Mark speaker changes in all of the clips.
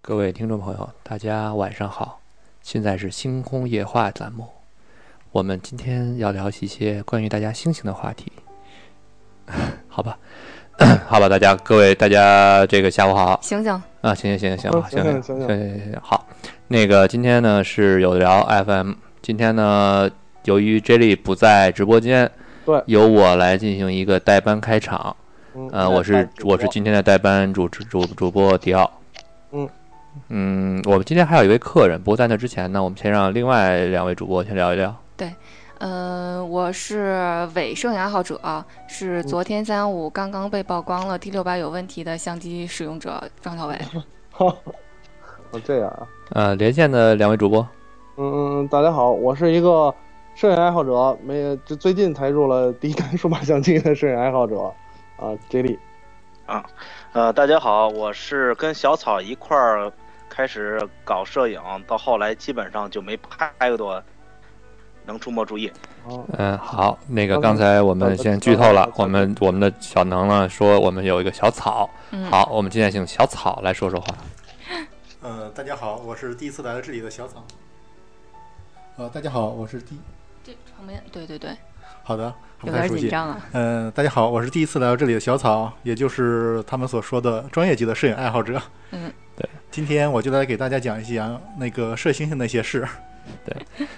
Speaker 1: 各位听众朋友，大家晚上好，现在是星空夜话栏目，我们今天要聊一些关于大家星星的话题， 好吧？ 好吧，大家各位大家这个下午好
Speaker 2: 醒醒，
Speaker 1: 啊，行行行行
Speaker 3: 嗯
Speaker 1: 吧行行
Speaker 3: 行
Speaker 1: 行
Speaker 3: 行
Speaker 1: 行行行好，那个今天呢是有聊 FM，今天呢由于 Jelly 不在直播间，
Speaker 3: 对
Speaker 1: 由我来进行一个代班开场，
Speaker 3: 嗯
Speaker 1: 呃，我是我是今天的代班主主主主播迪奥。
Speaker 3: 嗯
Speaker 1: 嗯我们今天还有一位客人，不过在那之前呢，我们先让另外两位主播先聊一聊。
Speaker 2: 呃，我是伪摄影爱好者，
Speaker 1: 嗯
Speaker 2: 是昨天三幺五刚刚被曝光了 T 六百有问题的相机使用者张小 伟。
Speaker 3: 哦这样啊，
Speaker 1: 呃，连线的两位主播，
Speaker 3: 嗯，大家好，我是一个摄影爱好者，没这最近才入了第一单数码相机的摄影爱好者啊，J 莉，
Speaker 4: 呃，大家好，我是跟小草一块儿开始搞摄影，到后来基本上就没拍过能出没注意。
Speaker 3: 啊，
Speaker 1: 嗯，好，那个刚
Speaker 3: 刚才
Speaker 1: 才我们先剧透了，我
Speaker 3: 刚才
Speaker 1: 们我们的小能呢说我们有一个小草，
Speaker 2: 嗯，
Speaker 1: 好，我们今天请小草来说说话。
Speaker 5: 呃，大家好，我是第一次来到这里的小草。呃，大家好，我是第
Speaker 2: 这旁边对对对，
Speaker 5: 好的，
Speaker 2: 有
Speaker 5: 不
Speaker 2: 点
Speaker 5: 太熟
Speaker 2: 紧
Speaker 5: 悉。
Speaker 2: 张啊。
Speaker 5: 嗯，大家好，我是第一次来到这里的小草，也就是他们所说的专业级的摄影爱好者。
Speaker 2: 嗯，
Speaker 1: 对。
Speaker 5: 今天我就来给大家讲一讲那个射星星那些事。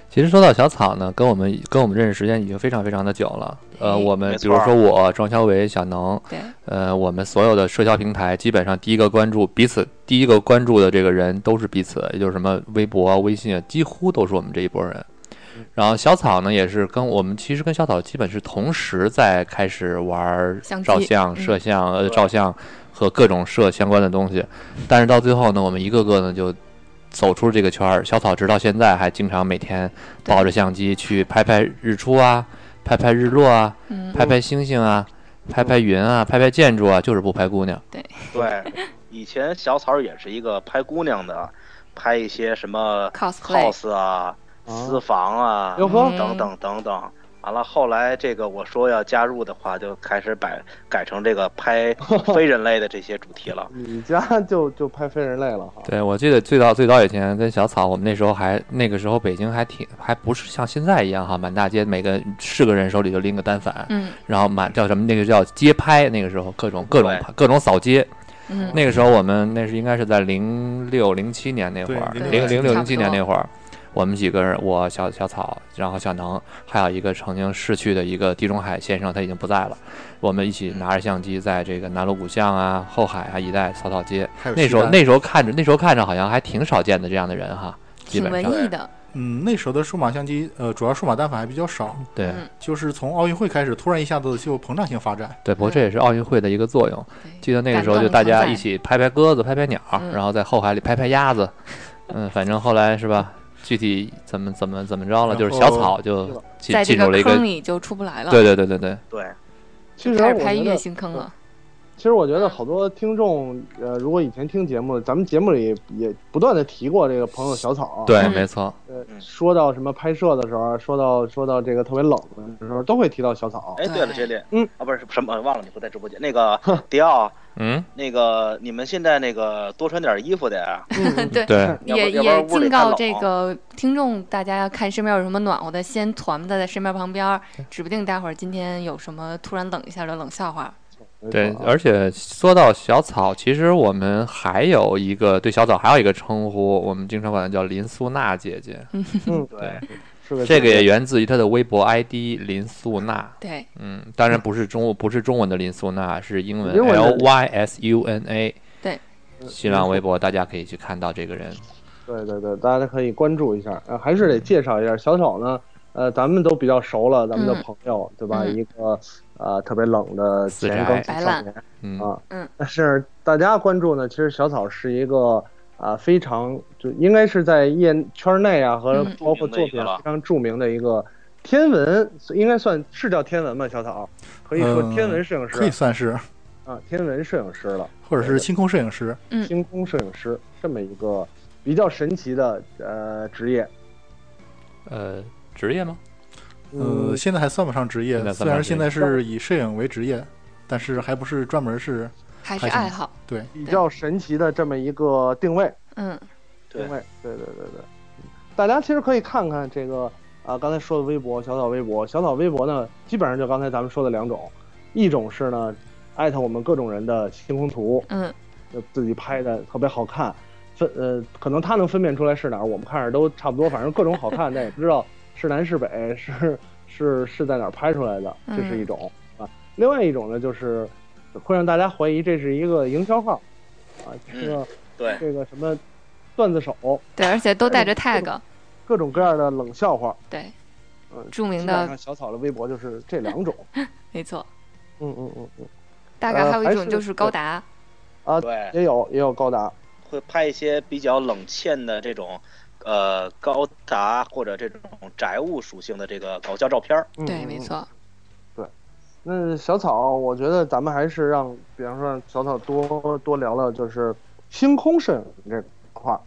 Speaker 1: 其实说到小草呢，跟我们跟我们认识时间已经非常非常的久了。呃，
Speaker 2: 哎
Speaker 1: 我们
Speaker 4: 没
Speaker 1: 比如
Speaker 4: 错
Speaker 1: 说我庄小伟、小能，
Speaker 2: 对，
Speaker 1: 呃，我们所有的社交平台，基本上第一个关注彼此，第一个关注的这个人都是彼此，也就是什么微博啊、微信啊，几乎都是我们这一波人。
Speaker 4: 嗯
Speaker 1: 然后小草呢，也是跟我们其实跟小草基本是同时在开始玩儿
Speaker 2: 相
Speaker 1: 照
Speaker 2: 机
Speaker 1: 相、
Speaker 2: 嗯
Speaker 1: 摄像、呃
Speaker 4: 对
Speaker 1: 照相和各种摄相关的东西，但是到最后呢，我们一个个呢就走出这个圈儿。小草直到现在还经常每天
Speaker 2: 对
Speaker 1: 抱着相机去拍拍日出啊，拍拍日落啊，
Speaker 2: 嗯，
Speaker 1: 拍拍星星啊，拍拍云啊，拍拍建筑啊，就是不拍姑娘。
Speaker 4: 对，以前小草也是一个拍姑娘的，拍一些什么
Speaker 2: cosplay，
Speaker 4: house 啊、
Speaker 3: 啊
Speaker 4: 私房啊
Speaker 3: 哟
Speaker 2: 嗯
Speaker 3: 呵，
Speaker 4: 等等等等。完了，后来这个我说要加入的话，就开始改改成这个拍非人类的这些主题了。
Speaker 3: 你家就就拍非人类了哈，
Speaker 1: 对，我记得最早最早以前跟小草，我们那时候还那个时候北京还挺还不是像现在一样哈，满大街每个是个人手里就拎个单反，
Speaker 2: 嗯
Speaker 1: 然后满叫什么那个叫街拍，那个时候各种各种
Speaker 4: 对
Speaker 1: 拍各种扫街。
Speaker 2: 嗯，
Speaker 1: 那个时候我们那是应该是在零六零七年那会儿，
Speaker 5: 对
Speaker 1: 零零
Speaker 2: 06
Speaker 1: 六
Speaker 2: 差
Speaker 1: 零
Speaker 2: 不
Speaker 1: 七
Speaker 2: 多
Speaker 1: 年那会儿，我们几个人，我小小草，然后小能，还有一个曾经逝去的一个地中海先生，他已经不在了。我们一起拿着相机在这个南锣鼓巷啊、后海啊一带扫扫街。
Speaker 5: 还有
Speaker 1: 那时
Speaker 5: 西
Speaker 1: 候
Speaker 5: 单
Speaker 1: 那时候看着那时候看着好像还挺少见的这样的人哈，基
Speaker 2: 挺
Speaker 1: 本
Speaker 2: 文
Speaker 1: 上
Speaker 2: 艺的。
Speaker 5: 嗯，那时候的数码相机，呃，主要数码单反还比较少，
Speaker 1: 对
Speaker 2: 嗯
Speaker 5: 就是从奥运会开始，突然一下子就膨胀性发展。
Speaker 1: 对。不过这也是奥运会的一个作用。
Speaker 2: 嗯对，
Speaker 1: 记得那个时候就大家一起拍拍鸽子、拍拍鸟，
Speaker 2: 嗯
Speaker 1: 然后在后海里拍拍鸭 子，嗯，反正后来是吧？具体怎么怎么怎么着了，就是小
Speaker 5: 然后
Speaker 1: 草就进
Speaker 2: 在这
Speaker 1: 进入了一个
Speaker 2: 坑，里就出不来了，
Speaker 1: 对，对对对对，
Speaker 4: 对，哎
Speaker 3: 其实
Speaker 2: 开
Speaker 3: 我
Speaker 2: 始拍
Speaker 3: 觉
Speaker 2: 月
Speaker 3: 得，
Speaker 2: 薪坑了。
Speaker 3: 其实我觉得好多听众，呃，如果以前听节目，咱们节目里也不断的提过这个朋友小草，
Speaker 1: 对，
Speaker 2: 嗯
Speaker 1: 没错，
Speaker 3: 呃，
Speaker 4: 嗯
Speaker 3: 说到什么拍摄的时候，说到说到这个特别冷的时候，都会提到小草，
Speaker 4: 哎，对了，这里，
Speaker 3: 嗯，
Speaker 4: 啊，不是什么，忘了你不在直播间。那个迪奥，
Speaker 1: 嗯，
Speaker 4: 那个你们现在那个多穿点衣服得啊，
Speaker 3: 嗯，
Speaker 2: 对，
Speaker 1: 对，
Speaker 4: 要不
Speaker 2: 也
Speaker 4: 要不然
Speaker 2: 也
Speaker 4: 屋里
Speaker 2: 警
Speaker 4: 太
Speaker 2: 告
Speaker 4: 冷
Speaker 2: 这个听众，大家看身边有什么暖和的，先团在在身边旁边儿，
Speaker 1: 嗯
Speaker 2: 指不定待会儿今天有什么突然冷一下的冷笑话。
Speaker 3: 没
Speaker 1: 对
Speaker 3: 错，啊
Speaker 1: 而且说到小草，其实我们还有一个对小草还有一个称呼，我们经常管它叫林素娜姐姐，
Speaker 3: 嗯，
Speaker 4: 对，
Speaker 3: 是个
Speaker 1: 这个也源自于她的微博 ID 林素娜，
Speaker 2: 对，
Speaker 1: 嗯，当然不是中不是中文的林素娜，是英文
Speaker 3: 英文的
Speaker 1: L Y S U N A。
Speaker 2: 对，
Speaker 1: 新浪微博大家可以去看到这个人。
Speaker 3: 对对对，大家可以关注一下。呃，还是得介绍一下小草呢。呃，咱们都比较熟了，咱们的朋友、对吧？
Speaker 2: 嗯
Speaker 3: 一个呃特别冷的
Speaker 1: 死
Speaker 3: 前
Speaker 1: 宅
Speaker 3: 更新
Speaker 2: 白
Speaker 3: 少
Speaker 2: 烂
Speaker 3: 年，
Speaker 1: 嗯，
Speaker 3: 啊
Speaker 2: 嗯
Speaker 3: 但是大家关注呢，其实小草是一个啊、非常就应该是在业圈内啊和
Speaker 2: 嗯
Speaker 3: 包括作品啊
Speaker 4: 著名的一个了
Speaker 3: 非常著名的一个天文，应该算是叫天文吧？小草可呃以说
Speaker 5: 嗯
Speaker 3: 天文摄影师
Speaker 5: 可以、算是，
Speaker 3: 啊，天文摄影师了。
Speaker 5: 或者是星空摄影师。
Speaker 2: 嗯
Speaker 3: 星空摄影师这么一个比较神奇的呃职业。
Speaker 1: 呃，职业吗？
Speaker 5: 呃，现在还算不上职
Speaker 1: 嗯现在
Speaker 5: 业，
Speaker 1: 算
Speaker 5: 虽
Speaker 1: 不上
Speaker 5: 然
Speaker 1: 职业
Speaker 5: 现在是以摄影为职业，但是还不是专门是
Speaker 2: 还是
Speaker 5: 还行
Speaker 2: 爱好。
Speaker 5: 对
Speaker 3: 比较神奇的这么一个定位
Speaker 2: 嗯，
Speaker 4: 对
Speaker 3: 定位，对对对对，大家其实可以看看这个啊，刚才说的微博、小草微博、小草微博呢，基本上就刚才咱们说的两种，一种是呢，艾特我们各种人的星空图，
Speaker 2: 嗯，
Speaker 3: 就自己拍的特别好看，分呃，可能他能分辨出来是哪儿，我们看着都差不多，反正各种好看，但也不知道是南是北，是是是在哪儿拍出来的，这
Speaker 2: 嗯
Speaker 3: 是一种、啊。另外一种呢，就是会让大家怀疑这是一个营销号，啊，这个、
Speaker 4: 对，
Speaker 3: 这个什么段子手。
Speaker 2: 对，而且都带
Speaker 3: 嗯
Speaker 2: 着 tag，
Speaker 3: 各种各样的冷笑话。
Speaker 2: 对，
Speaker 3: 嗯，
Speaker 2: 著
Speaker 3: 基
Speaker 2: 名
Speaker 3: 本
Speaker 2: 的
Speaker 3: 上小草的微博就是这两 种。
Speaker 2: 没错。
Speaker 3: 嗯嗯嗯嗯，
Speaker 2: 大概
Speaker 3: 呃
Speaker 2: 还有
Speaker 3: 还
Speaker 2: 一种
Speaker 3: 是
Speaker 2: 就是高达，
Speaker 4: 对，
Speaker 3: 也有也有高达。
Speaker 4: 会拍一些比较冷艳的这种，呃，高达或者这种宅物属性的这个搞笑照片儿。
Speaker 3: 嗯、
Speaker 2: 对，
Speaker 3: 嗯
Speaker 2: 没。错，
Speaker 3: 那小草，我觉得咱们还是让，比方说让小草多多聊聊，就是星空摄影这块儿。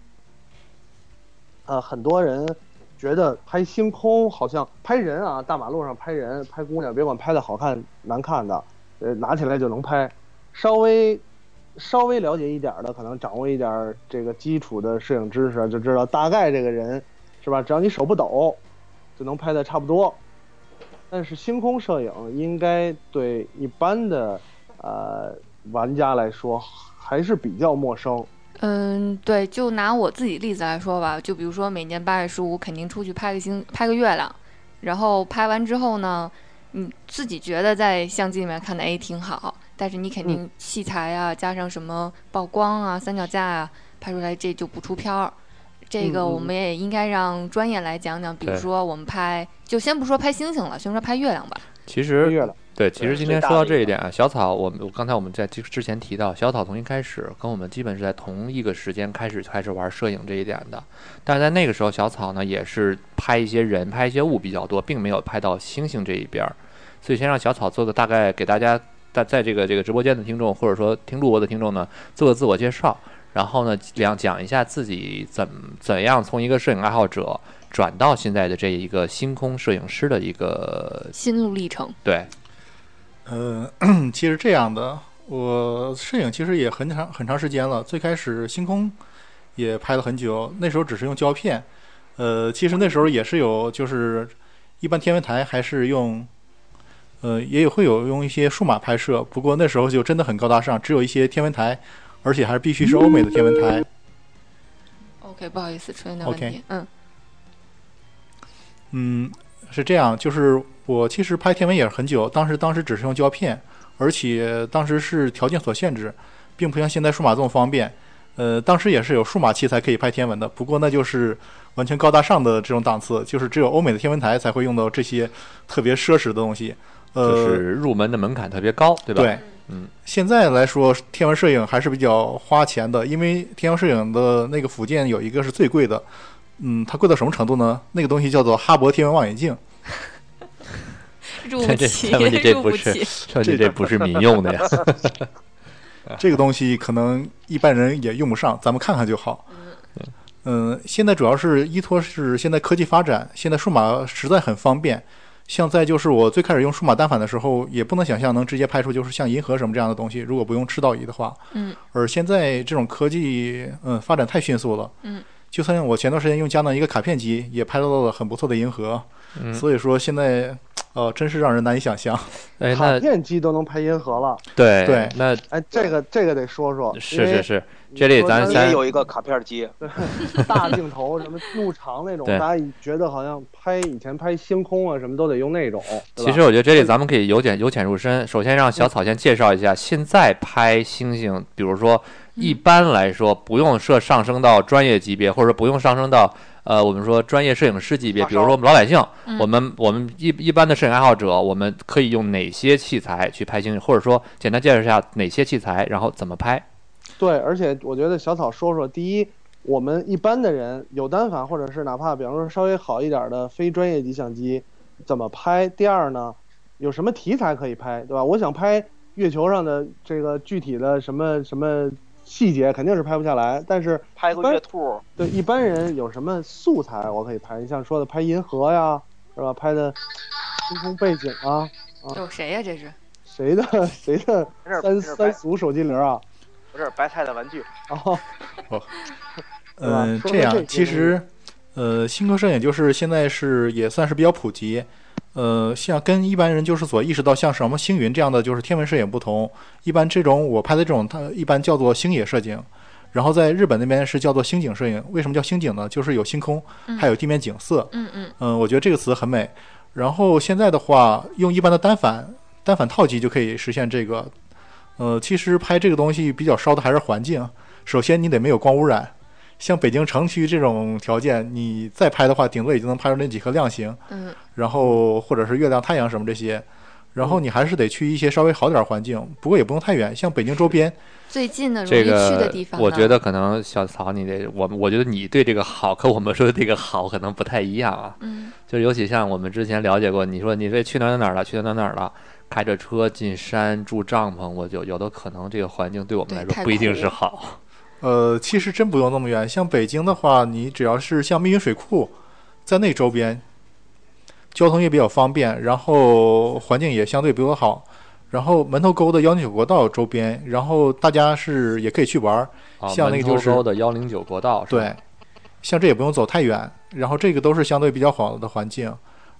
Speaker 3: 呃，很多人觉得拍星空好像拍人啊，大马路上拍人、拍姑娘，别管拍的好看难看的，呃，拿起来就能拍。稍微稍微了解一点儿的，可能掌握一点儿这个基础的摄影知识，啊就知道大概这个人是吧？只要你手不抖，就能拍的差不多。但是星空摄影应该对一般的呃玩家来说还是比较陌生。
Speaker 2: 嗯，对，就拿我自己例子来说吧，就比如说每年八月十五肯定出去拍个星，拍个月亮，然后拍完之后呢，你自己觉得在相机里面看的哎挺好，但是你
Speaker 3: 嗯
Speaker 2: 肯定器材啊，加上什么曝光啊、三脚架啊，拍出来这就不出片儿。这
Speaker 3: 嗯
Speaker 2: 个
Speaker 3: 嗯
Speaker 2: 我
Speaker 3: 嗯
Speaker 2: 们也应该让专业来讲讲，比如
Speaker 1: 对
Speaker 2: 说我们拍，就先不说拍星星了，先说拍月亮吧。
Speaker 1: 其
Speaker 3: 飞
Speaker 1: 实
Speaker 3: 跃了，
Speaker 1: 对，其实
Speaker 4: 对
Speaker 1: 今
Speaker 4: 最
Speaker 1: 天
Speaker 4: 大
Speaker 1: 说到
Speaker 4: 的一
Speaker 1: 这一
Speaker 4: 个
Speaker 1: 点啊，小草，我们我刚才我们在之之前提到，小草从一开始跟我们基本是在同一个时间开始开始玩摄影这一点的，但是在那个时候，小草呢也是拍一些人、拍一些物比较多，并没有拍到星星这一边儿，所以先让小草做个大概给大家在在这个这个直播间的听众或者说听录播的听众呢做个自我介绍，然后呢讲讲一下自己怎怎样从一个摄影爱好者转到现在的这一个星空摄影师的一个
Speaker 2: 心路历程，
Speaker 1: 对。
Speaker 5: 呃， 其实这样的，我摄影其实也很长很长时间了。最开始星空也拍了很久，那时候只是用胶片。呃，其实那时候也是有，就是一般天文台还是用，呃，也有会有用一些数码拍摄。不过那时候就真的很高大上，只有一些天文台，而且还必须是欧美的天文台。
Speaker 2: OK，不好意思，出现点问
Speaker 5: OK
Speaker 2: 题。嗯
Speaker 5: 嗯，是这样，就是我其实拍天文也很久，当时当时只是用胶片，而且当时是条件所限制，并不像现在数码这么方便。呃，当时也是有数码器才可以拍天文的，不过那就是完全高大上的这种档次，就是只有欧美的天文台才会用到这些特别奢侈的东西。呃，
Speaker 1: 就是入门的门槛特别高，对吧？
Speaker 5: 对，
Speaker 1: 嗯，
Speaker 5: 现在来说，天文摄影还是比较花钱的，因为天文摄影的那个附件有一个是最贵的，嗯，它贵到什么程度呢？那个东西叫做哈勃天文望远镜，
Speaker 2: 入
Speaker 1: 这
Speaker 2: 不
Speaker 1: 这
Speaker 2: 起，
Speaker 1: 这问题这
Speaker 2: 入
Speaker 1: 不
Speaker 2: 不
Speaker 1: 是
Speaker 2: 起。
Speaker 1: 这你这不是民用 的呀。
Speaker 5: 这个东西可能一般人也用不上，咱们看看就好。嗯，现在主要是依托是现在科技发展，现在数码实在很方便。像在就是我最开始用数码单反的时候，也不能想象能直接拍出就是像银河什么这样的东西，如果不用赤道仪的话。
Speaker 2: 嗯。
Speaker 5: 而现在这种科技，嗯，发展太迅速了。
Speaker 2: 嗯。
Speaker 5: 就算我前段时间用佳能一个卡片机，也拍到了很不错的银河。
Speaker 1: 嗯
Speaker 5: 所以说现在，呃，真是让人难以想象。
Speaker 1: 哎，
Speaker 3: 卡
Speaker 1: 那
Speaker 3: 片机都能拍银河了。
Speaker 1: 对
Speaker 5: 对
Speaker 1: 那
Speaker 3: 哎，这个这个得说说，
Speaker 1: 是是是，这里咱
Speaker 4: 你
Speaker 1: 咱
Speaker 4: 也有一个卡片机，
Speaker 3: 是大 镜头，什么入场那种，
Speaker 1: 对
Speaker 3: 大家觉得好像拍以前拍星空啊什么都得用那种。对
Speaker 1: 其
Speaker 3: 吧
Speaker 1: 实我觉得这里咱们可以由浅由浅入深。首先让小草先介绍一下，现在拍星星，比如说一般来说不用设上升到专业级别，或者不用上升到呃我们说专业摄影师级别，
Speaker 4: 发烧
Speaker 1: 比如说我们老百姓，
Speaker 2: 嗯
Speaker 1: 我们我们一一般的摄影爱好者，我们可以用哪些器材去拍星星，或者说简单介绍一下哪些器材，然后怎么拍。
Speaker 3: 对，而且我觉得小草说说，第一，我们一般的人有单反，或者是哪怕比方说稍微好一点的非专业级相机，怎么拍？第二呢，有什么题材可以拍，对吧？我想拍月球上的这个具体的什么什么细节，肯定是拍不下来。但是
Speaker 4: 拍个月兔，
Speaker 3: 对一般人有什么素材我可以拍？你像说的拍银河呀，是吧？拍的星空背景啊，
Speaker 2: 有谁呀、这是
Speaker 3: 谁的 谁的
Speaker 4: 没事儿
Speaker 3: 三
Speaker 4: 没事儿
Speaker 3: 三
Speaker 4: 白
Speaker 3: 俗手机铃啊？
Speaker 4: 不是白菜的玩具，
Speaker 3: 哦，对吧
Speaker 5: 嗯，
Speaker 3: 说说
Speaker 5: 这
Speaker 3: 这
Speaker 5: 样
Speaker 3: 些
Speaker 5: 其
Speaker 3: 东
Speaker 5: 实，呃，新科摄影就是现在是也算是比较普及。呃，像跟一般人就是所意识到像什么星云这样的就是天文摄影不同，一般这种我拍的这种，它一般叫做星野摄影，然后在日本那边是叫做星景摄影。为什么叫星景呢？就是有星空，还有地面景色。
Speaker 2: 嗯嗯
Speaker 5: 嗯，我觉得这个词很美。然后现在的话，用一般的单反、单反套机就可以实现这个。呃，其实拍这个东西比较烧的还是环境。首先，你得没有光污染。像北京城区这种条件，你再拍的话，顶多也就能拍出那几颗亮星，
Speaker 2: 嗯
Speaker 5: 然后或者是月亮、太阳什么这些。然后你还是得去一些稍微好点儿环境，不过也不用太远，像北京周边，
Speaker 2: 最近的容
Speaker 1: 这
Speaker 2: 易去
Speaker 1: 个
Speaker 2: 的地方呢，
Speaker 1: 我觉得可能小曹你得我我觉得你对这个好和我们说的这个好可能不太一样啊，
Speaker 2: 嗯
Speaker 1: 就是尤其像我们之前了解过，你说你这去哪儿哪儿哪儿了，去哪儿哪儿哪儿了，开着车进山住帐篷，我就有的可能这个环境对我们
Speaker 2: 对
Speaker 1: 来说
Speaker 2: 太
Speaker 1: 不一定
Speaker 2: 苦
Speaker 1: 是好。
Speaker 5: 呃，其实真不用那么远。像北京的话，你只要是像密云水库，在那周边，交通也比较方便，然后环境也相对比较好。然后门头沟的幺零九国道周边，然后大家是也可以去玩儿。
Speaker 1: 啊
Speaker 5: 像那
Speaker 1: 门
Speaker 5: 个
Speaker 1: 头
Speaker 5: 就是
Speaker 1: 沟的幺零九国道，是吧
Speaker 5: 对，像这也不用走太远。然后这个都是相对比较好的环境。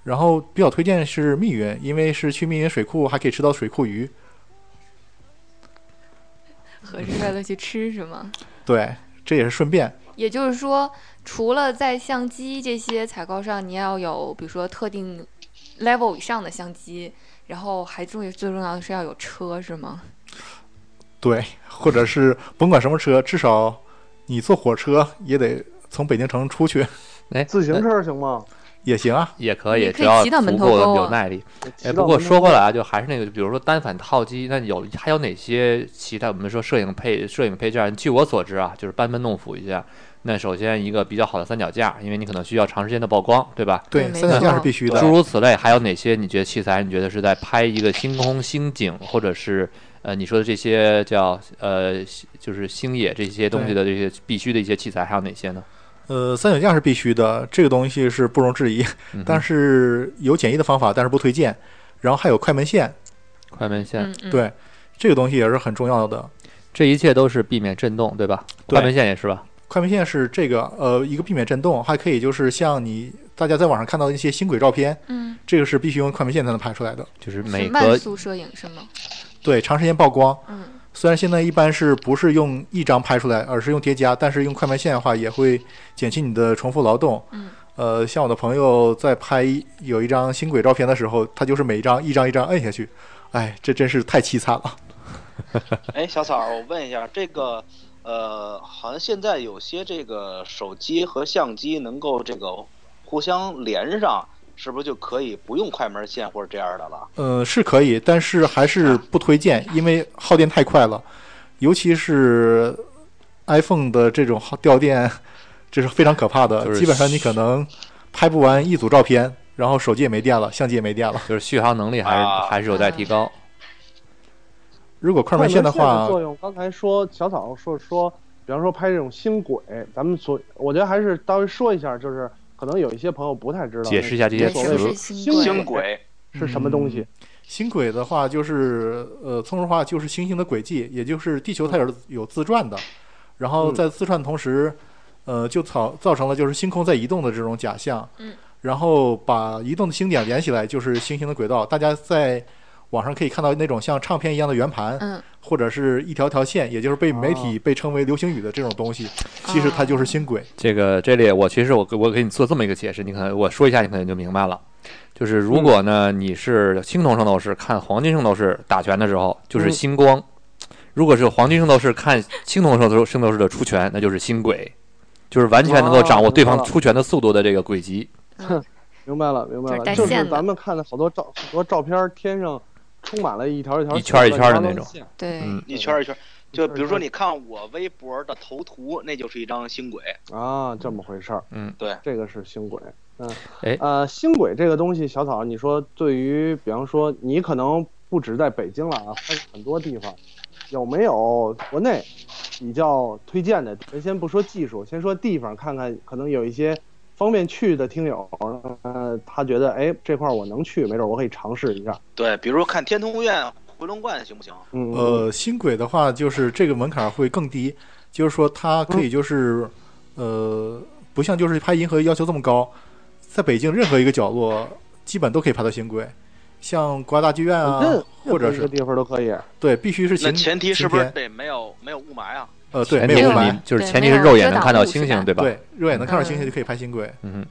Speaker 5: 然后比较推荐是密云，因为是去密云水库还可以吃到水库鱼。
Speaker 2: 合是为了去吃是吗？
Speaker 5: 对，这也是顺便。
Speaker 2: 也就是说，除了在相机这些采购上，你要有比如说特定 level 以上的相机，然后还最最重要的是要有车是吗？
Speaker 5: 对，或者是甭管什么车，至少你坐火车也得从北京城出去
Speaker 1: 哎，
Speaker 3: 自行
Speaker 1: 那
Speaker 3: 车行吗？
Speaker 5: 也行啊。
Speaker 1: 也可
Speaker 2: 你
Speaker 1: 以，
Speaker 2: 可
Speaker 1: 只
Speaker 2: 以
Speaker 1: 要
Speaker 2: 骑到门
Speaker 1: 足
Speaker 2: 头
Speaker 1: 够
Speaker 2: 沟
Speaker 1: 有
Speaker 2: 啊
Speaker 1: 耐力。
Speaker 3: 骑
Speaker 1: 哎，
Speaker 3: 到
Speaker 1: 不过
Speaker 3: 门
Speaker 1: 说
Speaker 3: 头
Speaker 1: 回来啊，就还是那个，比如说单反套机，那有还有哪些其他我们说摄影配摄影配件儿？据我所知啊，就是班门弄斧一下。那首先一个比较好的三脚架，因为你可能需要长时间的曝光，对吧？
Speaker 5: 对，
Speaker 2: 没
Speaker 5: 三脚架
Speaker 2: 错
Speaker 5: 是必须
Speaker 1: 诸
Speaker 5: 的。
Speaker 1: 如此类，还有哪些你觉得器材？你觉得是在拍一个星空、星景，或者是呃你说的这些叫呃就是星野这些东西的这些必须的一些器材，还有哪些呢？
Speaker 5: 呃，三脚架是必须的，这个东西是不容置疑。
Speaker 1: 嗯
Speaker 5: 但
Speaker 1: 是
Speaker 5: 是有简易的方法，但是不推荐。然后还有快门线，
Speaker 1: 快门线，
Speaker 2: 嗯嗯，
Speaker 5: 对这个东西也是很重要的。
Speaker 1: 这一切都是避免震动，对吧？
Speaker 5: 对
Speaker 1: 快门线也是吧？
Speaker 5: 快门线是这个呃一个避免震动，还可以就是像你大家在网上看到的一些星轨照片，
Speaker 2: 嗯，
Speaker 5: 这个是必须用快门线才能拍出来的。
Speaker 1: 就是
Speaker 2: 是
Speaker 1: 每
Speaker 2: 慢
Speaker 1: 隔
Speaker 2: 速摄影是吗？
Speaker 5: 对，长时间曝光，
Speaker 2: 嗯，
Speaker 5: 虽然现在一般是不是用一张拍出来，而是用叠加，但是用快门线的话也会减轻你的重复劳动。
Speaker 2: 嗯，
Speaker 5: 呃，像我的朋友在拍一有一张新轨照片的时候，他就是每一张一张一张摁下去，哎，这真是太凄惨了。
Speaker 4: 哎，小草儿，我问一下，这个呃，好像现在有些这个手机和相机能够这个互相连上，是不是就可以不用快门线或者这样的了？
Speaker 5: 呃，是可以，但是还是不推荐，因为耗电太快了，尤其是 iPhone 的这种耗掉电，这是非常可怕的。
Speaker 1: 就是
Speaker 5: 基本上你可能拍不完一组照片，然后手机也没电了，相机也没电了。
Speaker 1: 就是续航能力还是、
Speaker 4: 啊
Speaker 1: 还是有待提高。
Speaker 5: 如果快
Speaker 3: 快
Speaker 5: 门
Speaker 3: 门
Speaker 5: 线
Speaker 3: 的
Speaker 5: 的话，
Speaker 3: 作用，刚才说小草说说，比方说拍这种星轨，咱们所我觉得还是稍微说一下，就是可能有一些朋友不太知道，
Speaker 1: 解释一下这
Speaker 3: 也
Speaker 1: 些
Speaker 2: 对，
Speaker 3: 所
Speaker 2: 是
Speaker 3: 谓
Speaker 2: 不
Speaker 1: 词嗯
Speaker 2: 是
Speaker 3: 的
Speaker 2: 新
Speaker 3: 星
Speaker 2: 贵？
Speaker 3: 对
Speaker 4: 星轨
Speaker 3: 是什么东西。
Speaker 5: 星轨的话，就是呃，通俗话就是行星的轨迹，也就是地球它有有自转的，然后
Speaker 3: 嗯
Speaker 5: 在自转同时，呃，就造造成了就是星空在移动的这种假象。
Speaker 2: 嗯。
Speaker 5: 然后把移动的星点连起来，就是星星的轨道。大家在网上可以看到那种像唱片一样的圆盘，
Speaker 2: 嗯，哦
Speaker 5: 或者是一条条线，也就是被媒体被称为流星雨的这种东西，其实它就是星轨。
Speaker 1: 这个这里我其实我给我给你做这么一个解释，你可能我说一下，你可能就明白了。就是如果呢、你是青铜圣斗士看黄金圣斗士打拳的时候，就是
Speaker 3: 嗯
Speaker 1: 星光；如果是黄金圣斗士看青铜圣斗士圣斗士的出拳，那就是星轨，就是完全能够掌握
Speaker 3: 哦
Speaker 1: 对
Speaker 3: 明
Speaker 1: 方
Speaker 3: 白了
Speaker 1: 出拳的速度的这个轨迹。
Speaker 3: 明白了，明白
Speaker 2: 就是
Speaker 3: 了，
Speaker 2: 带
Speaker 3: 就
Speaker 2: 线
Speaker 3: 是
Speaker 2: 的
Speaker 3: 咱们看的好多照，好多照片，天上充满了一条一条
Speaker 1: 一圈儿一
Speaker 3: 线
Speaker 1: 圈儿的
Speaker 3: 乱
Speaker 1: 那
Speaker 3: 七八糟
Speaker 1: 种
Speaker 3: 线
Speaker 2: 对，
Speaker 1: 嗯
Speaker 4: 一圈儿一圈儿，
Speaker 3: 一圈儿
Speaker 4: 就
Speaker 3: 一
Speaker 4: 比
Speaker 3: 圈
Speaker 4: 如
Speaker 3: 儿
Speaker 4: 说你看我微博的头图，那就是一张星轨。
Speaker 3: 啊，这么回事儿。
Speaker 1: 嗯，
Speaker 4: 对
Speaker 3: 这个是星轨。嗯，
Speaker 1: 哎
Speaker 3: 呃，星轨这个东西，小草，你说对于，比方说你可能不止在北京了啊，还有很多地方，有没有国内比较推荐的？咱先不说技术，先说地方，看看可能有一些方便去的听友，呃，他觉得哎这块儿我能去，没准儿我可以尝试一下。
Speaker 4: 对，比如看天通苑、回龙观行不行？
Speaker 3: 嗯，
Speaker 5: 呃呃，新轨的话，就是这个门槛儿会更低，就是说它可以就是，
Speaker 1: 嗯
Speaker 5: 呃，不像就是拍银河要求这么高，在北京任何一个角落基本都可以拍到星轨，像国家大剧院
Speaker 1: 哦
Speaker 5: 啊
Speaker 3: 任，
Speaker 5: 或者
Speaker 3: 任何一
Speaker 5: 是
Speaker 3: 个地方都可以。
Speaker 5: 对，必须是
Speaker 4: 那
Speaker 5: 晴
Speaker 4: 前提是
Speaker 5: 晴
Speaker 4: 不是
Speaker 5: 天
Speaker 4: 得没有没有雾霾啊？
Speaker 5: 呃，对，
Speaker 1: 前
Speaker 5: 没
Speaker 1: 提
Speaker 5: 有雾
Speaker 1: 是
Speaker 5: 霾
Speaker 1: 你，就是
Speaker 2: 对
Speaker 1: 前提
Speaker 2: 没
Speaker 1: 是
Speaker 2: 有
Speaker 1: 肉眼
Speaker 2: 遮
Speaker 1: 能
Speaker 2: 挡
Speaker 1: 看到
Speaker 2: 物
Speaker 1: 星
Speaker 2: 是
Speaker 1: 星，
Speaker 2: 吧
Speaker 1: 对吧？
Speaker 5: 对，肉眼能看到星星
Speaker 2: 嗯
Speaker 5: 就可以拍星轨。
Speaker 1: 嗯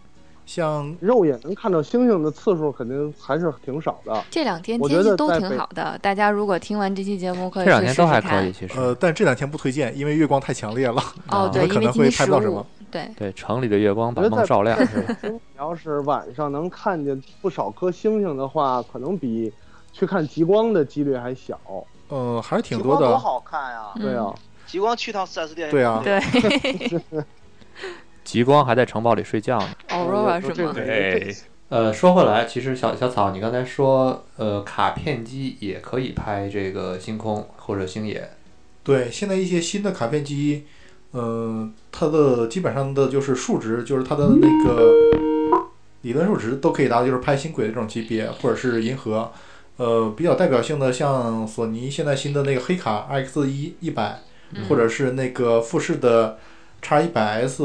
Speaker 5: 像
Speaker 3: 肉眼能看到星星的次数肯定还是挺少的。
Speaker 2: 这两天
Speaker 3: 我
Speaker 2: 天
Speaker 3: 觉
Speaker 2: 气
Speaker 3: 得
Speaker 2: 都
Speaker 3: 在
Speaker 2: 挺
Speaker 3: 北
Speaker 2: 好的，大家如果听完这期节目，可
Speaker 1: 哼，
Speaker 2: 以
Speaker 1: 这两
Speaker 2: 去
Speaker 1: 天
Speaker 2: 试
Speaker 1: 都
Speaker 2: 试
Speaker 1: 还可
Speaker 2: 看
Speaker 1: 以，其实。
Speaker 5: 呃，但这两天不推荐，因为月光太强烈了。
Speaker 1: 啊
Speaker 2: 哦，对，
Speaker 5: 可
Speaker 2: 因为
Speaker 5: 能
Speaker 2: 今
Speaker 5: 会
Speaker 2: 天
Speaker 5: 拍
Speaker 2: 十
Speaker 5: 不到什么
Speaker 2: 五，对，
Speaker 1: 对，城里的月光把
Speaker 3: 我觉得
Speaker 1: 梦
Speaker 3: 在
Speaker 1: 照亮，是 吧？
Speaker 3: 你要是晚上能看见不少颗星星的话，可能比去看极光的几率还小。
Speaker 5: 呃，还是挺
Speaker 4: 极
Speaker 5: 多
Speaker 4: 光
Speaker 5: 的
Speaker 4: 多。好看呀！
Speaker 2: 嗯
Speaker 3: 对啊，
Speaker 4: 极光去趟 4S 店
Speaker 5: 对啊
Speaker 4: 就
Speaker 2: 对
Speaker 1: 极光还在城堡里睡觉呢。
Speaker 2: ，Aurora
Speaker 3: 我觉得
Speaker 2: 是吗
Speaker 3: 这？对，
Speaker 1: 呃，说回来，其实小小草，你刚才说，呃，卡片机也可以拍这个星空或者星野，
Speaker 5: 对，现在一些新的卡片机，嗯、它的基本上的就是数值，就是它的那个理论数值都可以达到，就是拍星轨的这种级别，或者是银河。呃，比较代表性的像索尼现在新的那个黑卡 RX 一一百，
Speaker 2: 嗯
Speaker 5: 或者是那个富士的 X 一百 S，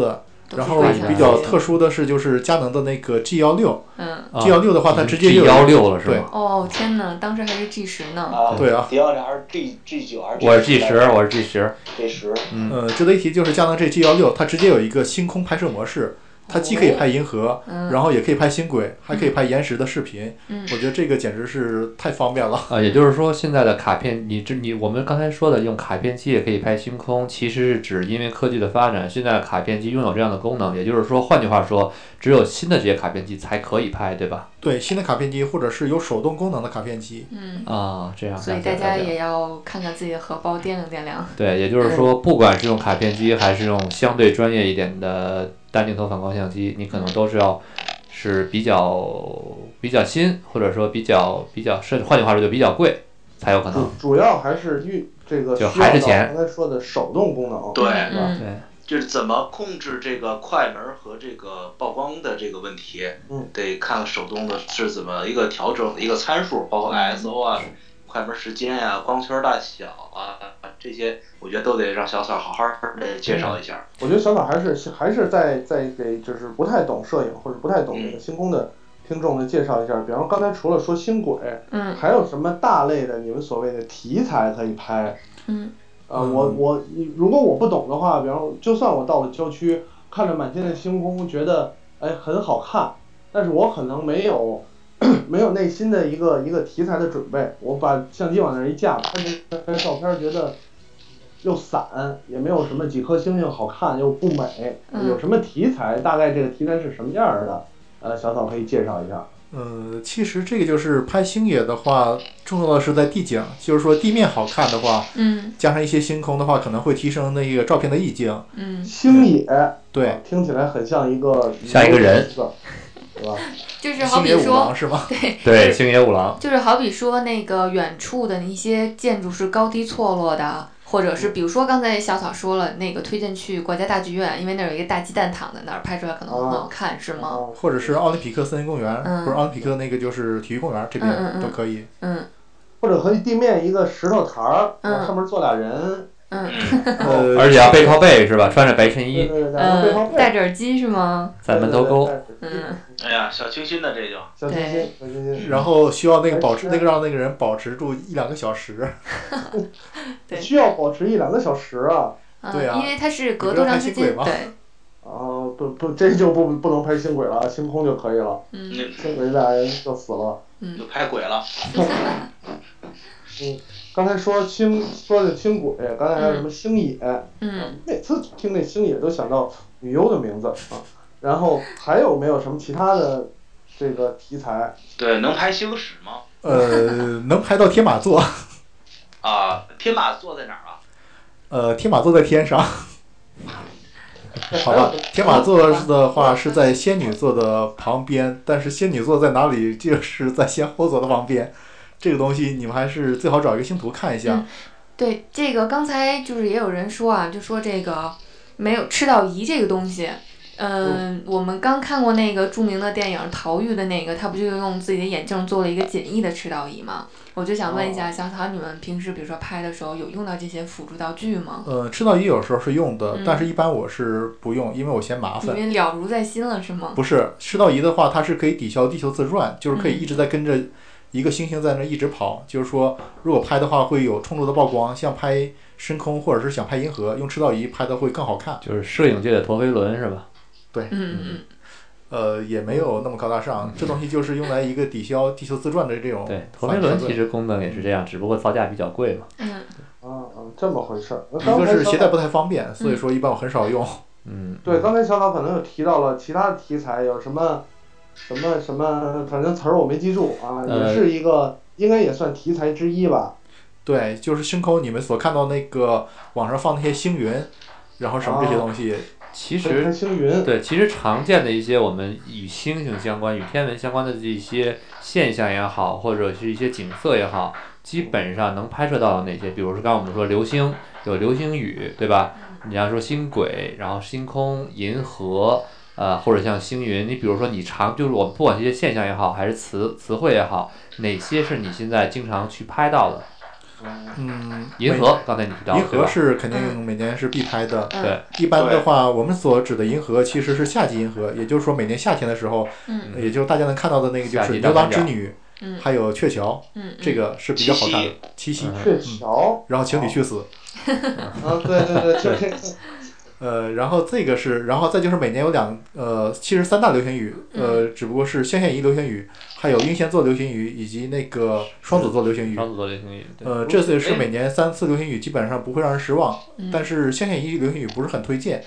Speaker 2: 都
Speaker 5: 然
Speaker 2: 是
Speaker 5: 后
Speaker 2: 非常
Speaker 5: 比较
Speaker 2: 新
Speaker 5: 特殊的是就是佳能的那个 G 幺六
Speaker 2: 嗯，
Speaker 1: 啊
Speaker 5: ，G 幺六的话，它直接就有
Speaker 1: 幺六了是吧？
Speaker 2: 哦天哪，当时还是 G 十呢，
Speaker 6: 啊，
Speaker 5: 对啊
Speaker 6: 迪奥还是 G G 九还是
Speaker 1: 我是 G 十，
Speaker 6: 来着
Speaker 1: 我是 G 十，
Speaker 6: G 十，
Speaker 1: 嗯，
Speaker 5: 呃，值得一提就是佳能这 G 幺六，它直接有一个星空拍摄模式，它既可以拍银河，
Speaker 2: 哦嗯
Speaker 5: 然后也可以拍星轨，还可以拍延时的视频。
Speaker 2: 嗯
Speaker 5: 我觉得这个简直是太方便了。
Speaker 1: 啊，也就是说，现在的卡片，你这你我们刚才说的用卡片机也可以拍星空，其实是指因为科技的发展，现在卡片机拥有这样的功能，也就是说，换句话说，只有新的这些卡片机才可以拍，对吧？
Speaker 5: 对，新的卡片机或者是有手动功能的卡片机，
Speaker 2: 嗯，
Speaker 1: 啊，这样，
Speaker 2: 所以
Speaker 1: 了解
Speaker 2: 大
Speaker 1: 了
Speaker 2: 家
Speaker 1: 解
Speaker 2: 也要看看自己的荷包，掂量掂量。
Speaker 1: 对，也就是说，不管是用卡片机还是用相对专业一点的单镜头反光相机，你可能都是要是比较比较新，或者说比较比较，甚至换句话说就比较贵，才有可
Speaker 3: 主
Speaker 1: 能。
Speaker 3: 嗯主要还是预这个
Speaker 1: 就
Speaker 3: 需要
Speaker 1: 还是
Speaker 3: 到
Speaker 1: 钱
Speaker 3: 刚才说的手动功能。
Speaker 4: 对
Speaker 2: 嗯，
Speaker 1: 对，
Speaker 4: 就是怎么控制这个快门和这个曝光的这个问题，
Speaker 3: 嗯
Speaker 4: 得看手动的是怎么一个调整一个参数，包括 ISO 啊、快门时间啊、光圈大小啊这些，我觉得都得让小草好好的介绍一下。
Speaker 3: 我觉得小草还是还是在在给就是不太懂摄影或者不太懂这
Speaker 2: 嗯
Speaker 3: 个星空的听众呢介绍一下，比方说刚才除了说星轨，
Speaker 2: 嗯
Speaker 3: 还有什么大类的你们所谓的题材可以拍？
Speaker 2: 嗯
Speaker 3: 啊、
Speaker 5: 嗯
Speaker 3: 我我你如果我不懂的话，比方说就算我到了郊区，看着满天的星空，觉得哎很好看，但是我可能没有 没有内心的一个一个题材的准备，我把相机往那儿一架，拍拍拍照片，觉得又散，也没有什么几颗星星好看，又不美，
Speaker 2: 嗯
Speaker 3: 有什么题材？大概这个题材是什么样儿的？呃，小草可以介绍一下。
Speaker 5: 呃，其实这个就是拍星野的话，重要的是在地景，就是说地面好看的话，
Speaker 2: 嗯
Speaker 5: 加上一些星空的话，可能会提升那个照片的意境。
Speaker 2: 嗯，
Speaker 3: 星野，
Speaker 5: 对，
Speaker 2: 哦
Speaker 3: 啊听起来很像一个
Speaker 1: 像一个人，
Speaker 3: 对吧？
Speaker 2: 就是好
Speaker 5: 星
Speaker 2: 比
Speaker 5: 野五
Speaker 2: 说
Speaker 5: 郎，是吗？
Speaker 1: 对，星野五郎，
Speaker 2: 就是好比说那个远处的一些建筑是高低错落的，或者是比如说刚才小草说了，那个推荐去国家大剧院，因为那儿有一个大鸡蛋躺在那儿，拍出来可能很好看，是吗？
Speaker 3: 啊
Speaker 5: 或者是奥林匹克森林公园，
Speaker 2: 嗯
Speaker 5: 或者奥林匹克那个就是体育公园这边
Speaker 2: 嗯嗯嗯
Speaker 5: 都可以。
Speaker 2: 嗯
Speaker 3: 或者和地面一个石头台儿，
Speaker 2: 嗯
Speaker 3: 然后上面坐俩人，
Speaker 2: 嗯
Speaker 5: 呃，
Speaker 1: 而且要背靠背是吧？穿着白衬
Speaker 3: 对
Speaker 1: 衣，
Speaker 3: 对对，两个背靠
Speaker 2: 嗯，戴
Speaker 3: 背，
Speaker 2: 着耳机是吗？
Speaker 1: 在门头沟，
Speaker 3: 对，对对
Speaker 2: 嗯
Speaker 4: 哎呀，小清新的这就
Speaker 3: 小清新，小清新。
Speaker 5: 然后需要那个保持
Speaker 3: 而
Speaker 5: 那
Speaker 3: 且
Speaker 5: 个让那个人保持住一两个小时。
Speaker 2: 对
Speaker 3: 需要保持一两个小时啊，
Speaker 2: 嗯，
Speaker 5: 对啊
Speaker 2: 因为它是隔多长时
Speaker 5: 你
Speaker 2: 间？
Speaker 5: 不是
Speaker 2: 对，
Speaker 3: 啊不不，这就不不能拍星轨了，星空就可以了，
Speaker 2: 嗯
Speaker 4: 那
Speaker 3: 星轨俩人就死了。
Speaker 4: 就拍鬼了。
Speaker 3: 刚才说星说的星轨，刚才还有什么星野，
Speaker 2: 嗯
Speaker 3: 每次听那星野都想到女优的名字啊。然后还有没有什么其他的这个题材？
Speaker 4: 对，能拍星矢吗？
Speaker 5: 呃，能拍到天马座，
Speaker 4: 啊，天马座在哪儿啊？
Speaker 5: 呃，天马座在天上。好吧，天马座的话是在仙女座的旁边，但是仙女座在哪里？就是在仙后座的旁边。这个东西你们还是最好找一个星图看一下。
Speaker 2: 对，这个刚才就是也有人说啊，就说这个没有吃到饴这个东西，嗯、我们刚看过那个著名的电影《逃狱》的那个，他不就用自己的眼镜做了一个简易的赤道仪吗？我就想问一
Speaker 5: 哦
Speaker 2: 下，小草，你们平时比如说拍的时候有用到这些辅助道具吗？
Speaker 5: 呃，赤道仪有时候是用的，
Speaker 2: 嗯
Speaker 5: 但是一般我是不用，因为我嫌麻
Speaker 2: 因
Speaker 5: 烦。
Speaker 2: 为了如在心了是吗？
Speaker 5: 不是赤道仪的话，它是可以抵消地球自转，就是可以
Speaker 2: 嗯
Speaker 5: 一直在跟着一个星星在那一直跑。就是说，如果拍的话会有冲突的曝光，像拍深空或者是想拍银河，用赤道仪拍的会更好看。
Speaker 1: 就是摄影界的陀飞轮是吧？
Speaker 2: 嗯嗯
Speaker 5: 呃，也没有那么高大上，这东西就是用来一个抵消地球自转的这种
Speaker 1: 嗯对，陀
Speaker 5: 反
Speaker 1: 飞轮
Speaker 5: 射作
Speaker 1: 其
Speaker 5: 用。
Speaker 1: 实功能也是这样，只不过造价比较贵嘛。
Speaker 2: 嗯
Speaker 3: 嗯嗯，这么回事儿。那
Speaker 5: 一
Speaker 3: 刚
Speaker 5: 个
Speaker 3: 才
Speaker 5: 是
Speaker 3: 小
Speaker 5: 携
Speaker 3: 草
Speaker 5: 带不太方便，所以说一般我很少用。
Speaker 1: 嗯，
Speaker 3: 对，刚才小草可能有提到了其他的题材，有什么什么什么，反正词儿我没记住啊，
Speaker 1: 呃
Speaker 3: 也是一个应该也算题材之一吧。
Speaker 5: 对，就是星空，你们所看到那个网上放那些星云，然后什么这些东西，
Speaker 1: 其
Speaker 3: 所以
Speaker 1: 实
Speaker 3: 看星云，
Speaker 1: 对，其实常见的一些我们与星星相关、与天文相关的这些现象也好，或者是一些景色也好，基本上能拍摄到的哪些？比如说刚才我们说流星有流星雨，对吧？你要说星轨，然后星空、银河，呃，或者像星云，你比如说你常就是我们不管这些现象也好，还是词词汇也好，哪些是你现在经常去拍到的？
Speaker 5: 嗯，
Speaker 1: 银河，刚才你提到了，
Speaker 5: 银
Speaker 1: 对
Speaker 5: 河
Speaker 1: 吧
Speaker 5: 是肯定每年是必拍的。
Speaker 2: 嗯
Speaker 1: 对
Speaker 5: 一般的话，我们所指的银河其实是夏季银河，也就是说每年夏天的时候，
Speaker 2: 嗯
Speaker 5: 也就是大家能看到的那个就
Speaker 1: 夏
Speaker 5: 是
Speaker 1: 季
Speaker 5: 牛
Speaker 1: 大
Speaker 5: 郎
Speaker 1: 三
Speaker 5: 织
Speaker 1: 角
Speaker 5: 女，
Speaker 2: 嗯
Speaker 5: 还有鹊桥，
Speaker 2: 嗯，
Speaker 5: 这个是比较好看的。七
Speaker 1: 嗯
Speaker 5: 夕，
Speaker 3: 鹊桥，
Speaker 5: 然后情侣去死，
Speaker 3: 啊，对对对，就这个，
Speaker 5: 呃，然后这个是，然后再就是每年有两呃，其实三大流星雨，
Speaker 2: 嗯
Speaker 5: 呃，只不过是象限仪流星雨，还有英仙座流星雨以及那个双子座流星雨。
Speaker 1: 双子座流星雨，对，
Speaker 5: 呃，这次是每年三次流星雨，基本上不会让人失望。
Speaker 2: 嗯
Speaker 5: 但是象限仪流星雨不是很推荐，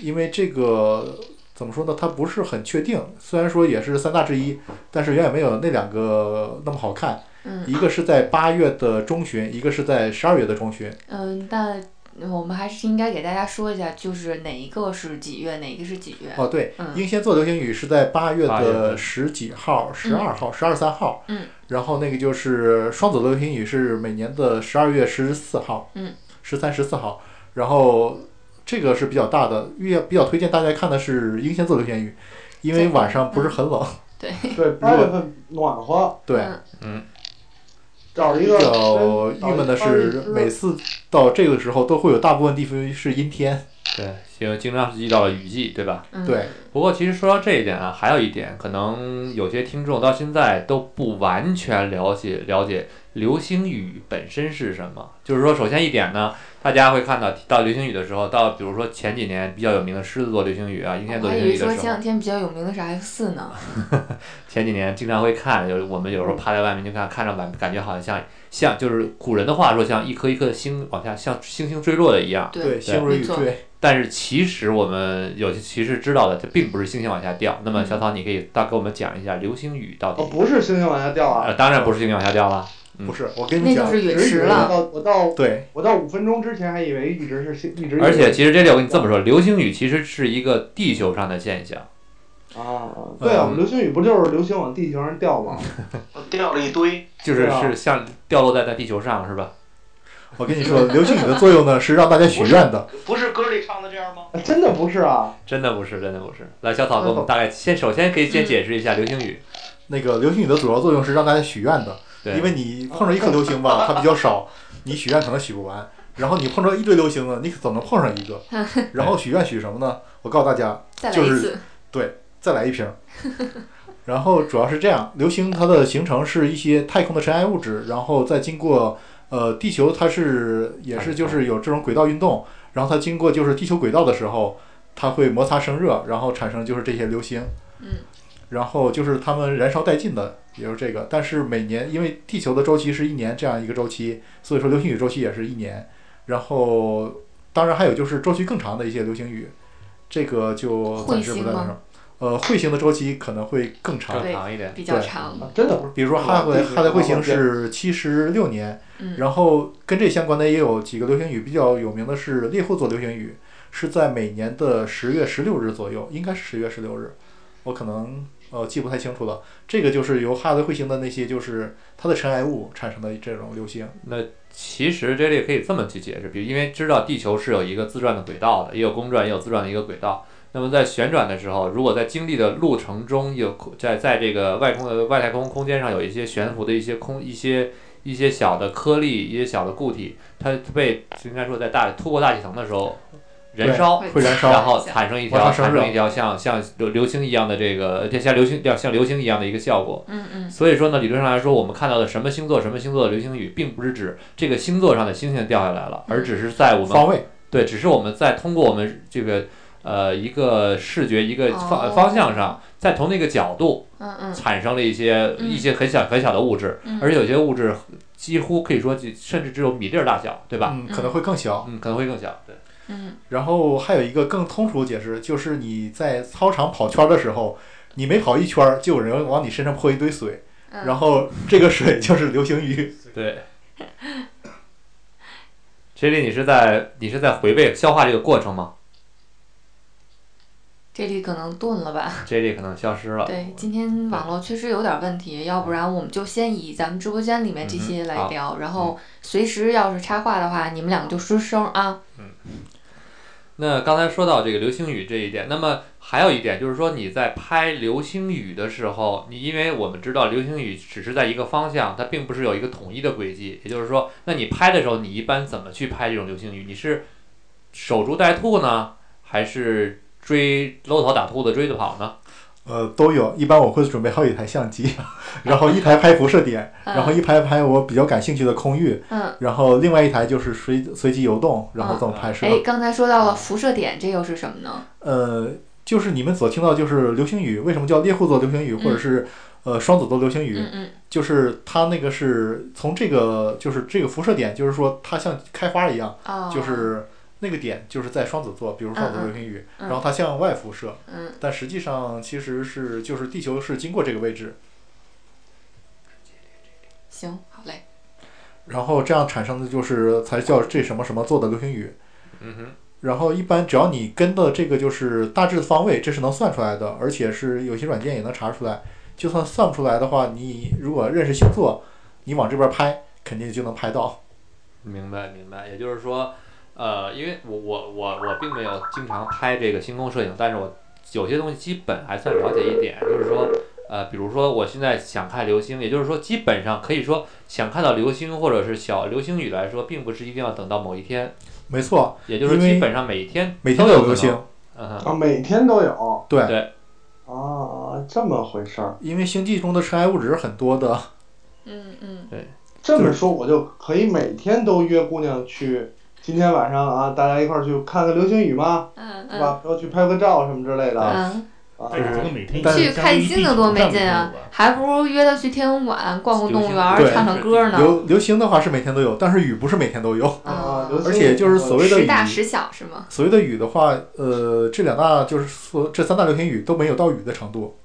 Speaker 5: 因为这个怎么说呢，它不是很确定。虽然说也是三大之一，但是远远没有那两个那么好看。
Speaker 2: 嗯
Speaker 5: 一个是在八月的中旬，一个是在十二月的中旬。
Speaker 2: 嗯，但我们还是应该给大家说一下，就是哪一个是几月，哪一个是几月？
Speaker 5: 哦，对，
Speaker 2: 嗯
Speaker 5: 英仙座流星雨是在八月
Speaker 1: 八月
Speaker 5: 的
Speaker 1: 份
Speaker 5: 十几号、十二号、十二三号。
Speaker 2: 嗯。
Speaker 5: 然后那个就是双子座流星雨是每年的十二月十四号。
Speaker 2: 嗯。
Speaker 5: 十三、十四号，然后这个是比较大的，越比较推荐大家看的是英仙座流星雨，因为晚上不是很冷。
Speaker 3: 对，八月份暖和，
Speaker 5: 对。
Speaker 2: 嗯
Speaker 3: 找一
Speaker 5: 比
Speaker 3: 个
Speaker 5: 较郁闷的是，每次到这个时候都会有大部分地区是阴天。
Speaker 1: 对，因为经常是遇到了雨季，对吧？
Speaker 2: 嗯，
Speaker 5: 对，
Speaker 1: 不过，其实说到这一点啊，还有一点，可能有些听众到现在都不完全了解了解流星雨本身是什么。就是说，首先一点呢，大家会看到提到流星雨的时候，到比如说前几年比较有名的狮子座流星雨啊、英仙
Speaker 2: 我
Speaker 1: 座
Speaker 2: 哦还
Speaker 1: 流
Speaker 2: 以
Speaker 1: 星雨的
Speaker 2: 为说
Speaker 1: 时
Speaker 2: 前
Speaker 1: 候
Speaker 2: 两，天比较有名的是 F 四呢。
Speaker 5: 啊
Speaker 1: 前几年经常会看，有我们有时候趴在外面就看，看着晚感觉好像像像就是古人的话说，像一颗一颗的星往下像星星坠落的一样。
Speaker 2: 对，
Speaker 5: 星如
Speaker 2: 没
Speaker 5: 雨
Speaker 2: 错
Speaker 5: 坠。
Speaker 1: 但是其实我们有些其实知道的，它并不是星星往下掉。那么小草，你可以大给我们讲一下流星雨到底
Speaker 3: 哦，不是星星往下掉啊
Speaker 1: 呃，，当然不是星星往下掉了。嗯
Speaker 5: 不是，我跟
Speaker 2: 那
Speaker 5: 你
Speaker 2: 就
Speaker 5: 讲，
Speaker 2: 是陨
Speaker 3: 直
Speaker 2: 石
Speaker 3: 觉
Speaker 2: 了。
Speaker 3: 到我到
Speaker 5: 对，
Speaker 3: 我到五分钟之前还以为一直是星，一直
Speaker 1: 而且其实这里我跟你这么说，流星雨其实是一个地球上的现象。
Speaker 3: 啊，对
Speaker 1: 嗯
Speaker 3: 啊，流星雨不就是流星往地球上掉吗？
Speaker 4: 掉了一堆，
Speaker 1: 就是
Speaker 3: 对啊
Speaker 1: 是像掉落在在地球上是吧？
Speaker 5: 我跟你说，流星雨的作用呢是让大家许愿的。
Speaker 4: 不是歌里唱的这样吗？
Speaker 3: 真的不是啊，
Speaker 1: 真的不是，真的不是。来，小草给我们大概先首先可以先解释一下流星雨。
Speaker 5: 那个流星雨的主要作用是让大家许愿的，
Speaker 1: 对，
Speaker 5: 因为你碰着一颗流星吧，它比较少，你许愿可能许不完。然后你碰着一堆流星呢，你总能碰上一个。然后许愿许什么呢？我告诉大家，
Speaker 2: 再来
Speaker 5: 就
Speaker 2: 一
Speaker 5: 是
Speaker 2: 次。
Speaker 5: 再来一瓶。 然后主要是这样，流星它的形成是一些太空的尘埃物质，然后再经过呃地球，它是也是就是有这种轨道运动，然后它经过就是地球轨道的时候，它会摩擦生热，然后产生就是这些流星。
Speaker 2: 嗯。
Speaker 5: 然后就是它们燃烧殆尽的，也就是这个。但是每年因为地球的周期是一年这样一个周期，所以说流星雨周期也是一年。然后当然还有就是周期更长的一些流星雨，这个就暂时不在那
Speaker 2: 彗星
Speaker 5: 上。呃，彗星的周期可能会更长，
Speaker 1: 更长一点。
Speaker 2: 比较
Speaker 5: 对
Speaker 2: 长。
Speaker 3: 啊真的不是，
Speaker 5: 比如说哈雷哈雷彗
Speaker 3: 对
Speaker 5: 星是七十六年，
Speaker 2: 嗯
Speaker 5: 然后跟这相关的也有几个流星雨比较有名的是猎户座流星雨，是在每年的十月十六日左右，应该是十月十六日，我可能呃记不太清楚了。这个就是由哈雷彗星的那些就是它的尘埃物产生的这种流星，
Speaker 1: 那其实这里可以这么去解释，比如因为知道地球是有一个自转的轨道的，也有公转也有自转的一个轨道。那么在旋转的时候，如果在经历的路程中有在在这个外空呃外太空空间上有一些悬浮的一些空一些一些小的颗粒、一些小的固体，它被应该说在大突破大气层的时候燃烧，
Speaker 5: 会燃烧
Speaker 1: 然后产生一条
Speaker 5: 往
Speaker 1: 产
Speaker 5: 上升热
Speaker 1: 生一条像像流流星一样的这个呃像流星像流星一样的一个效果。
Speaker 2: 嗯嗯，
Speaker 1: 所以说呢，理论上来说，我们看到的什么星座、什么星座的流星雨，并不是指这个星座上的星星掉下来了，而只是在我们
Speaker 5: 方位，
Speaker 1: 对，只是我们在通过我们这个呃一个视觉一个方、
Speaker 2: 哦
Speaker 1: 方向上，在同一个角度
Speaker 2: 嗯嗯
Speaker 1: 产生了一些、
Speaker 2: 嗯
Speaker 1: 一些很小很小的物质，
Speaker 2: 嗯，
Speaker 1: 而且有些物质几乎可以说几甚至只有米粒儿大小，对吧？
Speaker 5: 嗯，可能会更小。
Speaker 1: 嗯，可能会更小。对，
Speaker 2: 嗯
Speaker 5: 然后还有一个更通俗的解释，就是你在操场跑圈儿的时候，你每跑一圈儿，就有人往你身上泼一堆水，
Speaker 2: 嗯，
Speaker 5: 然后这个水就是流星雨。
Speaker 1: 对。Jelly，你是在你是在回味消化这个过程吗
Speaker 2: 这里可能顿了吧？
Speaker 1: ？Jelly 可能消失了。
Speaker 2: 对，今天网络确实有点问题，要不然我们就先以咱们直播间里面这些
Speaker 1: 嗯好
Speaker 2: 来聊，然后随时要是插话的话，你们两个就说声啊。
Speaker 1: 那刚才说到这个流星雨这一点，那么还有一点就是说，你在拍流星雨的时候，你因为我们知道流星雨只是在一个方向，它并不是有一个统一的轨迹。也就是说，那你拍的时候，你一般怎么去拍这种流星雨？你是守株待兔呢，还是追搂头打兔子追着跑呢？
Speaker 5: 呃，都有。一般我会准备好几台相机， 然后一台拍辐射点，
Speaker 2: 嗯
Speaker 5: 然后一台拍我比较感兴趣的空域，
Speaker 2: 嗯，
Speaker 5: 然后另外一台就是随随机游动，然后这么拍摄。
Speaker 2: 哎，刚才说
Speaker 5: 啊
Speaker 2: 到了辐射点，这又是什么呢？
Speaker 5: 呃，就是你们所听到就是流星雨，为什么叫猎户座流星雨，或者是呃双子座流星雨？
Speaker 2: 嗯嗯
Speaker 5: 就是它那个是从这个就是这个辐射点，就是说它像开花一样，
Speaker 2: 哦，
Speaker 5: 就是那个点就是在双子座，比如双子座流星雨，
Speaker 2: 嗯嗯
Speaker 5: 然后它向外辐射，
Speaker 2: 嗯
Speaker 5: 但实际上其实是就是地球是经过这个位置，
Speaker 2: 行，好嘞，
Speaker 5: 然后这样产生的就是才叫这什么什么座的流星雨。
Speaker 1: 嗯哼，
Speaker 5: 然后一般只要你跟的这个就是大致的方位，这是能算出来的，而且是有些软件也能查出来。就算算不出来的话，你如果认识星座，你往这边拍，肯定就能拍到。
Speaker 1: 明白明白，也就是说，呃，因为我我我我并没有经常拍这个星空摄影，但是我有些东西基本还算了解一点，就是说，呃，比如说我现在想看流星，也就是说，基本上可以说想看到流星或者是小流星雨来说，并不是一定要等到某一天，
Speaker 5: 没错，
Speaker 1: 也就是
Speaker 5: 因为
Speaker 1: 基本上每天
Speaker 5: 每
Speaker 1: 都
Speaker 5: 天都有
Speaker 1: 可
Speaker 5: 流星
Speaker 1: 能，。嗯哼，
Speaker 3: 啊，每天都有
Speaker 5: 对
Speaker 1: 对，
Speaker 3: 啊，这么回事儿。
Speaker 5: 因为星际中的尘埃物质很多的，
Speaker 2: 嗯嗯
Speaker 3: 这么说，我就可以每天都约姑娘去，今天晚上啊，大家一块儿去看个流星雨吗？
Speaker 2: 嗯
Speaker 3: 是
Speaker 2: 嗯
Speaker 3: 吧？然后去拍个照什么之类的啊。
Speaker 2: 嗯，
Speaker 4: 哎
Speaker 7: 但是这个每天
Speaker 5: 但
Speaker 2: 去
Speaker 5: 是
Speaker 2: 看星星多没劲啊，还不如约他去天文馆逛逛动物园儿，
Speaker 5: 对
Speaker 2: 唱唱歌呢。
Speaker 5: 流流星的话是每天都有，但是雨不是每天都有。
Speaker 3: 啊
Speaker 2: 啊，
Speaker 3: 流星
Speaker 5: 而且就是所谓的
Speaker 2: 时
Speaker 5: 雨
Speaker 2: 大时小是吗？
Speaker 5: 所谓的雨的话，呃，这两大就是说这三大流星雨都没有到雨的程度。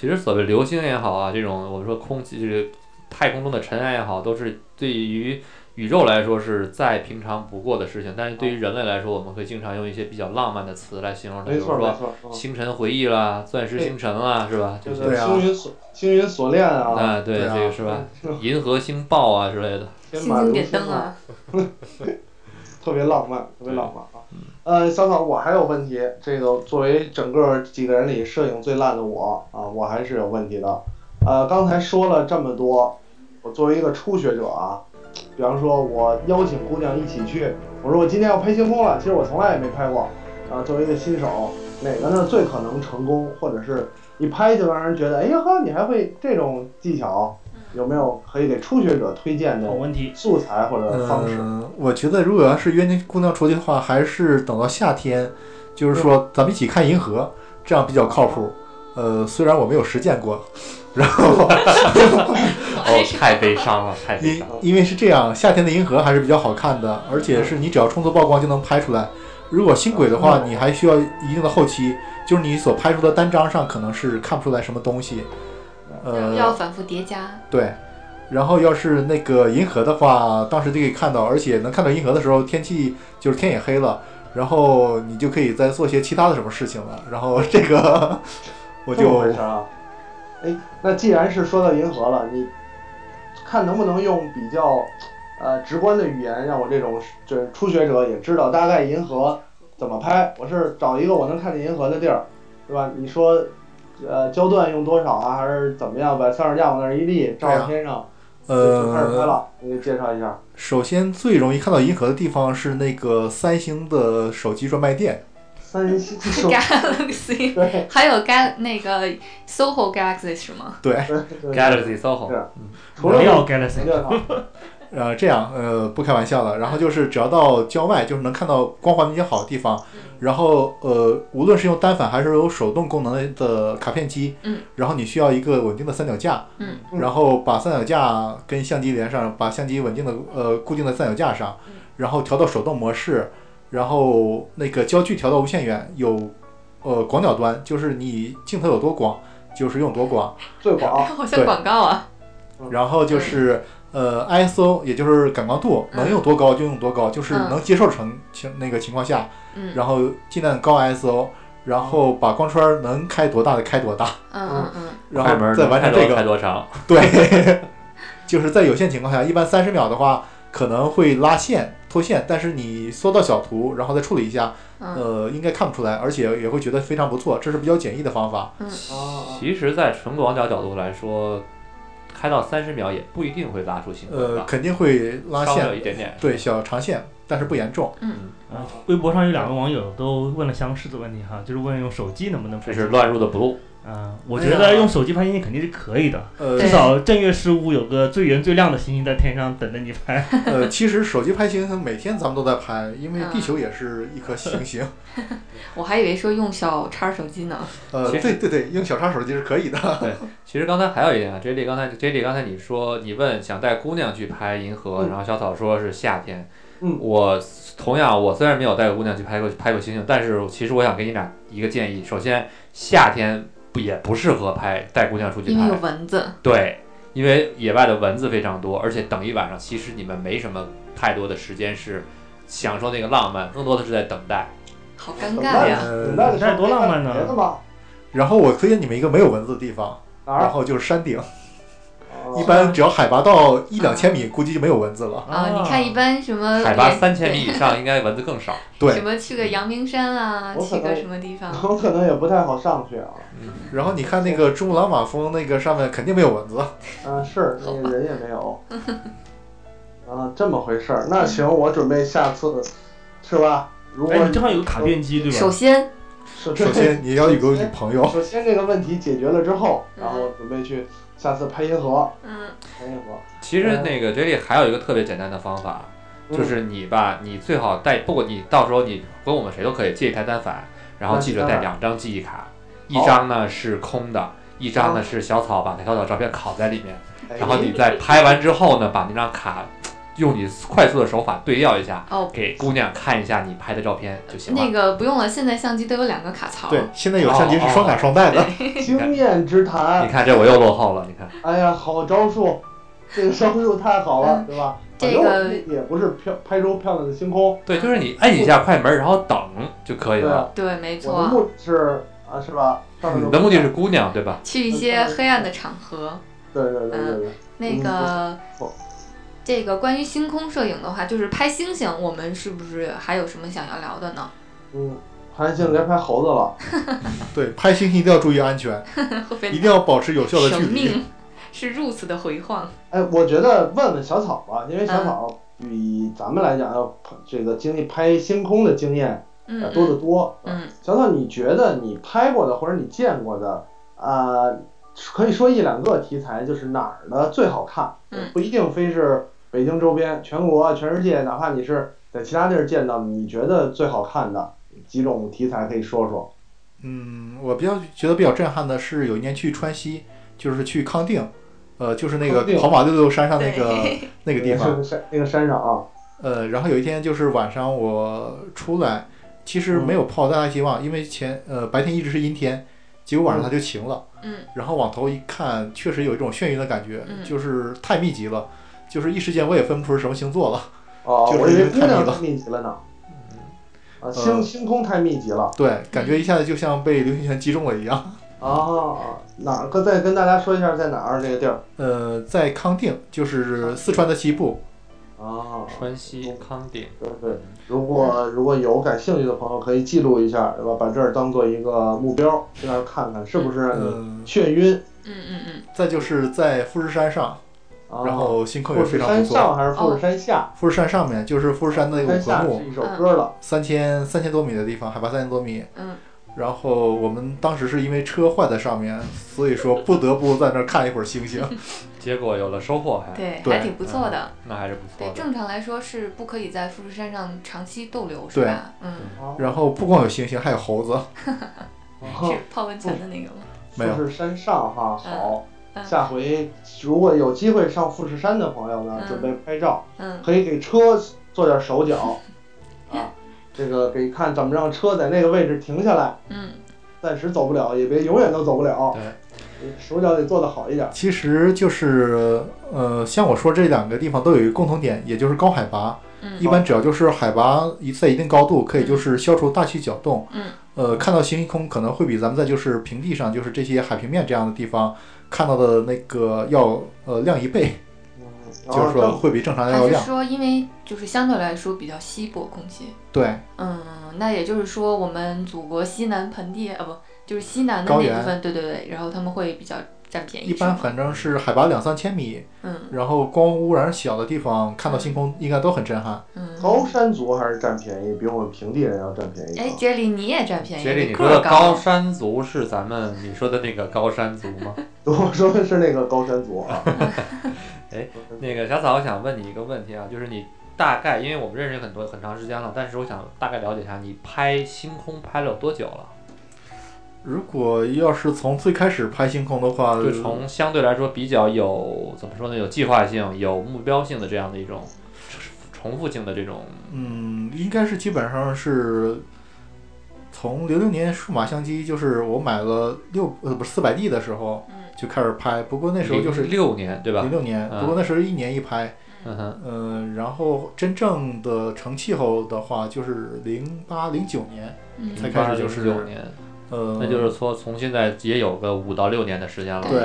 Speaker 1: 其实所谓流星也好啊，这种我们说空气这个太空中的尘埃也好，都是对于宇宙来说是再平常不过的事情，但是对于人类来说，我们会经常用一些比较浪漫的词来形容它，比
Speaker 3: 没
Speaker 1: 如
Speaker 3: 错没
Speaker 1: 说
Speaker 3: 错，嗯
Speaker 1: 星辰回忆啦、钻石星辰啦，是吧？这
Speaker 3: 就
Speaker 1: 些
Speaker 3: 是
Speaker 5: 对啊
Speaker 3: 星云锁星云锁链
Speaker 2: 嗯
Speaker 3: 啊，
Speaker 1: 啊，对，
Speaker 5: 对啊
Speaker 1: 这个是吧？银河星爆啊之类的，
Speaker 3: 天
Speaker 2: 星
Speaker 3: 马
Speaker 2: 星
Speaker 3: 流
Speaker 2: 点
Speaker 3: 星
Speaker 2: 灯，啊，
Speaker 3: 特别浪漫，特别浪漫啊。呃，小草，我还有问题，这个作为整个几个人里摄影最烂的我啊，我还是有问题的。呃，刚才说了这么多，我作为一个初学者啊，比方说我邀请姑娘一起去，我说我今天要拍星空了，其实我从来也没拍过。啊，作为一个新手，哪个呢最可能成功，或者是一拍就让人觉得，哎呀呵，你还会这种技巧？有没有可以给初学者推荐的
Speaker 7: 好问题，
Speaker 3: 素材或者方式？
Speaker 5: 嗯，我觉得如果要是约那姑娘出去的话，还是等到夏天，就
Speaker 3: 嗯
Speaker 5: 是说咱们一起看银河，这样比较靠谱。呃，虽然我没有实践过，然后
Speaker 1: 哦，太悲伤了，太悲
Speaker 5: 因
Speaker 1: 伤 了。
Speaker 5: 因为是这样，夏天的银河还是比较好看的，而且
Speaker 3: 嗯
Speaker 5: 是你只要充足曝光就能拍出来。如果星轨的话，你还需要一定的后期，就是你所拍出的单张上可能是看不出来什么东西。呃，
Speaker 2: 要反复叠加。
Speaker 5: 对，然后要是那个银河的话，当时就可以看到，而且能看到银河的时候，天气就是天也黑了，然后你就可以再做些其他的什么事情了。然后这个 我
Speaker 3: 这么
Speaker 5: 就
Speaker 3: 回事儿啊。哎，那既然是说到银河了，你看能不能用比较呃直观的语言，让我这种就是初学者也知道大概银河怎么拍，我是找一个我能看见银河的地儿，对吧？你说，呃，焦段用多少啊，还是怎么样？把三脚架往那儿一立，照
Speaker 5: 对
Speaker 3: 着
Speaker 5: 啊
Speaker 3: 天上、就就开始拍
Speaker 5: 呃，
Speaker 3: 了。你给介绍一下，
Speaker 5: 首先最容易看到银河的地方是那个三星的手机专卖店，
Speaker 3: 三星 手
Speaker 2: Galaxy，
Speaker 3: 对
Speaker 2: 还有 Gal 那个 SOHO Galaxy 是吗？
Speaker 5: 对，
Speaker 3: 对对，
Speaker 1: Galaxy SOHO，
Speaker 3: 是除了
Speaker 1: 没有
Speaker 3: 没
Speaker 1: Galaxy，
Speaker 3: 介绍，
Speaker 5: 呃，这样，呃，不开玩笑了。然后就是只要到郊外，就是能看到光环比较好的地方。
Speaker 2: 嗯
Speaker 5: 然后，呃，无论是用单反还是有手动功能的呃卡片机，
Speaker 2: 嗯，
Speaker 5: 然后你需要一个稳定的三脚架，
Speaker 2: 嗯，
Speaker 5: 然后把三脚架跟相机连上，把相机稳定的呃固定在三脚架上
Speaker 2: 嗯，
Speaker 5: 然后调到手动模式，然后那个焦距调到无限远，有呃广角端，就是你镜头有多广，就是用多广。
Speaker 3: 最广，
Speaker 2: 好像广告啊。
Speaker 5: 然后就是呃 ISO，也就是感光度，
Speaker 2: 嗯
Speaker 5: 能用多高就用多高，就是
Speaker 2: 嗯
Speaker 5: 能接受成情那个情况下，
Speaker 2: 嗯
Speaker 5: 然后尽量高 ISO，然后把光圈儿能开多大的开多大，
Speaker 2: 嗯嗯嗯，
Speaker 5: 然
Speaker 1: 快门
Speaker 5: 后再完成这
Speaker 1: 开
Speaker 5: 个。哦
Speaker 1: 多长？
Speaker 5: 对， 就是在有限情况下，一般三十秒的话可能会拉线脱线，但是你缩到小图，然后再处理一下，
Speaker 2: 嗯
Speaker 5: 呃，应该看不出来，而且也会觉得非常不错，这是比较简易的方法。
Speaker 3: 哦
Speaker 1: 其实，在纯广角角度来说，开到三十秒也不一定会拉出星河
Speaker 5: 呃，
Speaker 1: 吧，
Speaker 5: 肯定会拉
Speaker 1: 稍微有
Speaker 5: 线，
Speaker 1: 一点点。
Speaker 5: 对小长线，但是不严重。
Speaker 4: 啊，微博上有两个网友都问了相似的问题哈，就是问用手机能不能
Speaker 1: 这
Speaker 4: 拍
Speaker 1: 是
Speaker 4: 星
Speaker 1: 乱入的 blue，
Speaker 4: 空啊。我
Speaker 5: 哎
Speaker 4: 觉
Speaker 5: 呀
Speaker 4: 得用手机拍星星肯定是可以的，
Speaker 5: 呃，
Speaker 2: 对
Speaker 4: 至少正月十五有个最圆最亮的星星在天上等着你拍。
Speaker 5: 呃，其实手机拍星星每天咱们都在拍，因为地球
Speaker 1: 嗯
Speaker 5: 也是一 颗行星。
Speaker 2: 我还以为说用小叉手机呢。
Speaker 5: 呃，
Speaker 1: 其实
Speaker 5: 对对对，用小叉手机是可以的。
Speaker 1: 其实刚才还有一点啊，J D 刚才 J D 刚才你说你问想带姑娘去拍银河，
Speaker 3: 嗯
Speaker 1: 然后小草说是夏天。
Speaker 3: 嗯
Speaker 1: 我同样我虽然没有带过姑娘去拍过拍过星星，但是其实我想给你俩一个建议。首先，夏天不也不适合拍带姑娘出去
Speaker 2: 因为
Speaker 1: 拍
Speaker 2: 有，蚊子，
Speaker 1: 对，因为野外的蚊子非常多，而且等一晚上，其实你们没什么太多的时间是享受那个浪漫，更多的是在等待。
Speaker 2: 好尴尬呀！
Speaker 5: 呃
Speaker 3: 等，待的时
Speaker 4: 那
Speaker 3: 候
Speaker 4: 多浪漫呢
Speaker 3: 别的吧，
Speaker 5: 然后我推荐你们一个没有蚊子的地方，
Speaker 3: 哪
Speaker 5: 然
Speaker 4: 啊
Speaker 3: 儿？
Speaker 5: 后就是山顶，
Speaker 3: 哦
Speaker 5: 一般只要海拔到一两千米，估计就没有蚊子了。
Speaker 2: 啊，你看一般什
Speaker 3: 呃
Speaker 2: 么
Speaker 1: 海拔
Speaker 2: 连
Speaker 1: 三千米以上，应该蚊子更少。
Speaker 2: 对
Speaker 5: 对
Speaker 2: 什么去个阳明山啊，
Speaker 3: 我可
Speaker 2: 去个
Speaker 3: 能
Speaker 2: 什么地 方？
Speaker 3: 我可能也不太好上去啊。
Speaker 5: 然后你看那个珠穆朗玛峰那个上面肯定没有蚊子。
Speaker 3: 嗯，是那个人也没有。啊，这么回事儿。那行，我准备下次，是吧？如果
Speaker 4: 哎，你正好有个卡片机对
Speaker 2: 首
Speaker 4: 吧？
Speaker 2: 先，
Speaker 3: 首
Speaker 5: 首先你要有个女朋友，
Speaker 3: 首先这个问题解决了之后，
Speaker 2: 嗯
Speaker 3: 然后准备去下次拍银河，
Speaker 2: 嗯
Speaker 3: 拍银河。
Speaker 1: 其实那个 J D 还有一个特别简单的方法，
Speaker 3: 嗯
Speaker 1: 就是你吧，你最好带，不管你到时候你跟我们谁都可以借一台单反，然后记着带两张记忆卡，一张呢是空的，一张呢是小草把小草照片拷在里面。
Speaker 3: 哎
Speaker 1: 然后你在拍完之后呢，把那张卡用你快速的手法对调一下，
Speaker 2: 哦，
Speaker 1: 给姑娘看一下你拍的照片就行了。
Speaker 2: 那个不用了，现在相机都有两个卡槽。
Speaker 5: 对，现在有相机是双卡双待
Speaker 1: 哦
Speaker 5: 的。
Speaker 3: 经验之
Speaker 1: 你
Speaker 3: 谈，
Speaker 1: 看这我又落后了，你看
Speaker 3: 哎呀，好招数，这个招数太好了，对吧？
Speaker 2: 嗯这个
Speaker 3: 反正我也不是漂拍出漂亮的星空，
Speaker 1: 对，就是你啊摁一下快门，然后等就可以
Speaker 3: 对
Speaker 1: 了。
Speaker 3: 吧？
Speaker 2: 对，没
Speaker 3: 我的
Speaker 2: 错，
Speaker 3: 目的是啊，是吧？上面
Speaker 1: 嗯你的目的是姑娘对啊吧？
Speaker 2: 去一些黑暗的场合。
Speaker 3: 对对对对
Speaker 2: 嗯
Speaker 3: 对，
Speaker 2: 那个
Speaker 3: 不错，
Speaker 2: 这个关于星空摄影的话，就是拍星星，我们是不是还有什么想要聊的呢？
Speaker 3: 嗯，韩信该拍猴子了。
Speaker 5: 对，拍星星一定要注意安全，
Speaker 2: 会被
Speaker 5: 一定要保持有效的距
Speaker 2: 生
Speaker 5: 离。
Speaker 2: 命是如此的回 晃。
Speaker 3: 哎，我觉得问问小草吧，因为
Speaker 2: 嗯
Speaker 3: 小草比咱们来讲要这个经历拍星空的经验呃
Speaker 2: 嗯
Speaker 3: 要多啊得多。
Speaker 2: 嗯，
Speaker 3: 小草，你觉得你拍过的或者你见过的，呃，可以说一两个题材，就是哪儿的最好看？
Speaker 2: 嗯
Speaker 3: 不一定非是北京周边，全国啊、全世界，哪怕你是在其他地儿见到，你觉得最好看的几种题材可以说说。
Speaker 5: 嗯，我比较觉得比较震撼的是，有一年去川西，就是去康定，呃，就是那个
Speaker 3: 康定
Speaker 5: 跑马六六山上那个
Speaker 2: 对，
Speaker 5: 那个地
Speaker 3: 那
Speaker 5: 方。
Speaker 3: 个山那个山上啊，
Speaker 5: 呃，然后有一天就是晚上我出来，其实没有
Speaker 3: 嗯
Speaker 5: 抱太大希望，因为前呃白天一直是阴天，结果晚上它就晴了。
Speaker 2: 嗯。
Speaker 5: 然后往头一看，确实有一种眩晕的感觉，
Speaker 2: 嗯
Speaker 5: 就是太密集了，就是一时间我也分不出是什么星座了。
Speaker 3: 哦，
Speaker 5: 就是
Speaker 3: 我以为姑
Speaker 5: 太
Speaker 3: 娘
Speaker 5: 密了嗯
Speaker 3: 太密集了呢。啊，星星空太密集了。
Speaker 2: 嗯
Speaker 5: 对，感觉一下子就像被流星拳击中了一样。
Speaker 3: 哦，哪儿？跟再跟大家说一下在哪儿这个地儿。
Speaker 5: 呃，在康定，就是四川的西部，
Speaker 3: 哦，啊，
Speaker 1: 川西康定，
Speaker 3: 对对。如果如果有感兴趣的朋友，可以记录一下，对吧？把这儿当做一个目标，去那儿看看是不是让你
Speaker 5: 嗯，
Speaker 3: 眩晕。
Speaker 2: 嗯嗯嗯，
Speaker 5: 再就是在富士山上，
Speaker 3: 啊
Speaker 5: 然后星空也
Speaker 3: 富士
Speaker 5: 非常
Speaker 3: 山
Speaker 5: 不错。
Speaker 3: 上
Speaker 2: 哦
Speaker 3: 还是富士山下？
Speaker 5: 富士山上面就是富士山的有
Speaker 3: 山
Speaker 5: 禾
Speaker 3: 下
Speaker 5: 木
Speaker 3: 是，一首歌了。
Speaker 5: 三千三千多米的地方，海拔三千多米。
Speaker 2: 嗯。
Speaker 5: 然后我们当时是因为车坏在上面，所以说不得不在那儿看一会儿星星。
Speaker 1: 结果有了收
Speaker 3: 哎
Speaker 1: 获还，
Speaker 2: 对，
Speaker 5: 对
Speaker 2: 还挺不错
Speaker 3: 嗯
Speaker 2: 的。
Speaker 1: 那还是不
Speaker 2: 对
Speaker 1: 错，的。
Speaker 2: 正常来说是不可以在富士山上长期逗留，是
Speaker 5: 对
Speaker 2: 吧？嗯，
Speaker 5: 然后不光有星星，还有猴子。
Speaker 3: 后嗯
Speaker 2: 是泡温泉的那个吗？
Speaker 5: 没有
Speaker 3: 啊富士山上哈好，
Speaker 2: 嗯
Speaker 3: 下回如果有机会上富士山的朋友呢，
Speaker 2: 嗯
Speaker 3: 准备拍照，
Speaker 2: 嗯，
Speaker 3: 可以给车做点手 脚，啊，这个给看怎么让车在那个位置停下来，
Speaker 2: 嗯，
Speaker 3: 暂时走不了，也别永远都走不了，
Speaker 1: 对，
Speaker 3: 手脚得做得好一点，
Speaker 5: 其实就是呃，像我说这两个地方都有一个共同点，也就是高海拔。
Speaker 2: 嗯
Speaker 5: 一般只要就是海拔一在一定高度，可以就是消除大气搅动。
Speaker 2: 嗯。
Speaker 5: 呃，看到星空可能会比咱们在就是平地上，就是这些海平面这样的地方看到的那个要呃亮一倍，
Speaker 3: 嗯然
Speaker 5: 就是
Speaker 3: 后
Speaker 5: 说
Speaker 3: 正
Speaker 5: 会比正常
Speaker 2: 哦还
Speaker 5: 要
Speaker 2: 是
Speaker 5: 亮。
Speaker 2: 说，因为就是相对来说比较稀薄空气。
Speaker 5: 对，
Speaker 2: 嗯，那也就是说，我们祖国西南盆地啊，不就是西南的
Speaker 5: 高
Speaker 2: 那
Speaker 5: 原
Speaker 2: 部分，对对对，然后他们会比较占便宜。
Speaker 5: 一般
Speaker 2: 是吗
Speaker 5: 反正是海拔两三千米，
Speaker 2: 嗯
Speaker 5: 然后光污染小的地方，看到星空应该都很震撼。
Speaker 2: 嗯，
Speaker 3: 高山族还是占便宜，比我们平地人要占便宜。啊
Speaker 2: 哎，杰里你也占便宜，
Speaker 1: 杰里，
Speaker 2: 你
Speaker 1: 你
Speaker 2: 个
Speaker 1: 说
Speaker 2: 儿
Speaker 1: 的高
Speaker 2: 高，
Speaker 1: 山族是咱们你说的那个高山族 吗？
Speaker 3: 我说的是那个高山族啊，
Speaker 1: 那个小草，我想问你一个问题啊，就是你大概，因为我们认识很多很长时间了，但是我想大概了解一下，你拍星空拍了有多久了？
Speaker 5: 如果要是从最开始拍星空的话，
Speaker 1: 就从相对来说比较有怎么说呢，有计划性、有目标性的这样的一种重复性的这种，
Speaker 5: 嗯，应该是基本上是从零六年数码相机，就是我买了六呃不是四百 D 的时候
Speaker 2: 嗯
Speaker 5: 就开始拍，不过那时候就是
Speaker 1: 六年对吧
Speaker 5: 零？六年，
Speaker 1: 嗯
Speaker 5: 不过那时候一年一拍，
Speaker 1: 嗯哼，
Speaker 5: 嗯、然后真正的成气候的话就是零八零九年，
Speaker 2: 嗯
Speaker 5: 才开始就是
Speaker 1: 六年，
Speaker 5: 呃，
Speaker 1: 那就是说从现在也有个五到六年的时间了。
Speaker 5: 对，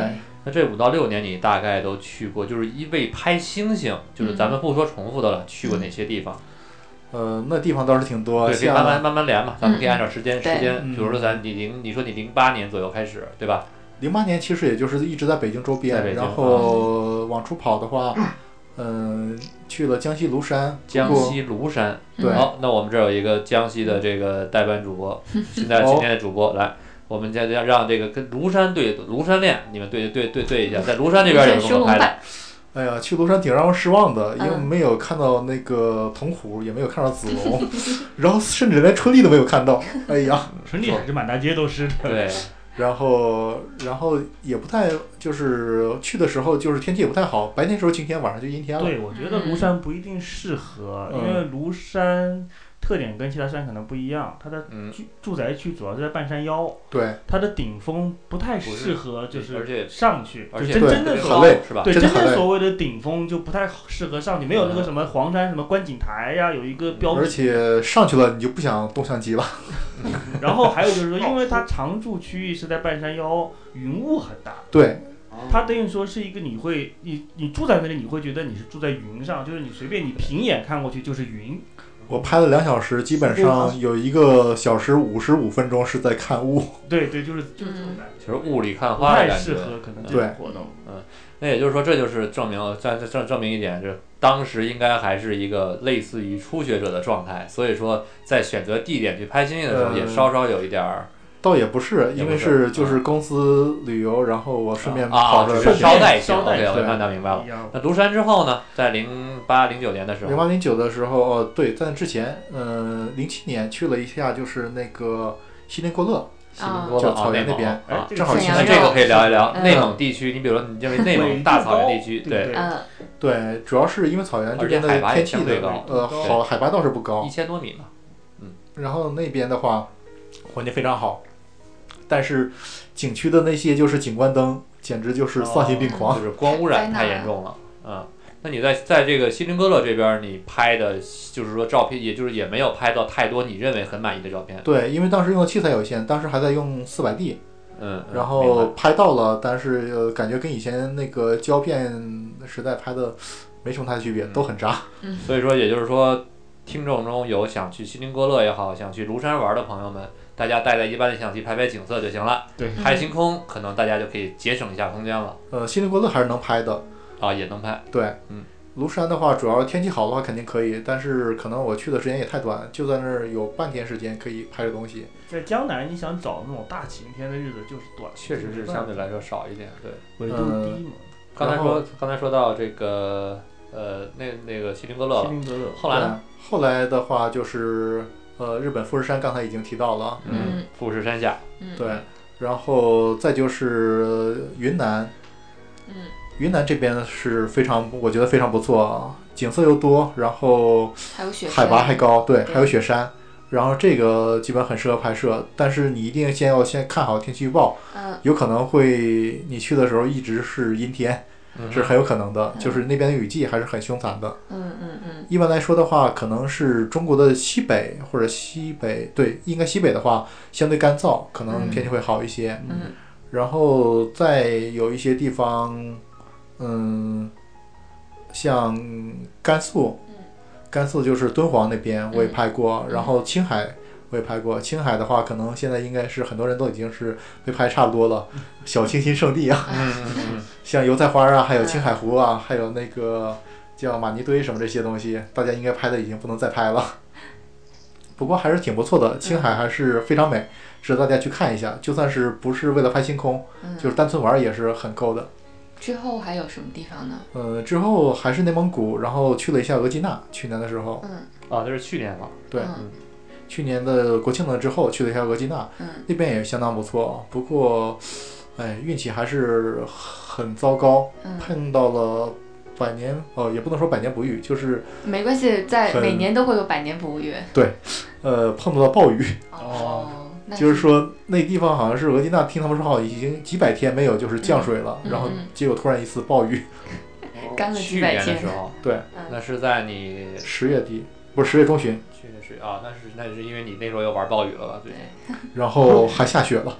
Speaker 1: 那这五到六年你大概都去过，就是因为拍星星，就是咱们不说重复的了，去过哪些地方？
Speaker 5: 呃，那地方倒是挺多，
Speaker 1: 对，可以慢慢
Speaker 5: 像
Speaker 1: 慢慢连嘛，咱们可以按照时间、
Speaker 2: 对
Speaker 1: 时间，
Speaker 5: 嗯
Speaker 1: 比如说咱你零，你说你零八年左右开始，对吧？
Speaker 5: 零八年其实也就是一直在北京周
Speaker 1: 在
Speaker 5: 边，
Speaker 1: 北京啊
Speaker 5: 然后往出跑的话，嗯、去了江西庐山，
Speaker 1: 江
Speaker 5: 不过
Speaker 1: 西庐山，
Speaker 5: 对
Speaker 1: 好，那我们这儿有一个江西的这个代班主播， 现在
Speaker 5: 哦
Speaker 1: 今天的主播来。我们再再让这个跟庐山对庐山恋，你们对对对对一下，在庐山这边有什么拍的？
Speaker 5: 哎呀，去庐山挺让人失望的，因为
Speaker 2: 嗯
Speaker 5: 没有看到那个铜虎，也没有看到子龙，然后甚至连春丽都没有看到。哎呀，
Speaker 8: 嗯纯丽还是满大街都是的。
Speaker 1: 对，
Speaker 5: 然后然后也不太就是去的时候就是天气也不太好，白天时候晴天，晚上就阴天了。
Speaker 8: 对，我觉得庐山不一定适合，
Speaker 5: 嗯
Speaker 8: 因为庐山特点跟其他山可能不一样，它的
Speaker 1: 嗯，
Speaker 8: 居住宅区主要是在半山腰，
Speaker 5: 对，
Speaker 8: 它的顶峰不太适合就
Speaker 1: 而且
Speaker 8: 是上去，
Speaker 1: 而
Speaker 8: 就
Speaker 1: 且
Speaker 8: 真
Speaker 5: 对
Speaker 8: 真正
Speaker 5: 很
Speaker 8: 所
Speaker 5: 累
Speaker 8: 谓
Speaker 1: 是吧？
Speaker 8: 对
Speaker 5: 真
Speaker 8: 真
Speaker 5: 的很
Speaker 8: 正
Speaker 5: 累
Speaker 8: 所谓的顶峰就不太适合上去，没有那个什么黄山什么观景台呀，有一个标
Speaker 5: 而且上去了你就不想动相机了。
Speaker 8: 然后还有就是说，因为它常住区域是在半山腰，云雾很大，
Speaker 5: 对，
Speaker 8: 它等于说是一个你会你你住在那里，你会觉得你是住在云上，就是你随便你平眼看过去就是云。
Speaker 5: 我拍了两小时，基本上有一个小时五十五分钟是在看雾。
Speaker 8: 对对，就是就是这
Speaker 2: 嗯
Speaker 8: 种感觉，
Speaker 1: 其实雾里看
Speaker 8: 不
Speaker 1: 花的
Speaker 8: 太
Speaker 1: 感
Speaker 8: 适
Speaker 1: 觉。
Speaker 8: 合可能这
Speaker 5: 对嗯
Speaker 8: 种活动。
Speaker 1: 那也就是说，这就是证明了，这这证证明一点，就是当时应该还是一个类似于初学者的状态，所以说在选择地点去拍星星的时候，
Speaker 5: 呃
Speaker 1: 也稍稍有一点儿
Speaker 5: 倒也不是，
Speaker 1: 也
Speaker 5: 因
Speaker 1: 不
Speaker 5: 为
Speaker 1: 是
Speaker 5: 是就是公司旅游，然后我顺便
Speaker 1: 啊，
Speaker 5: 跑着
Speaker 1: 只
Speaker 8: 顺
Speaker 1: 是
Speaker 8: 便
Speaker 1: 捎带一些。
Speaker 8: 捎带一
Speaker 1: OK，
Speaker 8: 些
Speaker 1: 我看到明白了
Speaker 5: 哦
Speaker 8: 一。样，
Speaker 1: 那庐山之后呢，在零八零九年的时
Speaker 5: 零
Speaker 1: 候，
Speaker 5: 八零九的时候，哦，对，在之前，呃，零七年去了一下，就是那个锡林郭勒，
Speaker 2: 啊
Speaker 1: 多
Speaker 5: 就
Speaker 1: 了
Speaker 5: 草原那边
Speaker 8: 哎
Speaker 1: 啊，
Speaker 8: 这个
Speaker 5: 正好
Speaker 2: 沈
Speaker 5: 去
Speaker 2: 阳
Speaker 1: 那
Speaker 5: 那
Speaker 1: 这个可以聊一聊
Speaker 2: 嗯
Speaker 1: 内蒙地区。你比如说，你认为内
Speaker 8: 纬
Speaker 1: 蒙
Speaker 8: 度
Speaker 1: 大草原
Speaker 8: 高
Speaker 1: 地区，
Speaker 8: 对不
Speaker 1: 对，
Speaker 2: 嗯
Speaker 5: 对，主要是因为草原这
Speaker 1: 而且
Speaker 5: 边的
Speaker 1: 海拔也
Speaker 5: 天气
Speaker 1: 相对
Speaker 5: 的，
Speaker 1: 高，
Speaker 5: 呃，
Speaker 1: 对
Speaker 5: 好，海拔倒是不高
Speaker 1: 一，千多米嘛。
Speaker 5: 然后那边的话，环境非常好，但是景区的那些就是景观灯，简直
Speaker 1: 哦
Speaker 5: 就是丧心病狂。
Speaker 1: 就是光污染
Speaker 2: 灾难
Speaker 1: 太严重了，嗯。那你在在这个锡林郭勒这边，你拍的就是说照片，也就是也没有拍到太多你认为很满意的照片，
Speaker 5: 对，因为当时用的器材有限，当时还在用四百 D，
Speaker 1: 嗯，嗯
Speaker 5: 然
Speaker 1: 明
Speaker 5: 后拍到了，但是呃，感觉跟以前那个胶片时代拍的没什么太大区别，
Speaker 1: 嗯
Speaker 5: 都很渣。
Speaker 1: 所以说，也就是说，听众中有想去锡林郭勒也好，想去庐山玩的朋友们，大家带着一般的相机拍拍景色就行了。
Speaker 5: 对
Speaker 2: 嗯
Speaker 1: 拍星空可能大家就可以节省一下空间了
Speaker 5: 呃，锡林郭勒还是能拍的，
Speaker 1: 啊，也能拍。
Speaker 5: 对，
Speaker 1: 嗯，
Speaker 5: 庐山的话，主要天气好的话肯定可以，但是可能我去的时间也太短，就在那儿有半天时间可以拍的东西。
Speaker 8: 在江南，你想找那种大晴天的日子就是短，
Speaker 1: 确实是相对来说少一点。对，
Speaker 8: 纬
Speaker 5: 嗯
Speaker 8: 度低嘛。
Speaker 1: 刚才
Speaker 5: 然后
Speaker 1: 说刚才说到这个呃，那那个锡林郭
Speaker 5: 哦
Speaker 1: 勒
Speaker 8: 锡
Speaker 1: 了，
Speaker 8: 林郭勒，
Speaker 1: 后来呢？
Speaker 5: 对？后来的话就是，呃，日本富士山刚才已经提到了，
Speaker 2: 嗯
Speaker 1: 嗯，富士山下，
Speaker 2: 嗯，
Speaker 5: 对，然后再就是呃云南，
Speaker 2: 嗯
Speaker 5: 云南这边是非常，我觉得非常不错啊，景色又多，然后
Speaker 2: 还有雪山
Speaker 5: 海拔还高，对，
Speaker 2: 对
Speaker 5: 还有雪山，然后这个基本很适合拍摄，但是你一定先要先看好天气预报，
Speaker 2: 嗯
Speaker 5: 有可能会你去的时候一直是阴天，
Speaker 1: 嗯
Speaker 5: 是很有可能的，
Speaker 2: 嗯
Speaker 5: 就是那边的雨季还是很凶残的。
Speaker 2: 嗯嗯嗯
Speaker 5: 一般来说的话，可能是中国的西北或者西北，对，应该西北的话相对干燥，可能
Speaker 2: 嗯
Speaker 5: 天气会好一些。
Speaker 2: 嗯
Speaker 5: 然后再有一些地方，嗯，像甘肃，甘肃就是敦煌那边我也拍过，
Speaker 2: 嗯
Speaker 5: 然后青海我也拍过。青海的话，可能现在应该是很多人都已经是被拍差不多 了，小清新圣地啊，
Speaker 1: 嗯嗯嗯，
Speaker 5: 像油菜花啊，
Speaker 2: 嗯
Speaker 5: 还有青海湖啊，还有那个叫马尼堆什么这些东西，大家应该拍的已经不能再拍了。不过还是挺不错的，青
Speaker 2: 嗯
Speaker 5: 海还是非常美，值得大家去看一下。就算是不是为了拍星空，
Speaker 2: 嗯，
Speaker 5: 就是单纯玩儿也是很够的。
Speaker 2: 之后还有什么地方呢？
Speaker 5: 呃，之后还是内蒙古，然后去了一下额济纳，去年的时候，
Speaker 2: 嗯，
Speaker 1: 啊，这是去年了，
Speaker 5: 对，
Speaker 2: 嗯
Speaker 5: 去年的国庆了之后去了一下额济纳，
Speaker 2: 嗯
Speaker 5: 那边也相当不错。啊不过，哎，运气还是很糟糕，
Speaker 2: 嗯，
Speaker 5: 碰到了百年哦，也不能说百年不遇，就是
Speaker 2: 没关系，在
Speaker 5: 很
Speaker 2: 每年都会有百年不遇。
Speaker 5: 呃碰到了暴雨，
Speaker 2: 哦，那
Speaker 5: 就是说那地方好像是额济纳，听他们说好像已经几百天没有就是降水了，
Speaker 2: 嗯嗯
Speaker 5: 然后
Speaker 2: 嗯
Speaker 5: 结果突然一次暴雨，
Speaker 2: 干了
Speaker 1: 去
Speaker 2: 几百
Speaker 1: 年
Speaker 2: 天嗯
Speaker 1: 的时候，
Speaker 5: 对，
Speaker 1: 那是在你
Speaker 5: 十月底不是十月中旬，
Speaker 1: 去年是啊，那是那是因为你那时候又玩暴雨了吧？最近
Speaker 5: 然后还下雪了。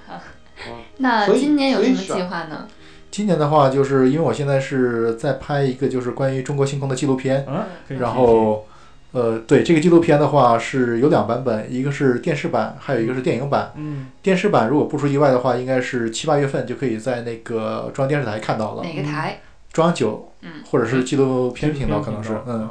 Speaker 2: 那
Speaker 6: 所以
Speaker 2: 今年有
Speaker 6: 所
Speaker 2: 什
Speaker 6: 以
Speaker 2: 么
Speaker 6: 选
Speaker 2: 计划呢？
Speaker 5: 今年的话，就是因为我现在是在拍一个就是关于中国星空的纪录片，
Speaker 8: 嗯，可 以
Speaker 5: 然后，呃，对这个纪录片的话是有两版本，一个是电视版，还有一个是电影版。
Speaker 8: 嗯，
Speaker 5: 电视版如果不出意外的话，应该是七八月份就可以在那个中央电视台看到了，
Speaker 2: 哪个台？
Speaker 5: 中央九
Speaker 2: 哎嗯
Speaker 5: 或者是纪录片频
Speaker 8: 频
Speaker 5: 道可能是，嗯，，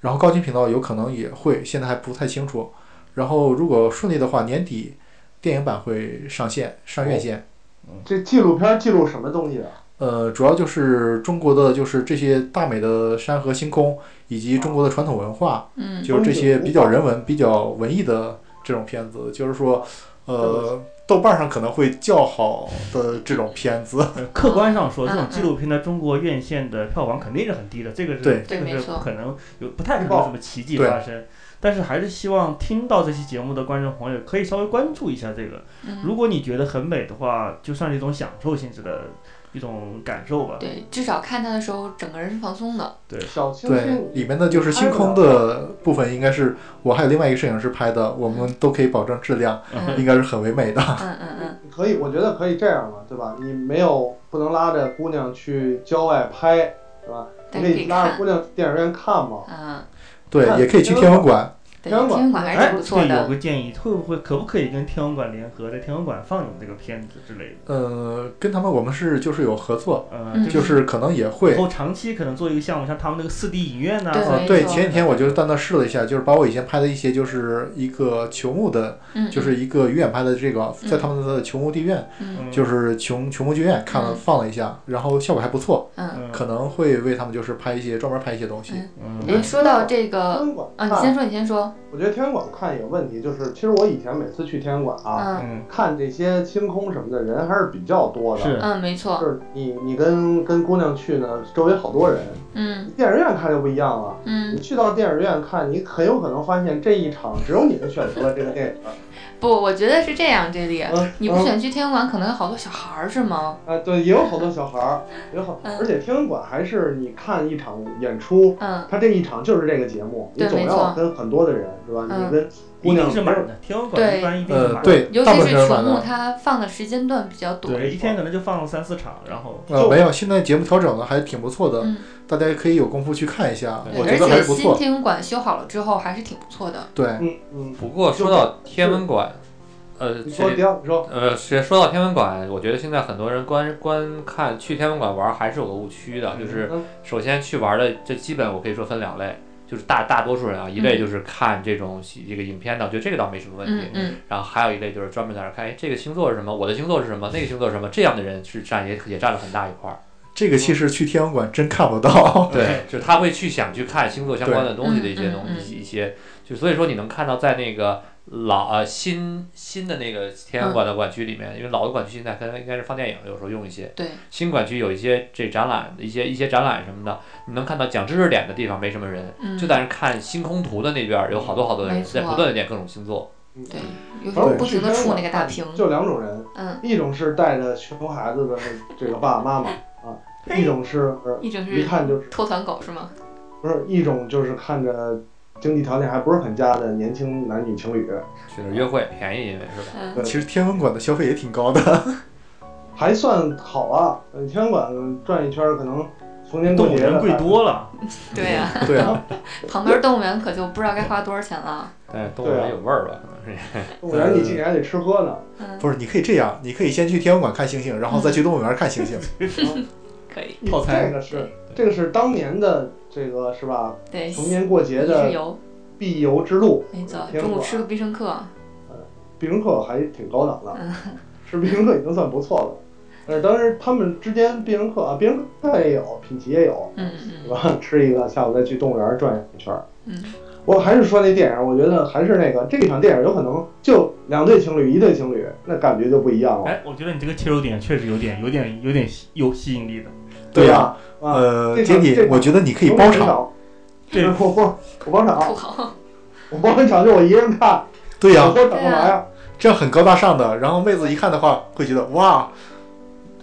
Speaker 5: 然后高清频道有可能也会，现在还不太清楚。然后如果顺利的话，年底电影版会上线，上院线。
Speaker 3: 这纪录片记录什么东西啊？
Speaker 5: 呃，主要就是中国的就是这些大美的山河星空，以及中国的传统文化，
Speaker 2: 嗯
Speaker 5: 就是这些比较人文、比较文艺的这种片子，就是说，呃，豆瓣上可能会较好的这种片子。
Speaker 8: 呃客观上
Speaker 2: 嗯
Speaker 8: 说，这种纪录片在中国院线的票房肯定是很低的，这个是
Speaker 5: 对
Speaker 8: 这个
Speaker 2: 对没
Speaker 8: 是
Speaker 2: 错
Speaker 8: 不可能有不太可能有什么奇迹发生。但是还是希望听到这期节目的观众朋友可以稍微关注一下这个。
Speaker 2: 嗯
Speaker 8: 如果你觉得很美的话，就算是一种享受性质的一种感受吧。
Speaker 2: 对，至少看它的时候，整个人是放松的。
Speaker 3: 小清
Speaker 5: 对，
Speaker 3: 新
Speaker 5: 里面的就是星空的部分，应该是我还有另外一个摄影师拍的，我们都可以保证质量，
Speaker 2: 嗯
Speaker 5: 应该是很唯美的。
Speaker 2: 嗯嗯
Speaker 3: 可以，我觉得可以这样啊嘛，对吧？你没有不能拉着姑娘去郊外拍，对吧？
Speaker 2: 嗯，
Speaker 3: 你
Speaker 2: 但
Speaker 3: 可
Speaker 2: 是可以
Speaker 3: 以拉着
Speaker 2: 看
Speaker 3: 姑。娘去电影院看嘛。
Speaker 2: 嗯，
Speaker 5: 对，
Speaker 3: 看
Speaker 5: 也可以去天文馆。
Speaker 2: 对，
Speaker 3: 天
Speaker 2: 天
Speaker 3: 文馆
Speaker 2: 文馆还是
Speaker 8: 哎，
Speaker 2: 不错
Speaker 8: 对，有
Speaker 2: 的。
Speaker 8: 个建议，会不会可不可以跟天文馆联合，在天文馆放映这个片子之类的？
Speaker 5: 呃，跟他们我们是就是有合作，
Speaker 8: 呃，
Speaker 2: 嗯
Speaker 5: 就是可能也会
Speaker 8: 以。后长期可能做一个项目，像他们那个四 D 影院呐、啊
Speaker 2: 对
Speaker 5: 呃
Speaker 2: 没，
Speaker 5: 对，
Speaker 2: 错
Speaker 5: 前几天我就是在那试了一下，就是把我以前拍的一些，就是一个球幕的，
Speaker 2: 嗯，
Speaker 5: 就是一个鱼眼拍的这个，
Speaker 2: 嗯
Speaker 5: 在他们的球幕地院，
Speaker 2: 嗯
Speaker 8: 嗯
Speaker 5: 就是球球幕剧院看了
Speaker 2: 嗯
Speaker 5: 放了一下，然后效果还不错，
Speaker 2: 嗯
Speaker 8: 嗯
Speaker 5: 可能会为他们就是拍一些专门拍一些东西。
Speaker 2: 嗯
Speaker 8: 嗯
Speaker 2: 哎，说到这
Speaker 3: 天
Speaker 2: 个，
Speaker 3: 文馆
Speaker 2: 啊，
Speaker 3: 看，
Speaker 2: 你先说，你先说。
Speaker 3: 我觉得天文馆看有问题，就是其实我以前每次去天文馆啊，
Speaker 2: 嗯
Speaker 8: 嗯
Speaker 3: 看这些星空什么的人还是比较多的。
Speaker 8: 是
Speaker 2: 嗯，没错
Speaker 3: 就。是你你跟跟姑娘去呢，周围好多人。
Speaker 2: 嗯
Speaker 3: 电影院看就不一样了，你
Speaker 2: 嗯，
Speaker 3: 去到电影院看，你很有可能发现这一场只有你们选择了这个电影。
Speaker 2: 不，我觉得是这样，这里
Speaker 3: 嗯，
Speaker 2: 你不
Speaker 3: 嗯
Speaker 2: 选去天文馆，可能有好多小孩儿是吗？
Speaker 3: 啊，对，也有好多小孩儿，也有好，
Speaker 2: 嗯
Speaker 3: 而且天文馆还是你看一场演出，
Speaker 2: 嗯
Speaker 3: 他这一场就是这个节目，你
Speaker 2: 对
Speaker 3: 总
Speaker 2: 没
Speaker 3: 要
Speaker 2: 错
Speaker 3: 跟很多的人，对吧？
Speaker 2: 嗯
Speaker 3: 你跟
Speaker 8: 一
Speaker 3: 姑
Speaker 8: 定
Speaker 3: 娘
Speaker 8: 是
Speaker 3: 不
Speaker 8: 满
Speaker 3: 是
Speaker 8: 的，天鹅
Speaker 2: 对
Speaker 8: 馆一般一定是
Speaker 5: 呃
Speaker 8: 满的。，
Speaker 5: 对，
Speaker 2: 嗯尤
Speaker 5: 大
Speaker 2: 其
Speaker 5: 部分
Speaker 2: 是
Speaker 5: 人
Speaker 2: 球
Speaker 5: 晚
Speaker 2: 幕，
Speaker 5: 了。
Speaker 2: 它放的时间段比较短。
Speaker 8: 对，一天可能就放三四场，然后
Speaker 5: 呃，没有，现在节目调整了，还挺不错的，
Speaker 2: 嗯，
Speaker 5: 大家可以有功夫去看一下，
Speaker 8: 对
Speaker 5: 我
Speaker 2: 而
Speaker 5: 觉得还
Speaker 2: 且
Speaker 5: 不
Speaker 2: 新
Speaker 5: 错。
Speaker 2: 天文馆修好了之后还是挺不错的。
Speaker 5: 对，
Speaker 3: 嗯嗯，
Speaker 1: 不过说到天文馆，呃，
Speaker 3: 你说
Speaker 1: 这
Speaker 3: 不要，你说
Speaker 1: 呃，是说到天文馆，我觉得现在很多人观观看去天文馆玩还是有个误区的，就是
Speaker 3: 嗯
Speaker 1: 首先去玩的这基本我可以说分两类，就是大大多数人啊，一类就是看这种戏这个影片的，我觉得这个倒没什么问题。
Speaker 2: 嗯嗯，
Speaker 1: 然后还有一类就是专门在那儿看，哎，这个星座是什么？我的星座是什么？那个星座是什么？这样的人是占也也占了很大一块儿。
Speaker 5: 这个其实去天文馆真看不到。
Speaker 1: 对，就是他会去想去看星座相关的东西的一些
Speaker 2: 嗯嗯
Speaker 1: 东
Speaker 2: 嗯
Speaker 1: 西，一些就所以说你能看到在那个老呃新新的那个天
Speaker 2: 嗯
Speaker 1: 文馆的馆区里面，因为老的馆区现在可能应该是放电影，有时候用一些
Speaker 2: 对，
Speaker 1: 新馆区有一些这展览一些一些展览什么的，你能看到讲知识点的地方没什么人，
Speaker 2: 嗯，
Speaker 1: 就在那看星空图的那边儿有好多好多的人
Speaker 2: 没错
Speaker 1: 在不断的点各种星座，
Speaker 3: 嗯
Speaker 2: 对，有时
Speaker 3: 反
Speaker 2: 候
Speaker 3: 正
Speaker 2: 不停的
Speaker 3: 去
Speaker 2: 触
Speaker 3: 哦天
Speaker 2: 那个
Speaker 3: 文馆
Speaker 2: 大屏。
Speaker 3: 嗯就两种人，
Speaker 2: 嗯，
Speaker 3: 一种是带着熊孩子的这个爸爸妈妈啊，一种是
Speaker 2: 一整
Speaker 3: 一
Speaker 2: 是
Speaker 3: 看就是
Speaker 2: 拖团狗是吗？
Speaker 3: 不是一种就是看着经济条件还不是很佳的年轻男女情侣，
Speaker 1: 去那儿约会便宜因为是吧？
Speaker 2: 嗯
Speaker 3: 对
Speaker 5: 其实天文馆的消费也 挺高的，
Speaker 3: 还算好啊。呃天文馆转一圈儿可能逢年过
Speaker 8: 动物
Speaker 3: 节
Speaker 8: 园
Speaker 3: 的
Speaker 8: 贵
Speaker 3: 还
Speaker 8: 多了。
Speaker 2: 对呀、
Speaker 5: 对啊，
Speaker 2: 旁边动物园可就不知道该花多少钱了。
Speaker 1: 但是动物园有味儿吧，可能是。
Speaker 3: 动物园你进去还得吃喝呢，
Speaker 2: 嗯，
Speaker 5: 不是，你可以这样，你可以先去天文馆看星星，然后再去动物园看星星。
Speaker 2: 可以，
Speaker 8: 套餐
Speaker 3: 这个是这个是当年的这个是吧？
Speaker 2: 对，
Speaker 3: 逢
Speaker 2: 一
Speaker 3: 年过节
Speaker 2: 日
Speaker 3: 的
Speaker 2: 游，
Speaker 3: 必游之路，
Speaker 2: 没错，
Speaker 3: 天
Speaker 2: 哎中午
Speaker 3: 文
Speaker 2: 吃个必胜客，
Speaker 3: 必胜客还挺高档的
Speaker 2: 嗯，
Speaker 3: 吃必胜客已经算不错了。但是当时他们之间必胜客啊，必胜客也有，品奇也有，
Speaker 2: 嗯
Speaker 3: 是
Speaker 2: 嗯
Speaker 3: 吧？ 吃一个，下午再去动物园转一圈儿。
Speaker 2: 嗯，
Speaker 3: 我还是说那电影，我觉得还是那个这场电影有可能就两对情侣，一对情侣，那感觉就不一样了。
Speaker 8: 哎，我觉得你这个切入点确实有点、有点、有点吸有吸引力的。
Speaker 5: 对
Speaker 3: 呀、啊，
Speaker 5: 呃，
Speaker 3: 这
Speaker 5: 杰
Speaker 3: 场
Speaker 5: 米
Speaker 3: 这，场
Speaker 5: 我觉得你可以包
Speaker 3: 有没有
Speaker 5: 场。
Speaker 3: 场，
Speaker 8: 对
Speaker 3: 我我我包
Speaker 2: 嗯，吐
Speaker 3: 场，
Speaker 2: 口，
Speaker 3: 我包场就我一人看，
Speaker 5: 对啊呀、
Speaker 3: 我包场干嘛呀？
Speaker 5: 这样很高大上的。然后妹子一看的话，会觉得哇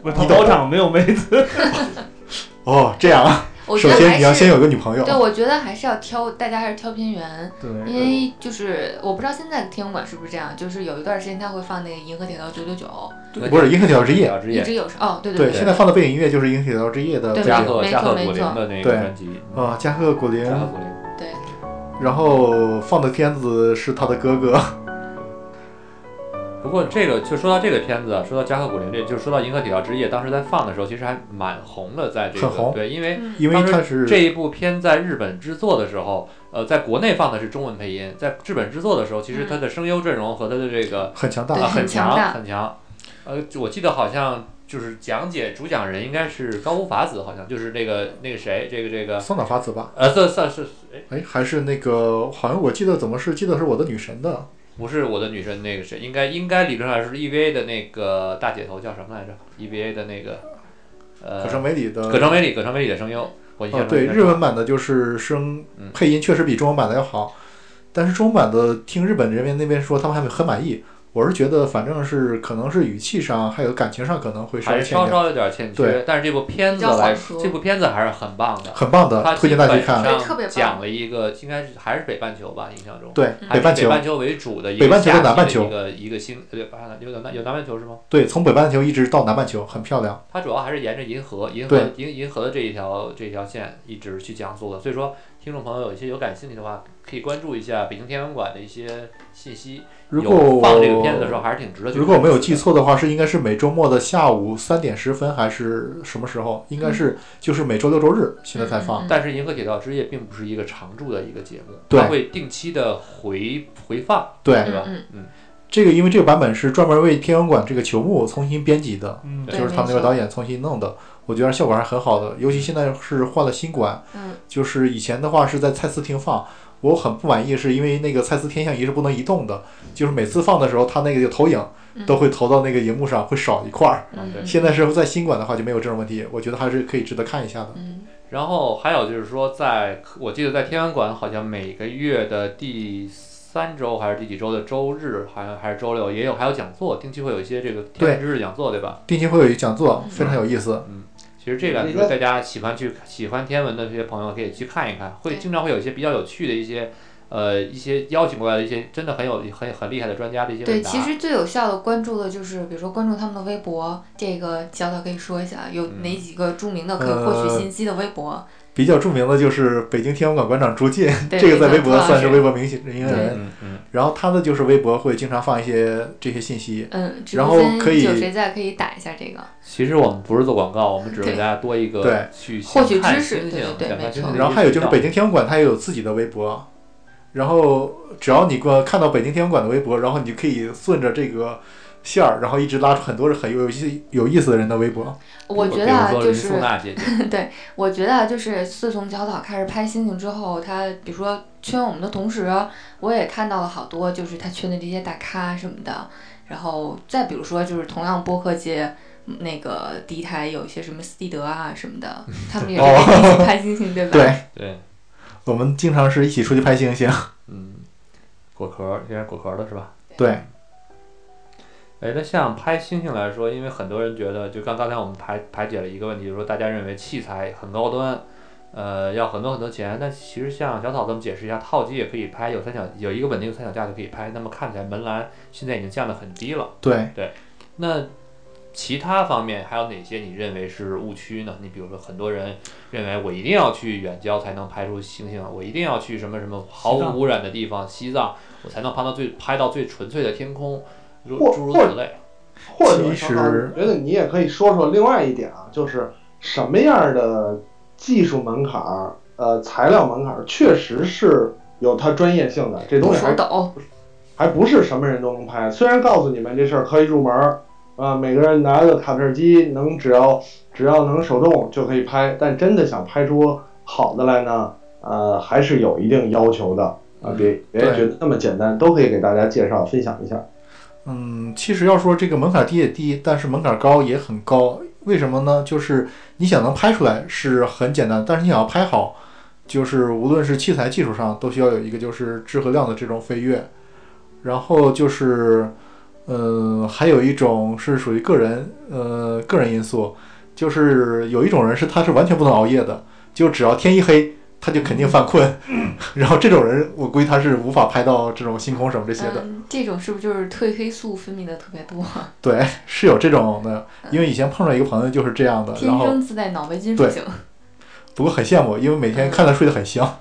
Speaker 8: 不，你包场没有妹子，
Speaker 5: 哦，这样啊。
Speaker 2: 我觉
Speaker 5: 首
Speaker 2: 得
Speaker 5: 先
Speaker 2: 还
Speaker 5: 你要先
Speaker 2: 是。
Speaker 5: 有个女朋友
Speaker 2: 对，。我觉得还是要挑，大家还是挑偏圆，
Speaker 8: 对呃
Speaker 2: 因为就是我不知道现在的天文馆是不是这样，就是有一段时间他会放那个《银河铁道九九九
Speaker 5: 啊不是《银河铁道之夜
Speaker 1: 小之》，
Speaker 2: 一
Speaker 1: 夜，
Speaker 2: 直有声。哦，对
Speaker 5: 对，
Speaker 2: 对，
Speaker 5: 现在放的背景音乐就是《银河铁道之夜》的背
Speaker 2: 对
Speaker 5: 景
Speaker 1: 加
Speaker 5: 啊
Speaker 1: 贺
Speaker 2: 没错
Speaker 1: 加贺
Speaker 2: 没
Speaker 1: 古
Speaker 2: 错
Speaker 1: 林的那个
Speaker 5: 对
Speaker 1: 专辑，，
Speaker 5: 呃加贺古林
Speaker 1: 加，贺古林。
Speaker 5: 然后放的片子是他的哥哥，
Speaker 1: 不过这个就说到这个片子啊，说到加贺古林这，就说到《银河铁道之夜》，当时在放的时候其实还蛮红的，在这个
Speaker 5: 很红
Speaker 1: 对，因为
Speaker 2: 嗯
Speaker 5: 因为他是
Speaker 1: 这一部片在日本制作的时候，呃，在国内放的是中文配音，
Speaker 2: 嗯
Speaker 1: 在日本制作的时候，其实他的声优阵容和他的这个、
Speaker 5: 很强
Speaker 2: 对
Speaker 5: 大。
Speaker 1: 啊
Speaker 2: 很
Speaker 1: 很
Speaker 2: 强大
Speaker 1: 强很强，呃，就我记得好像就是讲解主讲人应该是高屋法子，好像就是那个那个谁，这个这个
Speaker 5: 松岛法子吧？
Speaker 1: 呃，算算是哎，
Speaker 5: 哎，还是那个，好像我记得怎么是记得是我的女神的，
Speaker 1: 不是我的女神，那个谁，应该应该理论上是 EVA 的那个大姐头叫什么来着？EVA 的那个呃
Speaker 5: 可成美里的。
Speaker 1: 葛城美里，葛城美里的声优，我印象
Speaker 5: 哦，
Speaker 1: 中
Speaker 5: 对，
Speaker 1: 应该
Speaker 5: 日文版的就是声
Speaker 1: 嗯
Speaker 5: 配音确实比中文版的要好，但是中文版的听日本人民那边说他们还很满意。我是觉得，反正是可能是语气上还有感情上可能会稍
Speaker 1: 还
Speaker 5: 微
Speaker 1: 是
Speaker 5: 欠一
Speaker 1: 稍
Speaker 5: 点，
Speaker 1: 稍有点欠缺
Speaker 5: 对，
Speaker 1: 但是这部片
Speaker 2: 比
Speaker 1: 子
Speaker 2: 较
Speaker 1: 来
Speaker 2: 缓
Speaker 1: 说，
Speaker 2: 和
Speaker 1: 这部片子还是很棒的，
Speaker 5: 很棒
Speaker 1: 它
Speaker 5: 的，呃推荐大家去
Speaker 1: 基本
Speaker 5: 看。
Speaker 1: 上
Speaker 2: 对特别棒
Speaker 1: 讲了一个应该是还是北半球吧，印象中。
Speaker 5: 对
Speaker 2: 嗯，
Speaker 1: 还
Speaker 5: 北
Speaker 1: 是
Speaker 5: 半球
Speaker 1: 北，半球为主的一个
Speaker 5: 北半球
Speaker 1: 夏
Speaker 5: 和
Speaker 1: 季
Speaker 5: 南半
Speaker 1: 的
Speaker 5: 球
Speaker 1: 一个一个星，呃对，北半球有南有南半球是吗？
Speaker 5: 对，从北半球一直到南半球，很漂亮。
Speaker 1: 它主要还是沿着银河、银河
Speaker 5: 对、
Speaker 1: 银银河的这一条这条线一直去讲述的。所以说，听众朋友有一些有感兴趣的话，可以关注一下北京天文馆的一些信息。
Speaker 5: 如
Speaker 1: 有
Speaker 5: 果
Speaker 1: 放这个片子的时候，还是挺值得去看的。
Speaker 5: 如果我没有记错的话，是应该是每周末的下午三点十分，还是什么时候？
Speaker 1: 嗯
Speaker 5: 应该是就是每周六周日现在才放。
Speaker 2: 嗯
Speaker 1: 但是《银河铁道之夜》并不是一个常驻的一个节目，
Speaker 5: 对
Speaker 1: 它会定期的回回放，
Speaker 5: 对
Speaker 1: 对，吧？
Speaker 2: 嗯
Speaker 5: 这个因为这个版本是专门为天文馆这个球幕重新编辑的，
Speaker 8: 嗯，
Speaker 2: 对
Speaker 5: 就是他们那个导演重新弄的，我觉得效果还是很好的。尤其现在是换了新馆，
Speaker 2: 嗯
Speaker 5: 就是以前的话是在蔡司厅放。我很不满意，是因为那个蔡司天象仪是不能移动的，就是每次放的时候，它那个投影
Speaker 2: 嗯
Speaker 5: 都会投到那个荧幕上，会少一块儿。
Speaker 2: 嗯
Speaker 1: 对
Speaker 2: 嗯，
Speaker 5: 现在是在新馆的话就没有这种问题，我觉得还是可以值得看一下的。
Speaker 2: 嗯
Speaker 1: 然后还有就是说在，我记得在天文馆好像每个月的第三周还是第几周的周日，好像还是周六也有还有讲座，定期会有一些这个天文知识讲座，对吧？
Speaker 5: 定期会有一讲座
Speaker 2: 嗯，
Speaker 5: 非常有意思。
Speaker 1: 其实这个，比如大家喜欢去喜欢天文的这些朋友可以去看一看，会
Speaker 2: 对
Speaker 1: 经常会有一些比较有趣的一些呃一些邀请过来的一些真的很有很很厉害的专家的一些
Speaker 2: 对，
Speaker 1: 问答。
Speaker 2: 其实最有效的关注的就是，比如说关注他们的微博，这个小草可以说一下，有
Speaker 1: 嗯呃
Speaker 2: 哪几个著名的可以获取信息的微博？
Speaker 5: 比较著名的就是北京天文馆馆长朱进，
Speaker 2: 对
Speaker 5: 这个在微
Speaker 2: 朱
Speaker 5: 博
Speaker 2: 老师
Speaker 5: 算是微博明星名人。
Speaker 1: 嗯嗯，
Speaker 5: 然后他呢，就是微博会经常放一些这些信息。
Speaker 2: 嗯，直
Speaker 5: 然
Speaker 2: 播
Speaker 5: 后
Speaker 2: 间
Speaker 5: 可以
Speaker 2: 有谁在可以打一下这个？
Speaker 1: 其实我们不是做广告，我们只是
Speaker 2: 对
Speaker 1: 给大家多一
Speaker 5: 对
Speaker 1: 个去
Speaker 2: 获取
Speaker 1: 想看
Speaker 2: 知识
Speaker 1: 星
Speaker 2: 对
Speaker 1: 星
Speaker 2: 对对
Speaker 1: 想看
Speaker 2: 没
Speaker 1: 星
Speaker 2: 错
Speaker 1: 星的
Speaker 5: 然后还有就是
Speaker 1: 一些渠道
Speaker 5: 北京天文馆，它也有自己的微博。然后只要你过看到北京天文馆的微博，然后你就可以顺着这个线儿，然后一直拉出很多很有意思有意思的人的微博。
Speaker 2: 我觉
Speaker 1: 比
Speaker 2: 得
Speaker 1: 如
Speaker 2: 啊，
Speaker 1: 说
Speaker 2: 就
Speaker 1: 林
Speaker 2: 是
Speaker 1: 素娜姐姐，
Speaker 2: 我觉得啊就是自从小草开始拍星星之后，他比如说圈我们的同时，我也看到了好多就是他圈的这些大咖什么的。然后再比如说就是同样播客界嗯那个第一台有一些什么斯蒂德啊什 么的，他们也是
Speaker 5: 哦
Speaker 2: 在一起拍星星，对吧？
Speaker 5: 对
Speaker 1: 对，
Speaker 5: 我们经常是一起出去拍星星。
Speaker 1: 嗯，果壳应该是果壳的是吧？
Speaker 5: 对，
Speaker 1: 哎，那像拍星星来说，因为很多人觉得，就刚刚才我们排排解了一个问题，就是说大家认为器材很高端，呃，要很多很多钱。但其实像小草这么解释一下，套机也可以拍，有三角有一个稳定的三脚架就可以拍。那么看起来门栏现在已经降得很低了。
Speaker 5: 对，
Speaker 1: 那其他方面还有哪些你认为是误区呢？你比如说，很多人认为我一定要去远郊才能拍出星星，我一定要去什么什么毫
Speaker 8: 西藏
Speaker 1: 无污染的地方，西藏，我才能拍到最拍到最纯粹的天空，诸
Speaker 3: 或
Speaker 1: 诸如
Speaker 3: 或
Speaker 1: 此类。
Speaker 3: 或者
Speaker 5: 其
Speaker 3: 小
Speaker 5: 实
Speaker 3: 我觉得你也可以说说另外一点啊，就是什么样的技术门槛儿，呃，材料门槛儿，确实是有它专业性的，这东西还
Speaker 2: 手抖，
Speaker 3: 还不是什么人都能拍。虽然告诉你们这事儿可以入门儿，啊，每个人拿个卡片机能只要只要能手动就可以拍，但真的想拍出好的来呢，呃，还是有一定要求的啊，别别
Speaker 5: 嗯对
Speaker 3: 觉得那么简单，都可以给大家介绍分享一下。
Speaker 5: 嗯，其实要说这个门槛低也低，但是门槛高也很高。为什么呢？就是你想能拍出来是很简单，但是你想要拍好，就是无论是器材技术上，都需要有一个就是质和量的这种飞跃。然后就是，呃，还有一种是属于个人，呃，个人因素，就是有一种人是他是完全不能熬夜的，就只要天一黑。他就肯定犯困， 然后这种人，我估计他是无法拍到这种星空什么这些的。
Speaker 2: 嗯，这种是不是就是褪黑素分泌的特别多，
Speaker 5: 啊对，是有这种的，因为以前碰上一个朋友就是这样的，然
Speaker 2: 天
Speaker 5: 后
Speaker 2: 生自带脑白金属
Speaker 5: 对
Speaker 2: 性？
Speaker 5: 不过很羡慕，因为每天看他睡得很香。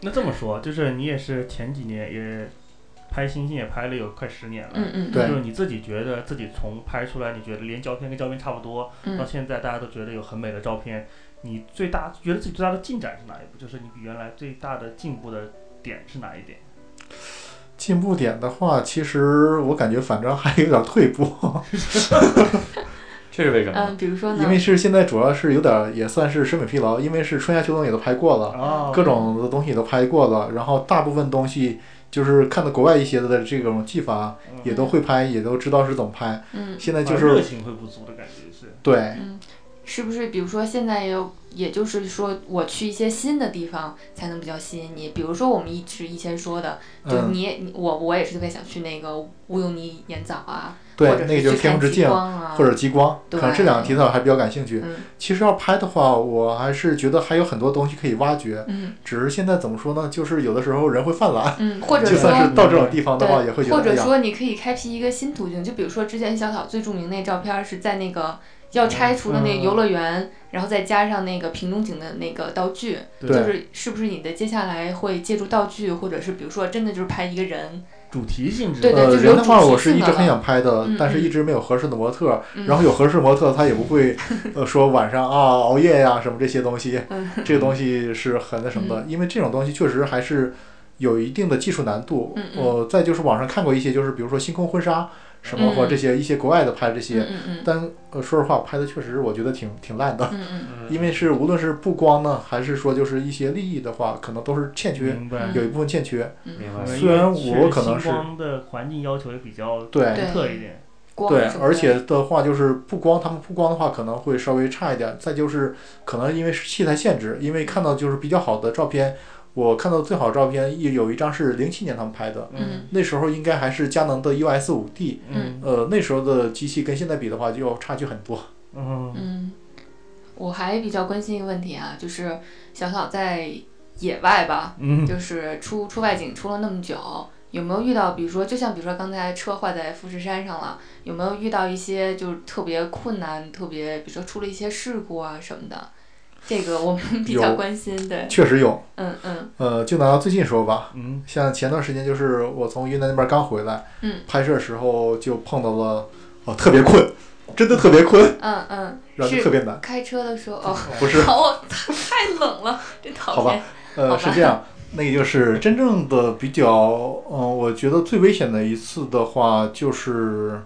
Speaker 8: 那这么说，就是你也是前几年也拍星星也拍了有快十年了，
Speaker 2: 嗯嗯，
Speaker 5: 对
Speaker 8: 就是你自己觉得自己从拍出来，你觉得连胶片跟胶片差不多，
Speaker 2: 嗯
Speaker 8: 到现在大家都觉得有很美的照片，你最大觉得自己最大的进展是哪一步？就是你比原来最大的进步的点是哪一点？
Speaker 5: 进步点的话，其实我感觉反正还有点退步，
Speaker 1: 这是为什么呢？
Speaker 2: 嗯，比如说呢
Speaker 5: 因？为是现在主要是有点也算是审美疲劳，因为是春夏秋冬也都拍过了，
Speaker 8: 哦
Speaker 5: 各种的东西也都拍过了，然后大部分东西就是看到国外一些的这种技法也都会拍，也都知道是怎么拍。
Speaker 2: 嗯，
Speaker 5: 现在
Speaker 8: 就
Speaker 5: 就是
Speaker 8: 热
Speaker 5: 是
Speaker 8: 情会不足的感觉是，
Speaker 5: 对
Speaker 2: 嗯，是不是？比如说现在也有，也就是说，我去一些新的地方才能比较吸引你。比如说我们一直以前说的，就
Speaker 5: 嗯
Speaker 2: 你也、你我我也是特别想去那个乌尤尼盐藻啊，
Speaker 5: 对
Speaker 2: 或者，
Speaker 5: 那个
Speaker 2: 去
Speaker 5: 就是天
Speaker 2: 看
Speaker 5: 空之
Speaker 2: 极
Speaker 5: 镜。
Speaker 2: 光啊，
Speaker 5: 或者极光，可能
Speaker 2: 对
Speaker 5: 这两个题材我还比较感兴趣。
Speaker 2: 嗯
Speaker 5: 其实要拍的话，我还是觉得还有很多东西可以挖掘，
Speaker 2: 嗯
Speaker 5: 只是现在怎么说呢？就是有的时候人会犯懒，
Speaker 2: 嗯，或者
Speaker 5: 就算
Speaker 2: 说
Speaker 5: 是到这种地方的话，也会
Speaker 2: 对，
Speaker 5: 觉
Speaker 2: 或
Speaker 5: 得哎
Speaker 2: 者
Speaker 5: 呀，
Speaker 2: 说你可以开辟一个新途径，就比如说之前小草最著名那照片是在那个。要拆除的那个游乐园，然后再加上那个瓶中景的那个道具，
Speaker 8: 对
Speaker 2: 就是是不是你的接下来会借助道具，或者是比如说真的就是拍一个人，
Speaker 8: 主题性质
Speaker 2: 对对
Speaker 5: 呃，
Speaker 2: 就是有
Speaker 5: 人的话
Speaker 2: 主题
Speaker 5: 我是
Speaker 2: 性
Speaker 5: 一
Speaker 2: 的
Speaker 5: 直很
Speaker 2: 了
Speaker 5: 想拍的，
Speaker 2: 嗯
Speaker 5: 但是
Speaker 2: 嗯
Speaker 5: 一直没有合适的模特儿。
Speaker 2: 嗯、
Speaker 5: 然后有合适模特，他也不 会呃说晚上啊熬夜呀、什么这些东西
Speaker 2: 嗯。
Speaker 5: 这个东西是很那什么的，因为这种东西确实还是有一定的技术难度。
Speaker 2: 嗯嗯
Speaker 5: 我再就是网上看过一些，就是比如说星空婚纱什么或者这些一些国外的拍这些，
Speaker 2: 嗯嗯嗯
Speaker 5: 但呃，说实话，拍的确实我觉得挺挺烂的，
Speaker 2: 嗯嗯
Speaker 8: 呃
Speaker 5: 因为是无论是布光呢，还是说就是一些利益的话，可能都是欠缺，
Speaker 8: 明
Speaker 2: 嗯
Speaker 8: 白
Speaker 5: 有一部分欠缺。
Speaker 1: 明白
Speaker 8: 明白。
Speaker 5: 虽然我可能是
Speaker 8: 因为星光的环境要求也比较独
Speaker 5: 对
Speaker 2: 对
Speaker 8: 特一点，
Speaker 2: 光
Speaker 5: 对
Speaker 2: 什，么
Speaker 5: 而
Speaker 2: 的
Speaker 5: 且的话就是布光，他们布光的话可能会稍微差一点。再就是可能因为是器材限制，因为看到就是比较好的照片，我看到最好的照片一有一张是零七年他们拍的，
Speaker 2: 嗯
Speaker 5: 那时候应该还是佳能的 US 五 D，
Speaker 8: 嗯
Speaker 5: 呃，那时候的机器跟现在比的话就差距很多。
Speaker 8: 嗯
Speaker 2: 嗯，我还比较关心一个问题啊，就是小草在野外吧，
Speaker 5: 嗯，
Speaker 2: 就是出出外景出了那么久，有没有遇到，比如说，就像比如说刚才车坏在富士山上了，有没有遇到一些就是特别困难，特别比如说出了一些事故啊什么的，这个我们比较
Speaker 5: 有
Speaker 2: 关心。对，
Speaker 5: 确实有。
Speaker 2: 嗯嗯
Speaker 5: 呃，就拿最近说吧，
Speaker 8: 嗯，
Speaker 5: 像前段时间就是我从云南那边刚回来，
Speaker 2: 嗯
Speaker 5: 拍摄时候就碰到了，哦，特别困，真的特别困，
Speaker 2: 嗯嗯，
Speaker 5: 然后就特
Speaker 2: 是
Speaker 5: 别难，
Speaker 2: 开车的时候哦，
Speaker 5: 不是，
Speaker 2: 好，太冷了，真
Speaker 5: 好
Speaker 2: 讨
Speaker 5: 吧
Speaker 2: 厌。好
Speaker 5: 呃，
Speaker 2: 吧
Speaker 5: 是这样，那个就是真正的比较，嗯、我觉得最危险的一次的话，就是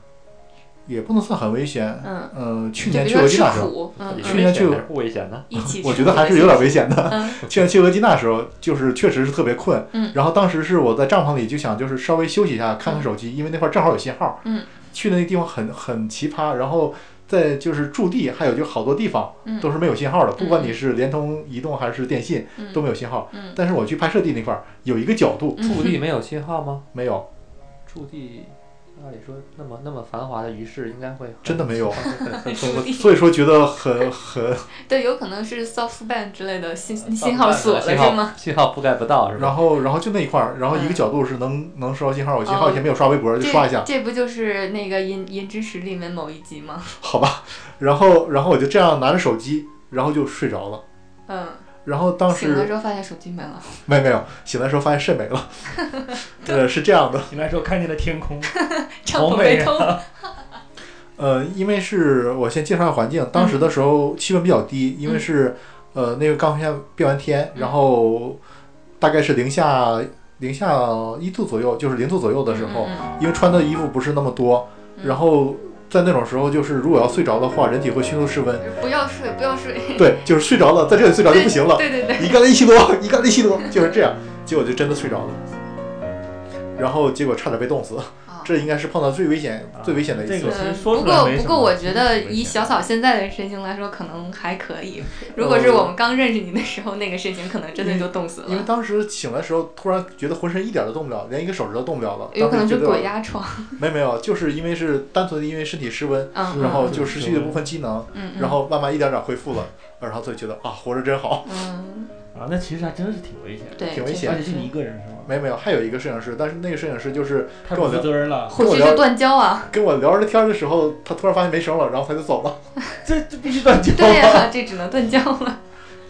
Speaker 5: 也不能算很危险，
Speaker 2: 嗯，
Speaker 5: 呃，去
Speaker 2: 就
Speaker 5: 年
Speaker 2: 比
Speaker 5: 去
Speaker 2: 如说
Speaker 5: 俄基
Speaker 2: 吃
Speaker 5: 那时候，
Speaker 2: 苦，嗯
Speaker 7: 也
Speaker 5: 去
Speaker 2: 嗯，
Speaker 5: 年去
Speaker 7: 危险还是不危险呢？
Speaker 2: 一起吃苦的心情，
Speaker 5: 我觉得还是有点危险的。
Speaker 2: 嗯
Speaker 5: 去年去俄基那时候，就是确实是特别困，
Speaker 2: 嗯
Speaker 5: 然后当时是我在帐篷里就想就是稍微休息一下，看看手机，因为那块儿正好有信号，
Speaker 2: 嗯，
Speaker 5: 去的那地方很很奇葩，然后在就是驻地，还有就好多地方
Speaker 2: 嗯，
Speaker 5: 都是没有信号的，不管
Speaker 2: 嗯
Speaker 5: 你是联通、移动还是电信
Speaker 2: 嗯
Speaker 5: 都没有信号，
Speaker 2: 嗯
Speaker 5: 但是我去拍摄地那块儿有一个角度
Speaker 2: 嗯
Speaker 7: 驻地没有信号吗？
Speaker 5: 没有，
Speaker 7: 驻地按理说那么那么繁华的鱼市应该会
Speaker 5: 真的 没有，
Speaker 7: 很
Speaker 2: 注意
Speaker 5: 所以说觉得很很，
Speaker 2: 对，有可能是 SoftBank 之类的信
Speaker 5: 啊
Speaker 2: 信号锁了
Speaker 7: 信
Speaker 2: 是吗？
Speaker 7: 号信号覆盖不到是吧？
Speaker 5: 然后然后就那一块儿，然后一个
Speaker 2: 嗯
Speaker 5: 角度是能能收到信号，我信号
Speaker 2: 哦
Speaker 5: 以前没有刷微博就刷一下
Speaker 2: 这，这不就是那个银银之匙里面某一集吗？
Speaker 5: 好吧，然后然后我就这样拿着手机，然后就睡着了。
Speaker 2: 嗯，
Speaker 5: 然后当
Speaker 2: 醒了
Speaker 5: 时
Speaker 2: 之后发现手机没 了。
Speaker 5: 没没有醒的时候发现肾 没了，呃是这样的，
Speaker 8: 醒来时候看见了天空，
Speaker 2: 帐
Speaker 8: 同
Speaker 2: 篷
Speaker 8: 类
Speaker 2: 被偷了。
Speaker 5: 呃因为是我先介绍一下环境，当时
Speaker 2: 嗯
Speaker 5: 的时候气温比较低，因为是呃那个刚下变完天，
Speaker 2: 嗯
Speaker 5: 然后大概是零下零下一度左右，就是零度左右的时候，
Speaker 2: 嗯，
Speaker 5: 因为穿的衣服不是那么多，
Speaker 2: 嗯
Speaker 5: 然后在那种时候就是如果要睡着的话，人体会迅速 失温，
Speaker 2: 嗯不要睡，不要睡。
Speaker 5: 对，就是睡着了，在这里睡着就不行了，
Speaker 2: 对对对，
Speaker 5: 一干了一西多，一干了一西多，就是这样，结果就真的睡着了。然后结果差点被冻死，
Speaker 2: 啊
Speaker 5: 这应该是碰到最危险、最危险的一次。
Speaker 8: 这个其实
Speaker 2: 嗯
Speaker 8: 说
Speaker 2: 不
Speaker 8: 出来
Speaker 2: 过
Speaker 8: 没什
Speaker 2: 不
Speaker 8: 么
Speaker 2: 过，我觉得
Speaker 8: 挺危
Speaker 2: 以
Speaker 8: 险
Speaker 2: 小草现在的身形来说，可能还可
Speaker 5: 哦
Speaker 2: 以。如果是我们刚认识你的时候，那个身形可能真的就冻死
Speaker 5: 因为
Speaker 2: 了，
Speaker 5: 当时醒来的时候，突然觉得浑身一点儿都动不了，连一个手指头动不了了。
Speaker 2: 有可能
Speaker 5: 当时
Speaker 2: 就
Speaker 5: 觉得
Speaker 2: 鬼压床。
Speaker 5: 没有没有，就是因为是单纯的因为身体失温，
Speaker 2: 嗯，
Speaker 5: 然后
Speaker 2: 嗯
Speaker 5: 就失去了部分机能，
Speaker 2: 嗯，嗯
Speaker 5: 然后慢慢一点点恢复了，然后才觉得啊，活着真好。
Speaker 2: 嗯，
Speaker 8: 啊，那其实还真是挺危险的，
Speaker 2: 对，
Speaker 5: 挺危
Speaker 2: 这
Speaker 5: 险嗯
Speaker 8: 而
Speaker 2: 个
Speaker 8: 且是
Speaker 2: 是
Speaker 8: 你一个人
Speaker 2: 嗯
Speaker 8: 是吗？
Speaker 5: 没有没有，还有一个摄影师，但是那个摄影师就是
Speaker 8: 太
Speaker 5: 跟
Speaker 8: 不
Speaker 5: 我聊
Speaker 8: 负责任了，
Speaker 2: 回去就断交 啊！
Speaker 5: 跟我聊着天的时候，他突然发现没声了，然后他就走了。
Speaker 8: 这这必须断交
Speaker 2: 对
Speaker 8: 啊！
Speaker 2: 呀，这只能断交了。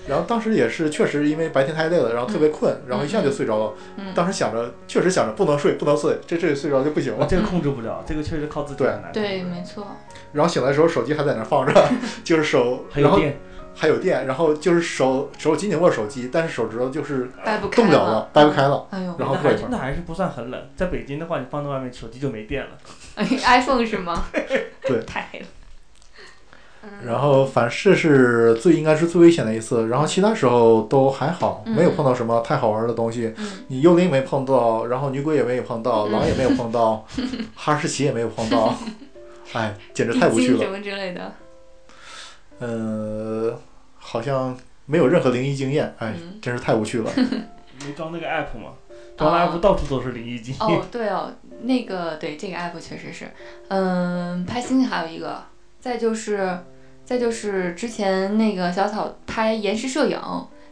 Speaker 5: 然后当时也是确实因为白天太累了，然后特别困，然后一下就睡着了。
Speaker 2: 嗯，
Speaker 5: 当时想着确实想着不能睡，不能睡，这这睡着就不行
Speaker 8: 我
Speaker 5: 了。
Speaker 8: 这个控制不了，这个确实靠自己
Speaker 5: 对
Speaker 8: 很难控制。
Speaker 2: 对，没错。
Speaker 5: 然后醒来的时候手机还在那儿放着， 就是手，
Speaker 8: 还
Speaker 5: 然
Speaker 8: 有
Speaker 5: 后
Speaker 8: 电，
Speaker 5: 还有电，然后就是手手紧紧握着手机，但是手指头就是
Speaker 2: 掰不开
Speaker 5: 动不了了，掰不开了。
Speaker 2: 哎呦
Speaker 5: 然后
Speaker 8: 那
Speaker 5: 哦过一
Speaker 8: 还
Speaker 5: 会
Speaker 8: 是
Speaker 5: 儿
Speaker 8: 那还是不算很冷。在北京的话，你放在外面，手机就没电了。
Speaker 2: 哎，iPhone 是吗？
Speaker 5: 对
Speaker 2: 太黑了。嗯
Speaker 5: 然后反正是最应该是最危险的一次，然后其他时候都还好，
Speaker 2: 嗯
Speaker 5: 没有碰到什么太好玩的东西。
Speaker 2: 嗯
Speaker 5: 你幽灵没碰到，然后女鬼也没有碰到，
Speaker 2: 嗯
Speaker 5: 狼也没有 碰到，哈士奇也没有碰到，哎，简直
Speaker 2: 地
Speaker 5: 太无趣
Speaker 2: 精
Speaker 5: 了
Speaker 2: 什。么之类的。
Speaker 5: 呃，好像没有任何灵异经验，哎，
Speaker 2: 嗯
Speaker 5: 真是太无趣了。
Speaker 8: 没装那个 app 嘛，装了 app 到处都是灵异经验。
Speaker 2: 哦，对哦，那个对这个 app 确实是，嗯，拍星星还有一个，再就是再就是之前那个小草拍延时摄影，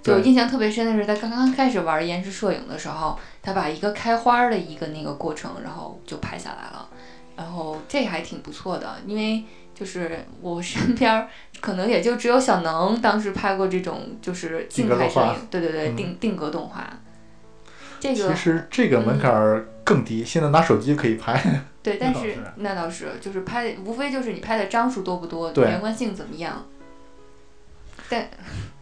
Speaker 2: 就
Speaker 5: 对
Speaker 2: 印象特别深的是他刚刚开始玩延时摄影的时候，他把一个开花儿的一个那个过程，然后就拍下来了，然后这个还挺不错的，因为。就是我身边儿可能也就只有小能当时拍过这种就是静
Speaker 5: 格
Speaker 2: 态
Speaker 5: 动
Speaker 2: 摄
Speaker 5: 画
Speaker 2: 影，对对对，
Speaker 5: 嗯
Speaker 2: 定定格动画，这个
Speaker 5: 其实这个门槛儿更低，现在拿手机可以拍。
Speaker 2: 对，
Speaker 8: 那
Speaker 2: 但
Speaker 8: 倒
Speaker 2: 是
Speaker 8: 是
Speaker 2: 那倒是，就是拍的，无非就是你拍的张数多不多，
Speaker 5: 对
Speaker 2: 连贯性怎么样。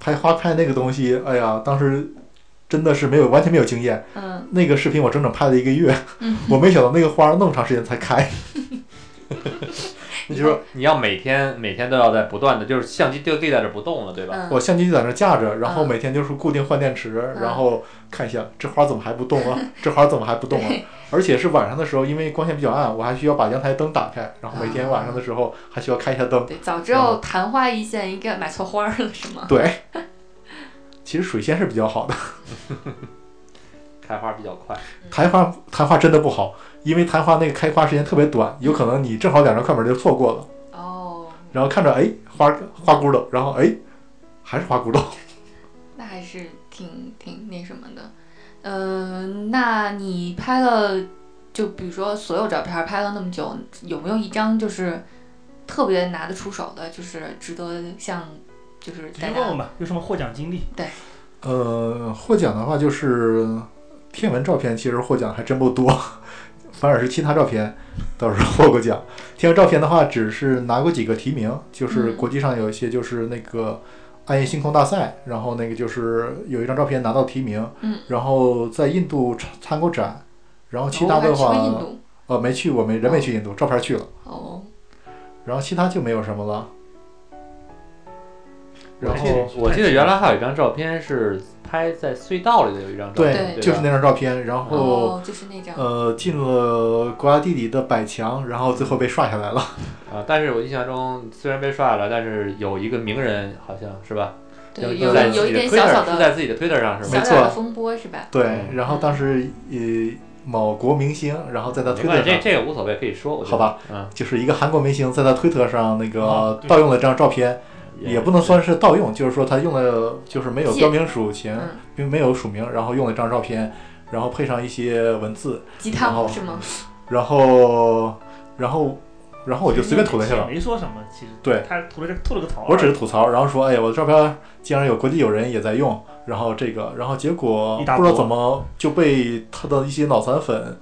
Speaker 5: 拍花拍那个东西，哎呀，当时真的是没有完全没有经验。
Speaker 2: 嗯，
Speaker 5: 那个视频我整整拍了一个月，
Speaker 2: 嗯
Speaker 5: 我没想到那个花儿那么长时间才开。你就说
Speaker 7: 你要每天每天都要在不断的，就是相机就立在这儿不动了，对吧？
Speaker 2: 嗯
Speaker 5: 我相机就在那儿架着，然后
Speaker 2: 嗯
Speaker 5: 每天就是固定换电池，
Speaker 2: 嗯
Speaker 5: 然后看一下这花儿怎么还不动 啊，这花儿怎么还不动啊？
Speaker 2: 对
Speaker 5: 而且是晚上的时候，因为光线比较暗，我还需要把阳台灯打开，然后每天晚上的时
Speaker 2: 嗯
Speaker 5: 候还需要开一下灯。
Speaker 2: 对，早知道昙花一现，应该买错花儿了，是吗？
Speaker 5: 对，其实水仙是比较好的，
Speaker 7: 开花比较快，
Speaker 5: 昙花昙花真的不好，因为昙花那个开花时间特别短，有可能你正好两张快门就错过了，
Speaker 2: 哦，
Speaker 5: 然后看着哎花花骨朵，然后哎还是花骨朵，
Speaker 2: 那还是挺挺那什么的。嗯、那你拍了，就比如说所有照片拍了那么久，有没有一张就是特别拿得出手的，就是值得向就是
Speaker 8: 直
Speaker 2: 大
Speaker 8: 接问
Speaker 2: 家
Speaker 8: 问吧，有什么获奖经历？
Speaker 5: 呃，获奖的话就是天文照片，其实获奖还真不多， 反而是其他照片倒是获过奖。天文照片的话，只是拿过几个提名，就是
Speaker 2: 嗯
Speaker 5: 国际上有一些就是那个暗夜星空大赛，然后那个就是有一张照片拿到提名，
Speaker 2: 嗯
Speaker 5: 然后在印度参参过展，然后其他的
Speaker 2: 哦
Speaker 5: 话
Speaker 2: 还去过印度
Speaker 5: 呃没去过，没人没去印度，照片去了。
Speaker 2: 哦，
Speaker 5: 然后其他就没有什么了。然
Speaker 1: 我记
Speaker 5: 后
Speaker 1: 得我记得原来还有一张照片是拍在隧道里的，有一张照片，
Speaker 5: 对，
Speaker 1: 对
Speaker 5: 就是
Speaker 1: 吧
Speaker 5: 那张照片，然后
Speaker 2: 哦，就是那张，
Speaker 5: 呃进了国家地理的百强，然后最后被刷下来了。
Speaker 1: 啊。但是我印象中虽然被刷了，但是有一个名人好像是吧，有
Speaker 2: 对，
Speaker 1: 一个
Speaker 2: 有
Speaker 1: 在
Speaker 2: 有
Speaker 1: 自己
Speaker 2: 一
Speaker 1: 的
Speaker 2: 点
Speaker 1: Twitter-
Speaker 2: 小小
Speaker 1: 是
Speaker 2: 的
Speaker 1: 在自己的 Twitter 上是
Speaker 2: 小
Speaker 1: 吧？
Speaker 5: 没
Speaker 2: 小的
Speaker 5: 错
Speaker 2: 风波是吧？
Speaker 5: 对，
Speaker 1: 嗯
Speaker 5: 然后当时呃某国明星，然后在他
Speaker 1: 没
Speaker 5: 推
Speaker 1: 关
Speaker 5: 特
Speaker 1: 系，这
Speaker 5: 上，
Speaker 1: 这个无所谓，可以说。我觉得
Speaker 5: 好吧，
Speaker 1: 嗯，
Speaker 5: 就是一个韩国明星在他推特上那
Speaker 8: 哦
Speaker 5: 个
Speaker 8: 对
Speaker 5: 盗用了这张照片，也不能
Speaker 1: 算。
Speaker 5: 算是盗用，就是说他用了就是没有
Speaker 2: 借
Speaker 5: 标明署名，
Speaker 2: 嗯，
Speaker 5: 并没有署名，然后用了这张照片，然后配上一些文字，
Speaker 2: 鸡
Speaker 5: 然后
Speaker 2: 汤是吗？
Speaker 5: 然后，然后，然后我就随便吐了一
Speaker 8: 其实
Speaker 5: 下
Speaker 8: 也，没说什么，其实
Speaker 5: 对
Speaker 8: 他吐了个吐了个槽而已，
Speaker 5: 我只是吐槽，然后说，哎呀，我的照片竟然有国际友人也在用，然后这个，然后结果
Speaker 8: 一大
Speaker 5: 不
Speaker 8: 波
Speaker 5: 知道怎么就被他的一些脑残粉，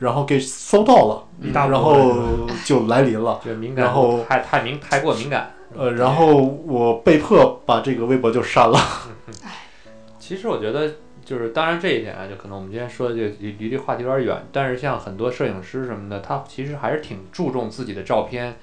Speaker 5: 然后给搜到了，
Speaker 1: 嗯
Speaker 8: 一大波
Speaker 5: 然后就来临了，
Speaker 1: 这敏感，
Speaker 5: 然后
Speaker 1: 太太敏太过敏感。
Speaker 5: 呃，然后我被迫把这个微博就删了，
Speaker 1: 其实我觉得就是，当然这一点啊，就可能我们今天说的就离离这话题有点远，但是像很多摄影师什么的，他其实还是挺注重自己的照片，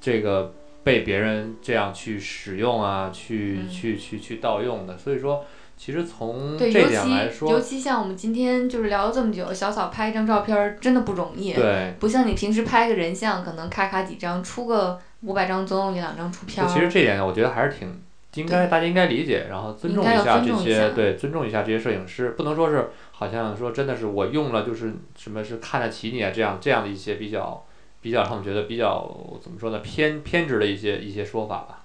Speaker 1: 这个被别人这样去使用啊，去、
Speaker 2: 嗯
Speaker 1: 去去去盗用的。所以说，其实从
Speaker 2: 对，
Speaker 1: 嗯这
Speaker 2: 尤
Speaker 1: 点来
Speaker 2: 其尤
Speaker 1: 说，
Speaker 2: 其像我们今天就是聊了这么久，小草拍一张照片儿真的不容易。
Speaker 1: 对，
Speaker 2: 不像你平时拍个人像，可能咔咔几张，出个五百张总有一两张出片
Speaker 1: 就
Speaker 2: 儿。
Speaker 1: 其实这点我觉得还是挺。应该大家应该理解，然后尊重
Speaker 2: 应该
Speaker 1: 一
Speaker 2: 要
Speaker 1: 下
Speaker 2: 尊
Speaker 1: 这
Speaker 2: 重一
Speaker 1: 些，
Speaker 2: 下
Speaker 1: 对，尊重一下这些摄影师，不能说是好像说真的是我用了就是什么是看得起你啊，这样这样的一些比较比较让我们觉得比较怎么说呢偏偏执的一些一些说法吧。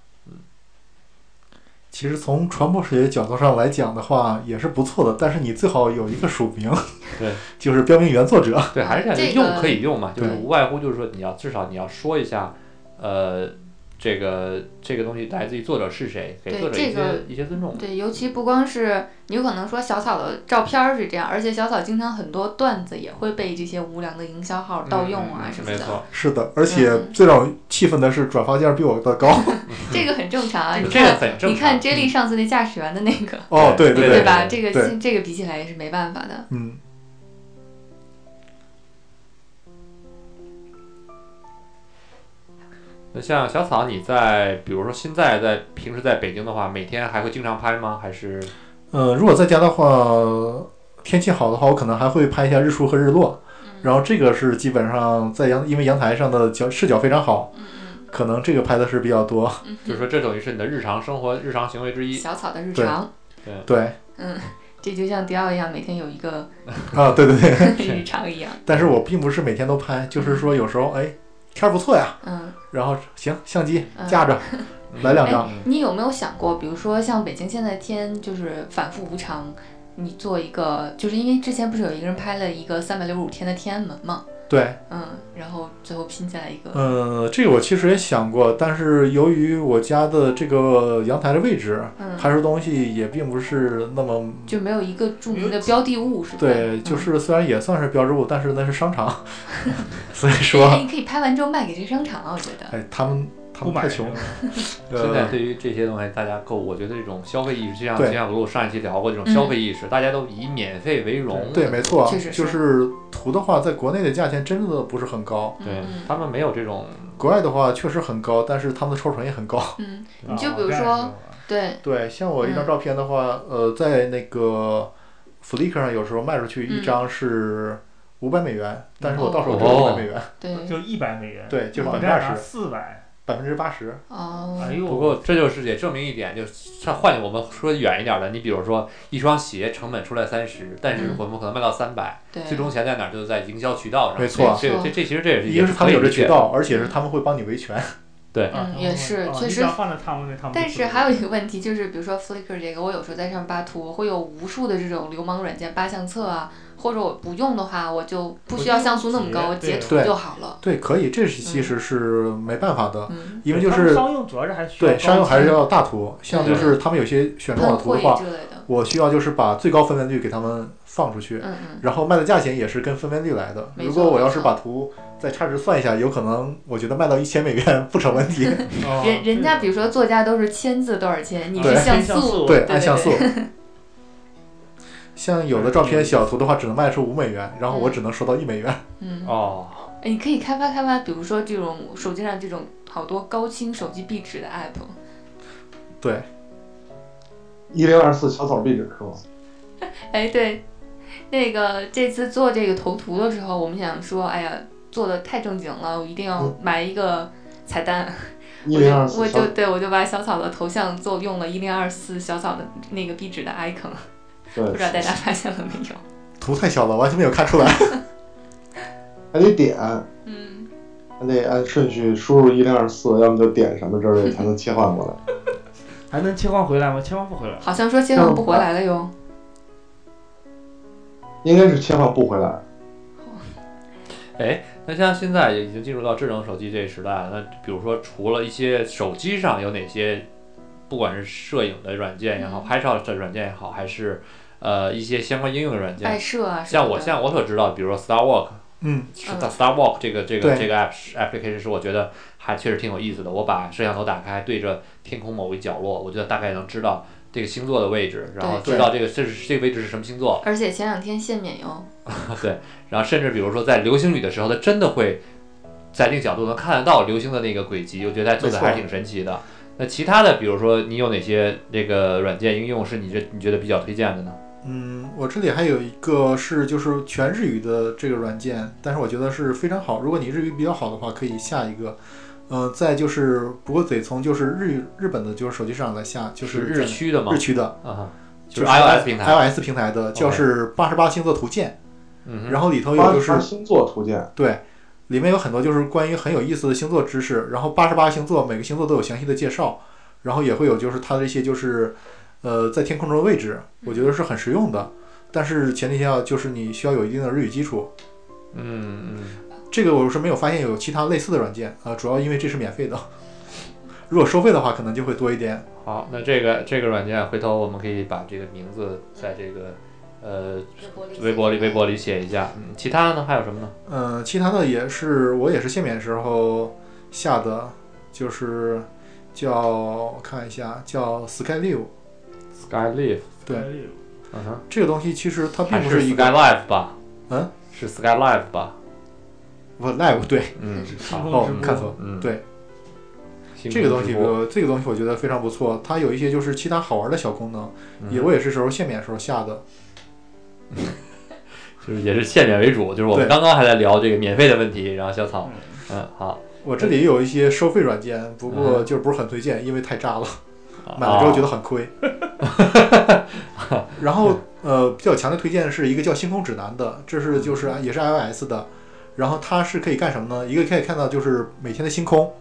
Speaker 5: 其实从传播学角度上来讲的话，也是不错的，但是你最好有一个署名，
Speaker 1: 对，
Speaker 5: 就是标明原作者，
Speaker 1: 对，还是感觉
Speaker 2: 这
Speaker 1: 用
Speaker 2: 个
Speaker 1: 可以用嘛，就是
Speaker 2: 对
Speaker 1: 无外乎就是说你要至少你要说一下，呃，这个这个东西来自于作者是谁，给
Speaker 2: 对
Speaker 1: 作者一些、
Speaker 2: 这个
Speaker 1: 一些尊重。
Speaker 2: 对，尤其不光是你有可能说小草的照片儿是这样，而且小草经常很多段子也会被这些无良的营销号盗用啊
Speaker 1: 嗯
Speaker 2: 什么
Speaker 1: 没
Speaker 2: 的，
Speaker 1: 错，
Speaker 5: 是的，而且
Speaker 2: 嗯
Speaker 5: 最让我气愤的是转发量比我的高。
Speaker 2: 这个很正常啊。你
Speaker 1: 嗯这个
Speaker 2: 看，
Speaker 1: 很正常。嗯
Speaker 2: 你看 Jelly 上次那驾驶员的那个，
Speaker 5: 哦，对
Speaker 1: 对
Speaker 5: 对，
Speaker 2: 吧？这
Speaker 1: 对
Speaker 2: 个
Speaker 5: 对
Speaker 2: 这这个比起来也是没办法的。
Speaker 5: 嗯，
Speaker 1: 那像小草，你在比如说现在在平时在北京的话，每天还会经常拍吗？还是
Speaker 5: 呃，如果在家的话，天气好的话，我可能还会拍一下日出和日落。
Speaker 2: 嗯
Speaker 5: 然后这个是基本上在阳，因为阳台上的角视角非常好，
Speaker 2: 嗯嗯
Speaker 5: 可能这个拍的是比较多。
Speaker 2: 嗯
Speaker 1: 就是说这等于是你的日常生活、日常行为之
Speaker 2: 嗯，
Speaker 1: 一？
Speaker 2: 小草的日
Speaker 5: 对
Speaker 2: 常，
Speaker 5: 对，
Speaker 2: 这就像迪奥一样，每天有一 个
Speaker 5: 啊，对对对，
Speaker 2: 日常一样。
Speaker 5: 但是我并不是每天都拍，就是说有时候哎，天儿不错呀，
Speaker 2: 嗯，
Speaker 5: 然后行，相机
Speaker 2: 嗯
Speaker 5: 架着，来两张。
Speaker 2: 你有没有想过，比如说像北京现在天就是反复无常，你做一个，就是因为之前不是有一个人拍了一个三百六十五天的天安门嘛，
Speaker 5: 对，
Speaker 2: 嗯，然后最后拼下来一个，
Speaker 5: 嗯、这个我其实也想过，但是由于我家的这个阳台的位置，
Speaker 2: 嗯，
Speaker 5: 拍出东西也并不是那么
Speaker 2: 就没有一个著名的标的物是吧？
Speaker 5: 对，就
Speaker 2: 嗯。
Speaker 5: 是虽然也算是标志物，但是那是商场， 所以
Speaker 2: 哎，
Speaker 5: 说，
Speaker 2: 你可以拍完之后卖给这商场啊，我觉得。
Speaker 5: 哎，他们他
Speaker 8: 不
Speaker 5: 们
Speaker 8: 买
Speaker 5: 太穷，
Speaker 1: 嗯现在
Speaker 5: 呃，
Speaker 1: 对于这些东西，大家购，我觉得这种消费意识，就像
Speaker 5: 对
Speaker 1: 就像我上一期聊过这种
Speaker 2: 嗯
Speaker 1: 消费意识，大家都以免费为荣。
Speaker 5: 对，没错
Speaker 2: 确实，
Speaker 5: 就是是图的话，在国内的价钱真的不是很高，
Speaker 2: 嗯
Speaker 1: 对
Speaker 2: 嗯
Speaker 1: 他们没有这种，
Speaker 5: 国外的话确实很高，但是他们的抽成也很高。
Speaker 2: 嗯，
Speaker 8: 啊
Speaker 2: 你就比
Speaker 8: 我
Speaker 2: 如
Speaker 8: 干
Speaker 2: 说
Speaker 8: 什么
Speaker 2: 对，
Speaker 5: 对，像我一张
Speaker 2: 嗯
Speaker 5: 照片的话，呃，在那个 Flickr 上有时候卖出去一
Speaker 2: 嗯
Speaker 5: 张是五百美元，但是我
Speaker 2: 哦
Speaker 5: 到手只有五
Speaker 1: 哦
Speaker 5: 百美元，
Speaker 2: 对，
Speaker 8: 就一百美元，
Speaker 5: 对，就是百
Speaker 8: 网
Speaker 5: 分之二
Speaker 8: 站上
Speaker 5: 十，
Speaker 8: 四百，
Speaker 5: 百分之八十。
Speaker 2: 哦，
Speaker 8: 哎呦，
Speaker 1: 不过这就是也证明一点，就是它换我们说远一点的，你比如说一双鞋成本出来三十，但是
Speaker 2: 嗯
Speaker 1: 我们可能卖到三百，
Speaker 2: 对，
Speaker 1: 最终钱在哪儿？就是在营销渠道上。
Speaker 5: 没错
Speaker 1: 这个这这其实这也是
Speaker 5: 一个是他们有这渠
Speaker 1: 道，
Speaker 5: 道，而且是他们会帮你维权。
Speaker 1: 对
Speaker 8: 啊
Speaker 2: 嗯也是
Speaker 8: 啊
Speaker 2: 确
Speaker 8: 你
Speaker 2: 实
Speaker 8: 只要换了他们，因为他们
Speaker 2: 但
Speaker 8: 就是
Speaker 2: 还有一个问题就是，比如说 Flickr 这个，我有时候在上扒图，我会有无数的这种流氓软件扒相册啊，或者我不用的话，我就不需要像素那么高，我截图
Speaker 5: 对
Speaker 2: 就好了。
Speaker 5: 对，可以，这是其实是没办法的，
Speaker 2: 嗯，
Speaker 5: 因为就
Speaker 8: 他们
Speaker 5: 是
Speaker 8: 商用主要是还需要
Speaker 5: 对商用还是
Speaker 8: 高清
Speaker 5: 要大图，像就是他们有些选中
Speaker 2: 喷
Speaker 5: 好图
Speaker 2: 绘
Speaker 5: 的话，
Speaker 2: 之类的。
Speaker 5: 我需要就是把最高分辨率给他们放出去，
Speaker 2: 嗯嗯，
Speaker 5: 然后卖的价钱也是跟分辨率来的。
Speaker 2: 没
Speaker 5: 如
Speaker 2: 错
Speaker 5: 果我要是
Speaker 2: 没错
Speaker 5: 把图再差值算一下，有可能我觉得卖到一千美元不成问 题。
Speaker 8: 哦
Speaker 2: 人人家
Speaker 8: 对
Speaker 2: 比如说作家都是签字多少钱，你
Speaker 8: 对
Speaker 2: 是像
Speaker 8: 像素
Speaker 2: 素，
Speaker 5: 对，
Speaker 2: 对
Speaker 5: 按
Speaker 2: 对
Speaker 5: 像
Speaker 2: 对
Speaker 5: 素。像有的照片小图的话，只能卖出五美元，然后我只能收到一美元。
Speaker 2: 嗯，
Speaker 1: 哦，
Speaker 2: 哎你可以开发开发，比如说这种手机上这种好多高清手机壁纸的 app，
Speaker 5: 对，
Speaker 3: 一零二四小草壁纸是吗？
Speaker 2: 哎，对，那个这次做这个头图的时候，我们想说，哎呀，做的太正经了，我一定要买一个彩蛋。
Speaker 3: 嗯一零二四
Speaker 2: 我
Speaker 3: 小
Speaker 2: 就对我就把小草的头像做用了一零二四小草的那个壁纸的 icon，不知道大
Speaker 3: 对，
Speaker 2: 家发现了没有？
Speaker 5: 图太小了，完全没有看出来。
Speaker 3: 还得点，
Speaker 2: 嗯，
Speaker 3: 还得按顺序输入一零二四，要么就点什么之类才能切换过来。
Speaker 8: 还能切换回来吗？切换不回来。
Speaker 2: 好像说切换不回来了哟。
Speaker 3: 应该是切换不回来。
Speaker 1: 那像现在也已经进入到智能手机这一时代了，那比如说除了一些手机上有哪些，不管是摄影的软件也好，
Speaker 2: 嗯
Speaker 1: 拍照的软件也好，还是呃一些相关应用的软件，
Speaker 2: 爱社啊什么的，
Speaker 1: 像我像我所知道，比如说 Star Walk，
Speaker 5: 嗯，
Speaker 1: 是的 Star Walk 这个这个
Speaker 5: 对
Speaker 1: 这个 app application 是我觉得还确实挺有意思的。我把摄像头打开，对着天空某一角落，我觉得大概能知道这个星座的位置，然后
Speaker 2: 对
Speaker 1: 知道这个这是这个位置是什么星座，
Speaker 2: 而且前两天限免哟。
Speaker 1: 然后甚至比如说在流星雨的时候，它真的会在那个角度能看得到流星的那个轨迹，我觉得做的
Speaker 5: 没错
Speaker 1: 还挺神奇的。那其他的，比如说你有哪些这个软件应用是你这你觉得比较推荐的呢？
Speaker 5: 嗯，我这里还有一个是就是全日语的这个软件，但是我觉得是非常好。如果你日语比较好的话，可以下一个。嗯、再就是，不过得从就是日日本的就是手机市场来下，就是是
Speaker 1: 日区的吗
Speaker 5: 日？区的，
Speaker 1: 啊哈，
Speaker 5: 就是
Speaker 1: iOS 平台。
Speaker 5: iOS 平台的，就是八十八星座图鉴，
Speaker 1: 嗯哼，
Speaker 5: 然后里头有
Speaker 3: 发
Speaker 5: 就是
Speaker 3: 发星座图鉴，
Speaker 5: 对，里面有很多就是关于很有意思的星座知识，然后八十八星座每个星座都有详细的介绍，然后也会有就是它的一些就是呃在天空中的位置，我觉得是很实用的。但是前提下就是你需要有一定的日语基础，
Speaker 1: 嗯嗯。
Speaker 5: 这个我是没有发现有其他类似的软件啊、呃主要因为这是免费的。如果收费的话，可能就会多一点。
Speaker 1: 好，那这个这个软件，回头我们可以把这个名字在这个呃微博里微博里写一下。嗯，其他的呢还有什么呢？
Speaker 5: 嗯、其他的也是我也是限免时候下的，就是叫我看一下叫 Skylive，
Speaker 1: Skylive，
Speaker 5: 对
Speaker 8: 还有
Speaker 1: 嗯哼，
Speaker 5: 这个东西其实它并
Speaker 1: 还
Speaker 5: 不
Speaker 1: 是
Speaker 5: 一个
Speaker 1: Skylive 吧？
Speaker 5: 嗯，
Speaker 1: 是 Skylive 吧？
Speaker 5: 不 live 对
Speaker 1: 嗯，
Speaker 8: 星
Speaker 1: 好，
Speaker 8: 空
Speaker 5: 哦
Speaker 8: 直播
Speaker 5: 看错
Speaker 1: 嗯，
Speaker 5: 对
Speaker 1: 星空
Speaker 5: 这个东西
Speaker 1: 直播
Speaker 5: 我这个东西我觉得非常不错，它有一些就是其他好玩的小功能，
Speaker 1: 嗯
Speaker 5: 也我也是时候限免时候下的，
Speaker 1: 就是也是限免为主，就是我们
Speaker 5: 对
Speaker 1: 刚刚还在聊这个免费的问题，然后小草
Speaker 8: 嗯，
Speaker 1: 嗯，好，
Speaker 5: 我这里有一些收费软件，不过
Speaker 1: 嗯哦
Speaker 5: 就不是很推荐，因为太渣了，买了之后觉得很 亏。然后呃，比较强的推荐是一个叫星空指南的，这是
Speaker 1: 嗯
Speaker 5: 就是啊也是 iOS 的，然后它是可以干什么呢？一个可以看到就是每天的星空，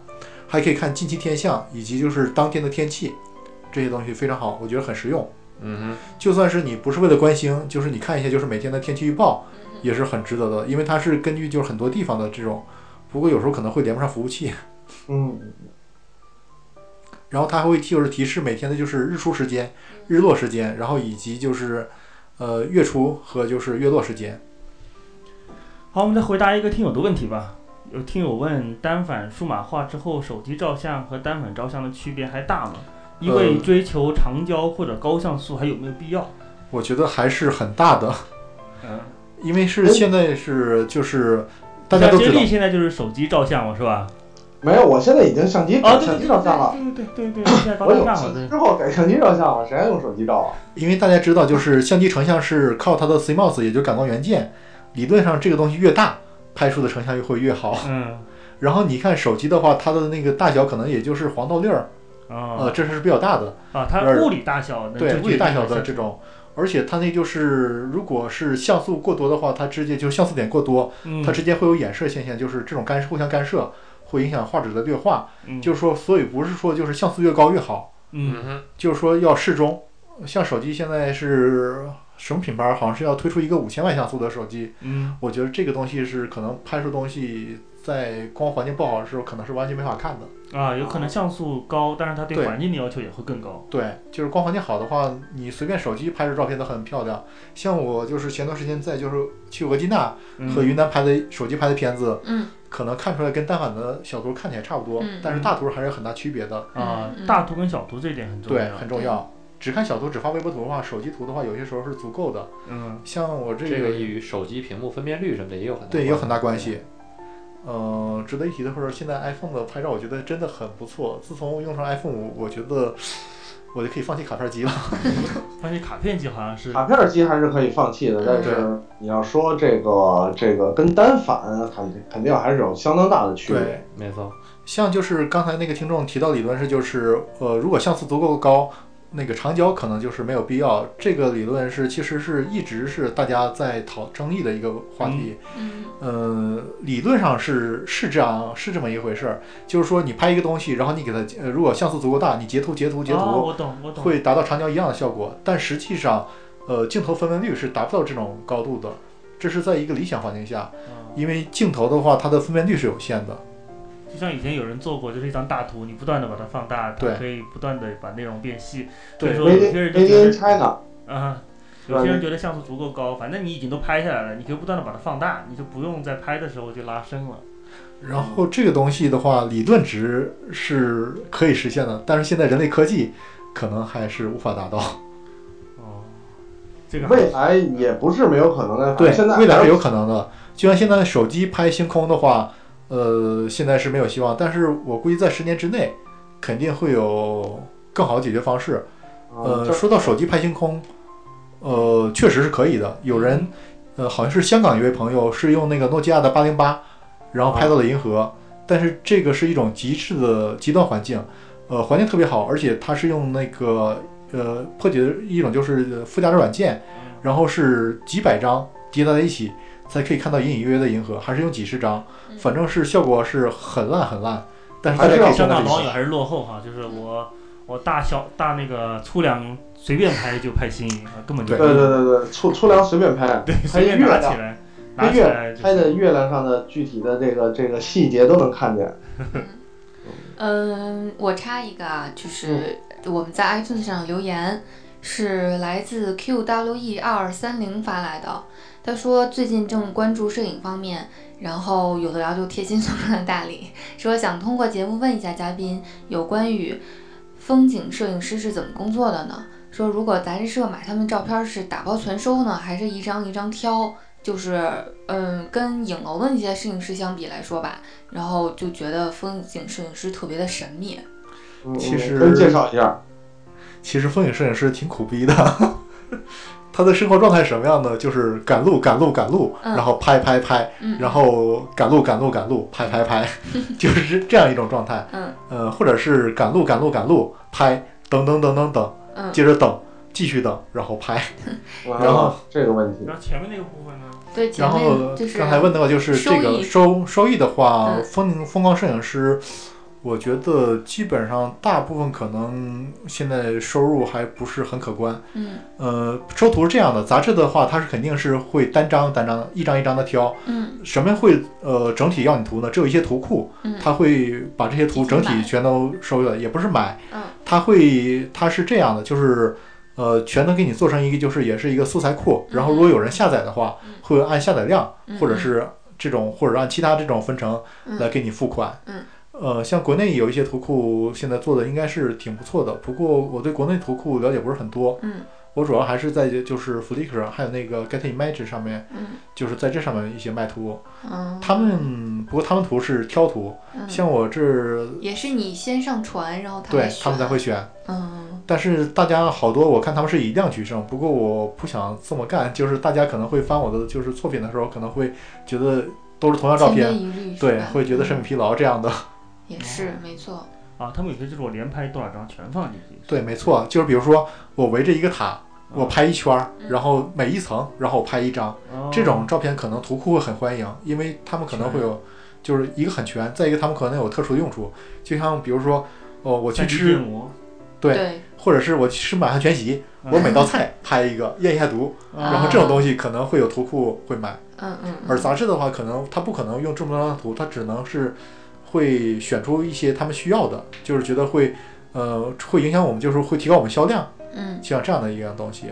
Speaker 5: 还可以看近期天象以及就是当天的天气，这些东西非常好，我觉得很实用。
Speaker 1: 嗯
Speaker 5: 就算是你不是为了观星，就是你看一下就是每天的天气预报，
Speaker 2: 嗯
Speaker 5: 也是很值得的，因为它是根据就是很多地方的这种，不过有时候可能会连不上服务器，
Speaker 3: 嗯，
Speaker 5: 然后它还会提就是提示每天的就是日出时间、日落时间，然后以及就是呃月初和就是月落时间。
Speaker 8: 好，我们再回答一个听友的问题吧。有听友问，单反数码化之后，手机照相和单反照相的区别还大吗？因为
Speaker 5: 呃
Speaker 8: 追求长焦或者高像素，还有没有必要？
Speaker 5: 我觉得还是很大的，呃
Speaker 8: 嗯，
Speaker 5: 因为是现在是就是大家
Speaker 8: 像
Speaker 5: 都知
Speaker 8: 接
Speaker 5: 道
Speaker 8: 力，现在就是手机照相嘛，是吧？
Speaker 3: 没有，我现在已经相机
Speaker 8: 哦，
Speaker 3: 改
Speaker 8: 对
Speaker 3: 相
Speaker 8: 对
Speaker 3: 机
Speaker 8: 对
Speaker 3: 照相了。
Speaker 8: 对对对对对，现在高
Speaker 3: 我有
Speaker 8: 大上
Speaker 3: 手
Speaker 8: 了，
Speaker 3: 机
Speaker 8: 对
Speaker 3: 之后改相机照相了，谁还用手机照啊？
Speaker 5: 因为大家知道就是相机成像是靠它的 CMOS 也就感光元件，理论上这个东西越大，拍出的成像越会越好。
Speaker 8: 嗯，
Speaker 5: 然后你看手机的话，它的那个大小可能也就是黄豆粒儿，呃，
Speaker 8: 哦
Speaker 5: 这是比较大的，
Speaker 8: 啊，它
Speaker 5: 呃
Speaker 8: 物理大小，
Speaker 5: 对，物理大小的这
Speaker 8: 这
Speaker 5: 种。而且它那就是，如果是像素过多的话，它直接就像素点过多，它
Speaker 8: 它
Speaker 5: 之间会有衍射现象，就是这种干涉互相干涉，会影响画质的劣化。
Speaker 8: 嗯，
Speaker 5: 就是说，所以不是说就是像素越高越好，
Speaker 8: 嗯
Speaker 7: 嗯哼，
Speaker 5: 就是说要适中。像手机现在是什么品牌？好像是要推出一个五千万像素的手机，
Speaker 8: 嗯
Speaker 5: 我觉得这个东西是可能拍出东西在光环境不好的时候，可能是完全没法看的。
Speaker 8: 啊，有可能像素高，但是它对
Speaker 5: 哦对
Speaker 8: 环境的要求也会更高。
Speaker 5: 对，就是光环境好的话，你随便手机拍出照片都很漂亮。像我就是前段时间在就是去额济纳
Speaker 8: 嗯
Speaker 5: 和云南拍的手机拍的片子，
Speaker 2: 嗯
Speaker 5: 可能看出来跟单反的小图看起来差不多，
Speaker 2: 嗯
Speaker 5: 但是大图还是有很大区别的。
Speaker 2: 嗯，
Speaker 8: 啊
Speaker 2: 嗯
Speaker 8: 大图跟小图这一点很重
Speaker 5: 对，
Speaker 8: 要。
Speaker 5: 很
Speaker 2: 啊
Speaker 5: 重要。只看小图，只发微波图的话，手机图的话，有些时候是足够的。
Speaker 8: 嗯
Speaker 5: 像我这
Speaker 7: 这个与手机屏幕分辨率什么的也有很大
Speaker 5: 对也有很大关
Speaker 7: 系。
Speaker 5: 系。嗯、值得一提的是，现在 iPhone 的拍照，我觉得真的很不错。自从用上 iPhone 五，我觉得我就可以放弃卡片机了。
Speaker 8: 而且卡片机好像是
Speaker 6: 卡片机还是可以放弃的，但是你要说这个这个跟单反肯定肯定还是有相当大的区别。
Speaker 5: 对，
Speaker 7: 没错，
Speaker 5: 像就是刚才那个听众提到理论是，就是呃，如果像素足够高，那个长焦可能就是没有必要。这个理论是其实是一直是大家在讨争议的一个话题。
Speaker 2: 嗯
Speaker 5: 呃，理论上是是这样，是这么一回事儿。就是说，你拍一个东西，然后你给它，呃，如果像素足够大，你截图、截图、截图，
Speaker 8: 哦我懂我懂。
Speaker 5: 会达到长焦一样的效果，但实际上，呃，镜头分辨率是达不到这种高度的。这是在一个理想环境下，
Speaker 8: 啊
Speaker 5: 因为镜头的话，它的分辨率是有限的。
Speaker 8: 就像以前有人做过，就是一张大图，你不断的把它放大，它
Speaker 5: 对
Speaker 8: 可以不断的把内容变细。
Speaker 5: 对
Speaker 8: 所以说有些
Speaker 6: Made
Speaker 8: 人就觉
Speaker 6: in
Speaker 8: 得
Speaker 6: China，
Speaker 8: 啊，
Speaker 6: 对吧
Speaker 8: 有些人觉得像素足够高，反正你已经都拍下来了，你可以不断的把它放大，你就不用在拍的时候就拉伸了。
Speaker 5: 然后这个东西的话，理论值是可以实现的，但是现在人类科技可能还是无法达到。
Speaker 8: 哦，这个还
Speaker 6: 未来也不是没有可能的。
Speaker 5: 对，
Speaker 6: 现在
Speaker 5: 未来是有可能的。就像现在手机拍星空的话，呃，现在是没有希望，但是我估计在十年之内，肯定会有更好的解决方式。
Speaker 3: 啊
Speaker 6: 嗯
Speaker 5: 呃，说到手机拍星空，呃，确实是可以的。有人，呃，好像是香港一位朋友是用那个诺基亚的八零八，然后拍到了银河，但是这个是一种极致的极端环境，呃，环境特别好，而且它是用那个呃破解的一种就是呃附加的软件，然后是几百张叠加在一起才可以看到隐隐约约的银河，还是用几十张，
Speaker 2: 嗯
Speaker 5: 反正是效果是很烂很烂，但是大
Speaker 6: 还
Speaker 5: 家
Speaker 6: 是
Speaker 5: 可以
Speaker 6: 要
Speaker 5: 看
Speaker 8: 香
Speaker 5: 到
Speaker 8: 港
Speaker 5: 这
Speaker 8: 网
Speaker 5: 些
Speaker 8: 友。还是落后哈，就是我我大小大那个粗粮随便拍就拍新颖，啊根本就
Speaker 5: 对
Speaker 6: 对对对对，粗粗粮随便拍，
Speaker 8: 对
Speaker 6: 拍
Speaker 8: 随
Speaker 6: 月
Speaker 8: 便拿起
Speaker 6: 亮，
Speaker 8: 来拿
Speaker 6: 拍
Speaker 8: 起
Speaker 6: 月
Speaker 8: 来
Speaker 6: 亮
Speaker 8: 就
Speaker 6: 拍的月亮上的具体的这个这个细节都能看见。
Speaker 2: 嗯，我插一个啊，就是我们在 iTunes 上留言是来自 QWE 二三零发来的，他说最近正关注摄影方面，然后有的聊就贴心送上了大礼，说想通过节目问一下嘉宾有关于风景摄影师是怎么工作的呢？说如果杂志社买他们照片是打包全收呢，还是一张一张挑？就是嗯，跟影楼的那些摄影师相比来说吧，然后就觉得风景摄影师特别的神秘。
Speaker 6: 嗯
Speaker 5: 其实
Speaker 6: 嗯跟介绍一下，
Speaker 5: 其实风景摄影师挺苦逼的， 他的生活状态是什么样的？就是赶路、赶路、赶路，
Speaker 2: 嗯
Speaker 5: 然后拍拍拍，
Speaker 2: 嗯，
Speaker 5: 然后赶路、赶路、赶路，拍拍拍， 就是这样一种状态。
Speaker 2: 嗯
Speaker 5: 呃，或者是赶路、赶路、赶路，拍，等等等等等，
Speaker 2: 嗯，
Speaker 5: 接着等，继续等，然后拍。
Speaker 3: 嗯
Speaker 6: 然
Speaker 5: 后
Speaker 6: 这个问题，
Speaker 8: 然后前面那个部分呢，
Speaker 2: 对，前
Speaker 5: 然后
Speaker 2: 面就是
Speaker 5: 刚才问到就是
Speaker 2: 收
Speaker 5: 这个
Speaker 2: 益
Speaker 5: 收收益的话，
Speaker 2: 嗯
Speaker 5: 风风光摄影师，我觉得基本上大部分可能现在收入还不是很可观。
Speaker 2: 嗯
Speaker 5: 呃，收图是这样的，杂志的话，它是肯定是会单张单张一张一张的挑，
Speaker 2: 嗯
Speaker 5: 什么会呃整体要你图呢？只有一些图库，
Speaker 2: 嗯，
Speaker 5: 它会把这些图整
Speaker 2: 自己
Speaker 5: 体
Speaker 2: 买
Speaker 5: 全都收了，也不是买，
Speaker 2: 嗯
Speaker 5: 它会它是这样的，就是呃全能给你做成一个就是也是一个素材库，然后如果有人下载的话
Speaker 2: 嗯，
Speaker 5: 会按下载量
Speaker 2: 嗯
Speaker 5: 或者是这种或者按其他这种分成来给你付款。
Speaker 2: 嗯
Speaker 5: 呃，像国内有一些图库现在做的应该是挺不错的，不过我对国内图库了解不是很多。
Speaker 2: 嗯
Speaker 5: 我主要还是在就是 Flickr 还有那个 Get Image 上面，
Speaker 2: 嗯
Speaker 5: 就是在这上面一些卖图。
Speaker 2: 嗯，
Speaker 5: 他们不过他们图是挑图，像我这儿
Speaker 2: 也是你先上传，然后他
Speaker 5: 对他们才会选。
Speaker 2: 嗯
Speaker 5: 但是大家好多我看他们是以量取胜，不过我不想这么干，就是大家可能会翻我的就是作品的时候，可能会觉得都是同样照
Speaker 2: 千篇
Speaker 5: 片，
Speaker 2: 一律，
Speaker 5: 对，会觉得审
Speaker 2: 是嗯
Speaker 5: 美疲劳这样的。
Speaker 2: 也是没错，
Speaker 8: 啊，他们有些就是我连拍多少张全放进去，
Speaker 5: 对，没错，就是比如说我围着一个塔，我拍一圈儿，
Speaker 2: 嗯
Speaker 5: 然后每一层，然后我拍一张。
Speaker 8: 哦
Speaker 5: 这种照片可能图库会很欢迎，因为他们可能会有就是一个很全，再一个他们可能有特殊的用处，就像比如说，哦，我去
Speaker 8: 三 D
Speaker 5: 吃
Speaker 8: 建模，
Speaker 5: 对
Speaker 2: 对，
Speaker 5: 或者是我去吃满汉全席，我每道菜拍一个验一下毒，然后这种东西可能会有图库会买。
Speaker 2: 嗯嗯啊嗯，
Speaker 5: 而杂志的话，可能它不可能用这么多张图，它只能是会选出一些他们需要的，就是觉得会呃会影响我们，就是会提高我们销量，
Speaker 2: 嗯
Speaker 5: 像这样的一样东西。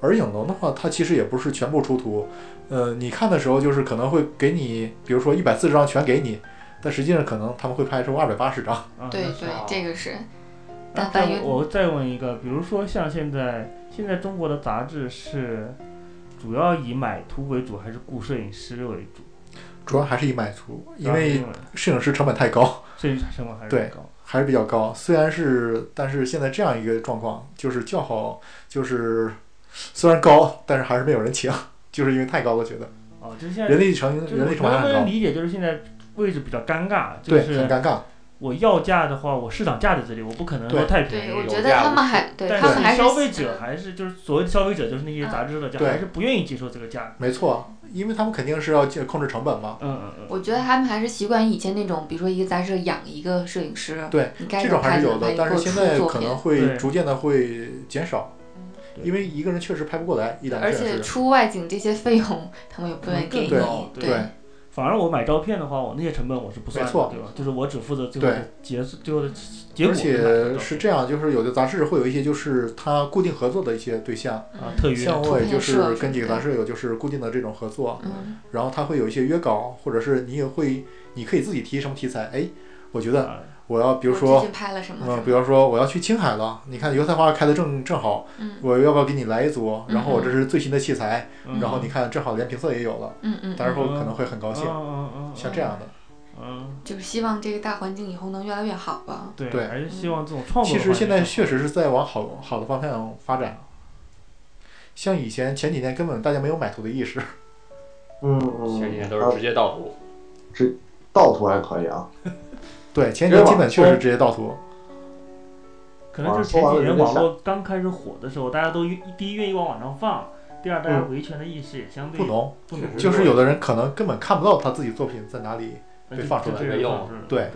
Speaker 5: 而影楼的话，它其实也不是全部出图，呃，你看的时候就是可能会给你，比如说一百四十张全给你，但实际上可能他们会拍出二百八十张。
Speaker 8: 啊
Speaker 2: 对
Speaker 8: 那
Speaker 2: 对
Speaker 8: 好，
Speaker 2: 这个是
Speaker 8: 那
Speaker 2: 但凡
Speaker 8: 再
Speaker 2: 有
Speaker 8: 我再问一个，比如说像现在，现在中国的杂志是主要以买图为主，还是雇摄影师为主？
Speaker 5: 主要还是以买图，因
Speaker 8: 主要是
Speaker 5: 为摄影师成本太高。
Speaker 8: 摄影师成本还是
Speaker 5: 对
Speaker 8: 很高。
Speaker 5: 还是比较高。虽然是，但是现在这样一个状况，就是较好，就是虽然高，但是还是没有人请， 就是因为太高了，觉得
Speaker 8: 哦，就是现在
Speaker 5: 人力成
Speaker 8: 就是
Speaker 5: 人力成
Speaker 8: 我
Speaker 5: 本
Speaker 8: 能不
Speaker 5: 很
Speaker 8: 能
Speaker 5: 高，
Speaker 8: 理解，就是现在位置比较尴尬，就
Speaker 5: 对，很
Speaker 8: 是
Speaker 5: 尴尬。
Speaker 8: 我要价的话，我市场价在这里，我不可能说
Speaker 5: 对
Speaker 8: 太便
Speaker 2: 对，
Speaker 8: 宜
Speaker 2: 我
Speaker 1: 有。
Speaker 2: 觉得
Speaker 1: 价
Speaker 2: 他
Speaker 1: 无
Speaker 2: 们
Speaker 1: 市
Speaker 2: 还对
Speaker 8: 但
Speaker 2: 他们还
Speaker 8: 是
Speaker 2: 是嗯
Speaker 8: 消费者还是就是所谓的消费者，就是那些杂志的家，
Speaker 5: 对
Speaker 8: 还是不愿意接受这个价。
Speaker 5: 没错，因为他们肯定是要控制成本嘛。
Speaker 8: 嗯嗯嗯。
Speaker 2: 我觉得他们还是习惯以前那种，比如说一个杂志养一个摄影师，
Speaker 5: 对，
Speaker 2: 你该
Speaker 5: 这
Speaker 2: 怎
Speaker 5: 种
Speaker 2: 么
Speaker 5: 还
Speaker 2: 拍
Speaker 5: 是
Speaker 2: 怎
Speaker 5: 有
Speaker 2: 么
Speaker 5: 的
Speaker 2: 拍，，
Speaker 5: 但
Speaker 2: 你给
Speaker 5: 是
Speaker 2: 我
Speaker 5: 现
Speaker 2: 出
Speaker 5: 在
Speaker 2: 作
Speaker 5: 可
Speaker 2: 品嗯
Speaker 5: 能。
Speaker 8: 对
Speaker 5: 会逐渐的会减少，
Speaker 8: 对
Speaker 5: 因为一个人确实拍不过来一两嗯个
Speaker 2: 而
Speaker 5: 小
Speaker 2: 且
Speaker 5: 时。
Speaker 2: 出外景这些费用，他们也不愿意给你。
Speaker 8: 更高对
Speaker 2: 对
Speaker 8: 反而我买照片的话，我那些成本我是不算的，
Speaker 5: 没错
Speaker 8: 对吧？就是我只负责最后的结最后的结果
Speaker 5: 而
Speaker 8: 是哪个照
Speaker 5: 且
Speaker 8: 片
Speaker 5: 是这样，就是有的杂志会有一些就是它固定合作的一些对象，
Speaker 8: 啊，特约
Speaker 5: 像我也
Speaker 2: 图
Speaker 5: 就
Speaker 2: 片
Speaker 5: 是
Speaker 2: 社
Speaker 5: 跟几个杂志有就是固定的这种合作，
Speaker 2: 嗯，
Speaker 5: 然后他会有一些约稿，或者是你也会，你可以自己提什么题材。哎，我觉得
Speaker 8: 啊
Speaker 5: 我要，比如
Speaker 2: 我最
Speaker 5: 说，
Speaker 2: 近拍了什么什
Speaker 5: 嗯，
Speaker 2: 么？
Speaker 5: 比方说我要去青海了，你看油菜花开的正正好，
Speaker 2: 嗯
Speaker 5: 我要不要给你来一组？然后我
Speaker 2: 嗯嗯
Speaker 5: 这是最新的器材，
Speaker 8: 嗯
Speaker 5: 然后你看正好连评测也有了，
Speaker 2: 嗯嗯，
Speaker 5: 到时
Speaker 2: 嗯
Speaker 5: 候可能会很高兴。
Speaker 8: 嗯嗯嗯
Speaker 5: 像这样的，
Speaker 8: 嗯，
Speaker 2: 就是希望这个大环境以后能越来越好吧。
Speaker 8: 对，
Speaker 5: 对
Speaker 8: 还是希望这种创作
Speaker 5: 其
Speaker 8: 的
Speaker 5: 实
Speaker 8: 话
Speaker 5: 现在
Speaker 8: 也
Speaker 5: 确实是在往好好的方向发展。像以前前几年根本大家没有买图的意识，
Speaker 3: 嗯
Speaker 1: 前几
Speaker 3: 嗯
Speaker 1: 年，都是直接盗图，
Speaker 3: 盗图还可以啊。
Speaker 5: 对，前几年基本确实直接盗图，
Speaker 8: 可能就是前几年网络刚开始火的时候，大家都愿第一愿意往网上放，第二大家维权的意识也相对
Speaker 5: 不浓，
Speaker 8: 不浓
Speaker 1: 确，实
Speaker 5: 就是有的人可能根本看不到他自己作品在哪里。
Speaker 8: 呃
Speaker 5: 被放出来
Speaker 8: 没
Speaker 1: 没用
Speaker 5: 对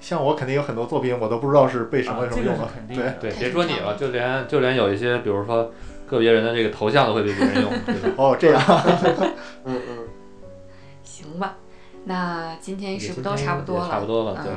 Speaker 5: 像我肯定有很多作品，我都不知道是被什么
Speaker 8: 啊
Speaker 5: 什
Speaker 8: 这
Speaker 5: 么
Speaker 8: 个
Speaker 5: 用
Speaker 8: 是
Speaker 5: 的。
Speaker 8: 肯定
Speaker 5: 对
Speaker 8: 的，
Speaker 1: 对，
Speaker 2: 太
Speaker 1: 别
Speaker 2: 正
Speaker 1: 说你
Speaker 2: 常
Speaker 1: 了，
Speaker 2: 了
Speaker 1: 就连就连有一些，比如说个别人的这个头像都会被别 人用，对吧？
Speaker 5: 哦，这样，
Speaker 3: 嗯嗯，
Speaker 2: 行吧，那今天
Speaker 1: 也
Speaker 2: 是不
Speaker 1: 今
Speaker 2: 是都
Speaker 1: 天
Speaker 2: 差不多
Speaker 1: 也
Speaker 2: 了？嗯
Speaker 1: 差不多了，对。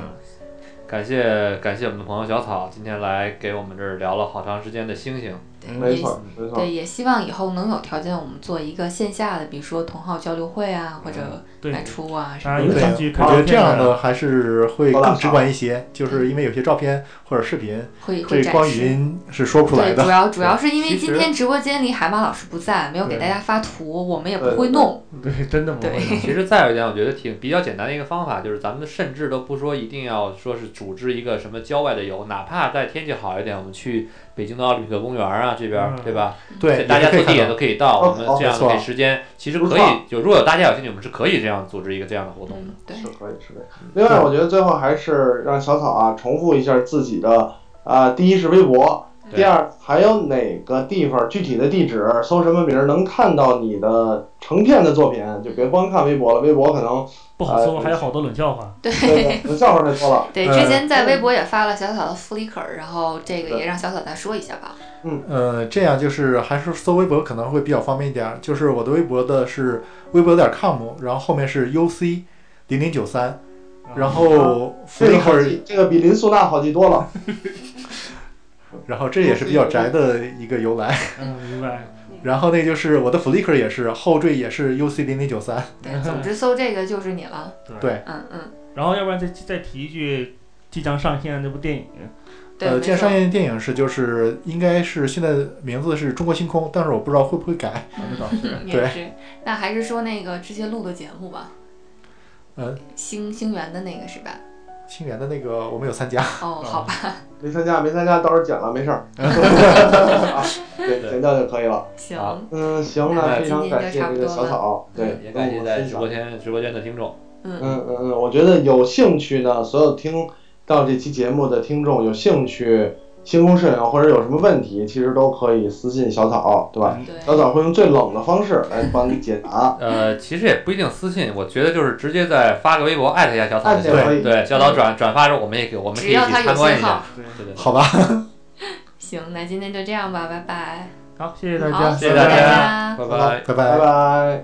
Speaker 1: 感谢感谢我们的朋友小草，今天来给我们这儿聊了好长时间的星星。
Speaker 2: 对
Speaker 3: 没
Speaker 2: 也
Speaker 3: 错没错。
Speaker 2: 嗯对，也希望以后能有条件，我们做一个线下的，比如说同好交流会啊，或
Speaker 5: 嗯
Speaker 2: 者
Speaker 8: 对
Speaker 2: 演出啊什
Speaker 8: 大家
Speaker 2: 么
Speaker 8: 有
Speaker 2: 的。
Speaker 8: 兴趣
Speaker 5: 我
Speaker 8: 看
Speaker 5: 觉
Speaker 8: 照
Speaker 5: 得
Speaker 8: 片
Speaker 5: 这样
Speaker 8: 的
Speaker 5: 的还是会更直观一些，就是因为有些照片或者视频，
Speaker 2: 会会
Speaker 5: 这
Speaker 2: 展
Speaker 5: 光语
Speaker 2: 示。
Speaker 5: 音是说不出来
Speaker 2: 对，主
Speaker 5: 的。
Speaker 2: 要主要是因为
Speaker 5: 其
Speaker 2: 今
Speaker 5: 实
Speaker 2: 天直播间里海马老师不在，没有给
Speaker 8: 对
Speaker 2: 大家发图，我们也
Speaker 3: 对
Speaker 2: 不
Speaker 3: 对
Speaker 2: 会
Speaker 3: 对
Speaker 2: 弄。
Speaker 8: 对嗯真的不
Speaker 2: 对嗯
Speaker 8: 会。
Speaker 1: 其实再有一点，我觉得挺比较简单的一个方法，就是咱们甚至都不说一定要说是组织一个什么郊外的游，哪怕在天气好一点，我们去北京的奥林匹克公园啊这边儿，
Speaker 8: 嗯
Speaker 1: 对吧？
Speaker 5: 对，
Speaker 1: 大家
Speaker 5: 可
Speaker 1: 坐
Speaker 5: 以
Speaker 1: 地铁都
Speaker 5: 看到
Speaker 1: 可以到，
Speaker 3: 哦
Speaker 1: 我们
Speaker 3: 哦
Speaker 1: 这样
Speaker 5: 没错
Speaker 1: 给时间，其实可
Speaker 3: 不
Speaker 1: 以
Speaker 3: 错
Speaker 1: 就如果有大家有兴趣，我们是可以这样组织一个这样的活动的。
Speaker 2: 嗯，对
Speaker 3: 是，可以，是可以。另外，我觉得最后还是让小草啊重复一下自己的啊、第一是微博，
Speaker 1: 对
Speaker 3: 第二还有哪个地方具体的地址，搜什么名儿能看到你的成片的作品，就别光看微博了，微博可能
Speaker 8: 不好说，
Speaker 3: 哎
Speaker 8: 还有好多冷 笑话。
Speaker 3: 对对，笑话太多了。
Speaker 2: 对，
Speaker 5: 呃
Speaker 2: 之前在微博也发了小草的 Flickr，然后这个
Speaker 3: 对
Speaker 2: 也让小草再说一下吧。
Speaker 5: 呃，这样就是还是搜微博可能会比较方便一点儿。就是我的微博的是微博点 com，然后后面是 UC 零零九三，然后
Speaker 3: 这个好
Speaker 5: Flickr，
Speaker 3: 记，这个比林素娜好记多了。
Speaker 5: 然后这也是比较宅的一个由来。
Speaker 8: 嗯，明白。
Speaker 5: 然后那就是我的 Flickr 也是后缀也是 UC 零零九三。
Speaker 2: 对，总之搜这个就是你了。
Speaker 5: 对
Speaker 2: 嗯嗯，
Speaker 8: 然后要不然再再提一句，即将上线的那部电影，
Speaker 2: 对，
Speaker 5: 呃，
Speaker 2: 没
Speaker 5: 这样
Speaker 2: 错
Speaker 5: 上 映电影是就是应该是现在名字是中国星空，但是我不知道会不会改。
Speaker 8: 啊那倒是。
Speaker 2: 嗯也
Speaker 5: 对
Speaker 2: 是。那还是说那个之前录的节目吧。
Speaker 5: 嗯，
Speaker 2: 星星源的那个是吧？
Speaker 5: 星源的那个我没有参加，
Speaker 2: 哦，好吧，
Speaker 3: 没参加，没参加，到时候剪了，没 事儿。啊，对，剪掉就可以了。
Speaker 2: 行，
Speaker 1: 好
Speaker 3: 嗯，行，那非常感谢这个小草，对，
Speaker 1: 也
Speaker 3: 跟
Speaker 1: 感
Speaker 3: 我
Speaker 1: 谢
Speaker 3: 们
Speaker 1: 在
Speaker 3: 分
Speaker 1: 直
Speaker 3: 享
Speaker 1: 播。间直播间的听众。
Speaker 2: 嗯，
Speaker 3: 嗯嗯嗯，我觉得有兴趣呢，所有听到这期节目的听众有兴趣星空摄影或者有什么问题，其实都可以私信小草，对吧？
Speaker 2: 对，
Speaker 3: 小草会用最冷的方式来帮你解答。
Speaker 1: 呃，其实也不一定私信，我觉得就是直接再发个微博艾特一下小草
Speaker 3: 艾
Speaker 1: 就行
Speaker 3: 特也
Speaker 1: 了。
Speaker 3: 可以
Speaker 1: 对，小草转转发之后，我们也可以我们可以
Speaker 2: 只
Speaker 1: 一
Speaker 2: 要
Speaker 1: 起
Speaker 2: 他有
Speaker 1: 参观一
Speaker 2: 信
Speaker 1: 下
Speaker 2: 号。。
Speaker 1: 对对对，
Speaker 5: 好吧，
Speaker 2: 行，那今天就这样吧，拜拜。
Speaker 9: 好，谢谢大
Speaker 2: 好，
Speaker 9: 家，
Speaker 1: 谢谢
Speaker 2: 大
Speaker 1: 大家拜
Speaker 3: 好吧
Speaker 1: 拜。
Speaker 5: 拜
Speaker 3: 拜
Speaker 5: 拜。
Speaker 3: 拜。